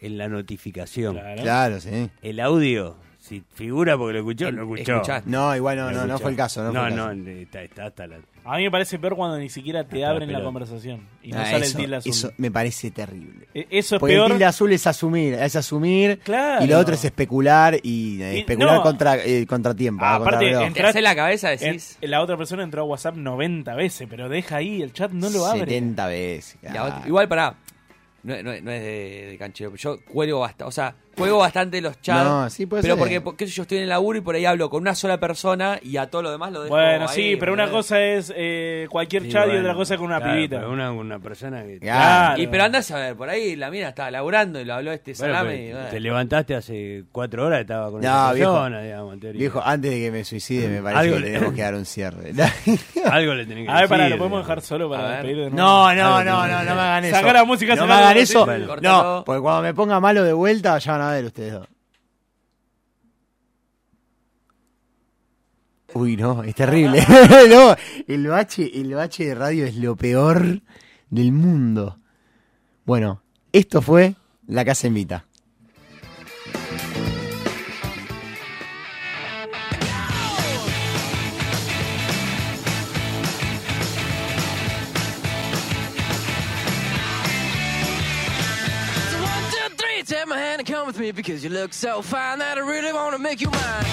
[SPEAKER 2] en la notificación.
[SPEAKER 4] Claro.
[SPEAKER 5] Claro, sí.
[SPEAKER 2] El audio, si figura porque lo escuchó, lo escuchó.
[SPEAKER 6] Escuchaste.
[SPEAKER 5] No, igual no,
[SPEAKER 2] Lo
[SPEAKER 5] no, no
[SPEAKER 2] escuchó.
[SPEAKER 5] fue el caso, no fue el
[SPEAKER 2] no,
[SPEAKER 5] caso.
[SPEAKER 2] no, está, está hasta la...
[SPEAKER 4] A mí me parece peor cuando ni siquiera te
[SPEAKER 2] Hasta la
[SPEAKER 4] abren la
[SPEAKER 2] pelota.
[SPEAKER 4] conversación y no
[SPEAKER 5] Ah,
[SPEAKER 4] sale
[SPEAKER 5] eso,
[SPEAKER 4] el tilde azul.
[SPEAKER 5] eso me parece terrible.
[SPEAKER 4] E- eso es
[SPEAKER 5] Porque el
[SPEAKER 4] peor.
[SPEAKER 5] tilde azul es asumir, es asumir.
[SPEAKER 4] Claro.
[SPEAKER 5] Y lo otro es especular y eh,
[SPEAKER 4] Y-
[SPEAKER 5] especular
[SPEAKER 4] no. Ah,
[SPEAKER 5] contra eh, contratiempo. ¿no? Contra
[SPEAKER 4] Aparte,
[SPEAKER 5] reloj.
[SPEAKER 4] entrás-
[SPEAKER 6] Te hace la cabeza, decís.
[SPEAKER 4] en- la otra persona entró a WhatsApp 90 veces, pero deja ahí, el chat no lo abre.
[SPEAKER 5] 70 veces.
[SPEAKER 6] Y
[SPEAKER 5] claro.
[SPEAKER 6] a otro- Igual, pará. No, no- no es de, de canchero. Yo cuelgo bastante. O sea, cuelgo bastante los chats.
[SPEAKER 5] No, sí, puede
[SPEAKER 6] Pero
[SPEAKER 5] ser.
[SPEAKER 6] porque, po- qué sé yo estoy en el laburo y por ahí hablo con una sola persona y a todo lo demás lo dejo.
[SPEAKER 4] Bueno,
[SPEAKER 6] ahí,
[SPEAKER 4] sí, pero una
[SPEAKER 6] ¿entendés?
[SPEAKER 4] cosa es eh, cualquier
[SPEAKER 2] Sí,
[SPEAKER 4] chat y
[SPEAKER 2] bueno,
[SPEAKER 4] otra cosa con una
[SPEAKER 2] claro,
[SPEAKER 4] pibita.
[SPEAKER 2] pero Una, una persona que...
[SPEAKER 4] Claro.
[SPEAKER 6] Y pero andás a ver, por ahí la mina estaba laburando y lo habló este
[SPEAKER 2] Bueno,
[SPEAKER 6] salame. y,
[SPEAKER 2] pero
[SPEAKER 6] bueno.
[SPEAKER 2] te levantaste hace cuatro horas, estaba con
[SPEAKER 5] No,
[SPEAKER 2] esa
[SPEAKER 5] viejo.
[SPEAKER 2] persona, digamos, en teoría.
[SPEAKER 5] Viejo, antes de que me suicide,
[SPEAKER 4] Mm,
[SPEAKER 5] me parece
[SPEAKER 2] Algo
[SPEAKER 5] que
[SPEAKER 2] le-
[SPEAKER 5] tenemos que dar un cierre.
[SPEAKER 2] Algo le tenés que
[SPEAKER 4] A ver, pará,
[SPEAKER 2] decir,
[SPEAKER 4] lo podemos
[SPEAKER 2] digamos.
[SPEAKER 4] dejar solo
[SPEAKER 6] A
[SPEAKER 4] para
[SPEAKER 6] ver.
[SPEAKER 4] despedirlo de nuevo.
[SPEAKER 5] No, no, no, no, no me hagan eso.
[SPEAKER 4] Saca la música,
[SPEAKER 5] no
[SPEAKER 4] saca
[SPEAKER 5] me
[SPEAKER 4] la
[SPEAKER 5] hagan
[SPEAKER 4] música,
[SPEAKER 5] eso.
[SPEAKER 4] sí. Córtalo.
[SPEAKER 5] No, porque cuando me ponga malo de vuelta, ya van a ver ustedes dos. Uy, no, es terrible. no, el bache, el bache de radio es lo peor del mundo. Bueno, esto fue La Casa Invita.
[SPEAKER 3] So one, two, three, take my hand and come with me because you look so fine that I really want to make you mine.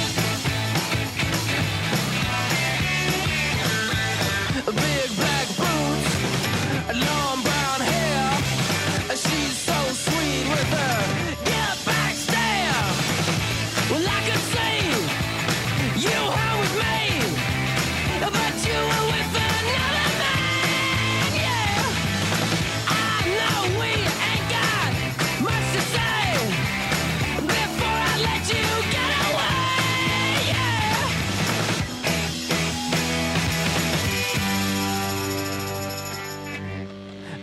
[SPEAKER 3] Big black boots, long brown hair. She's so sweet with her get back stare. Well, I could sing you were with me, but you were with another man. Yeah. I know we ain't got much to say. If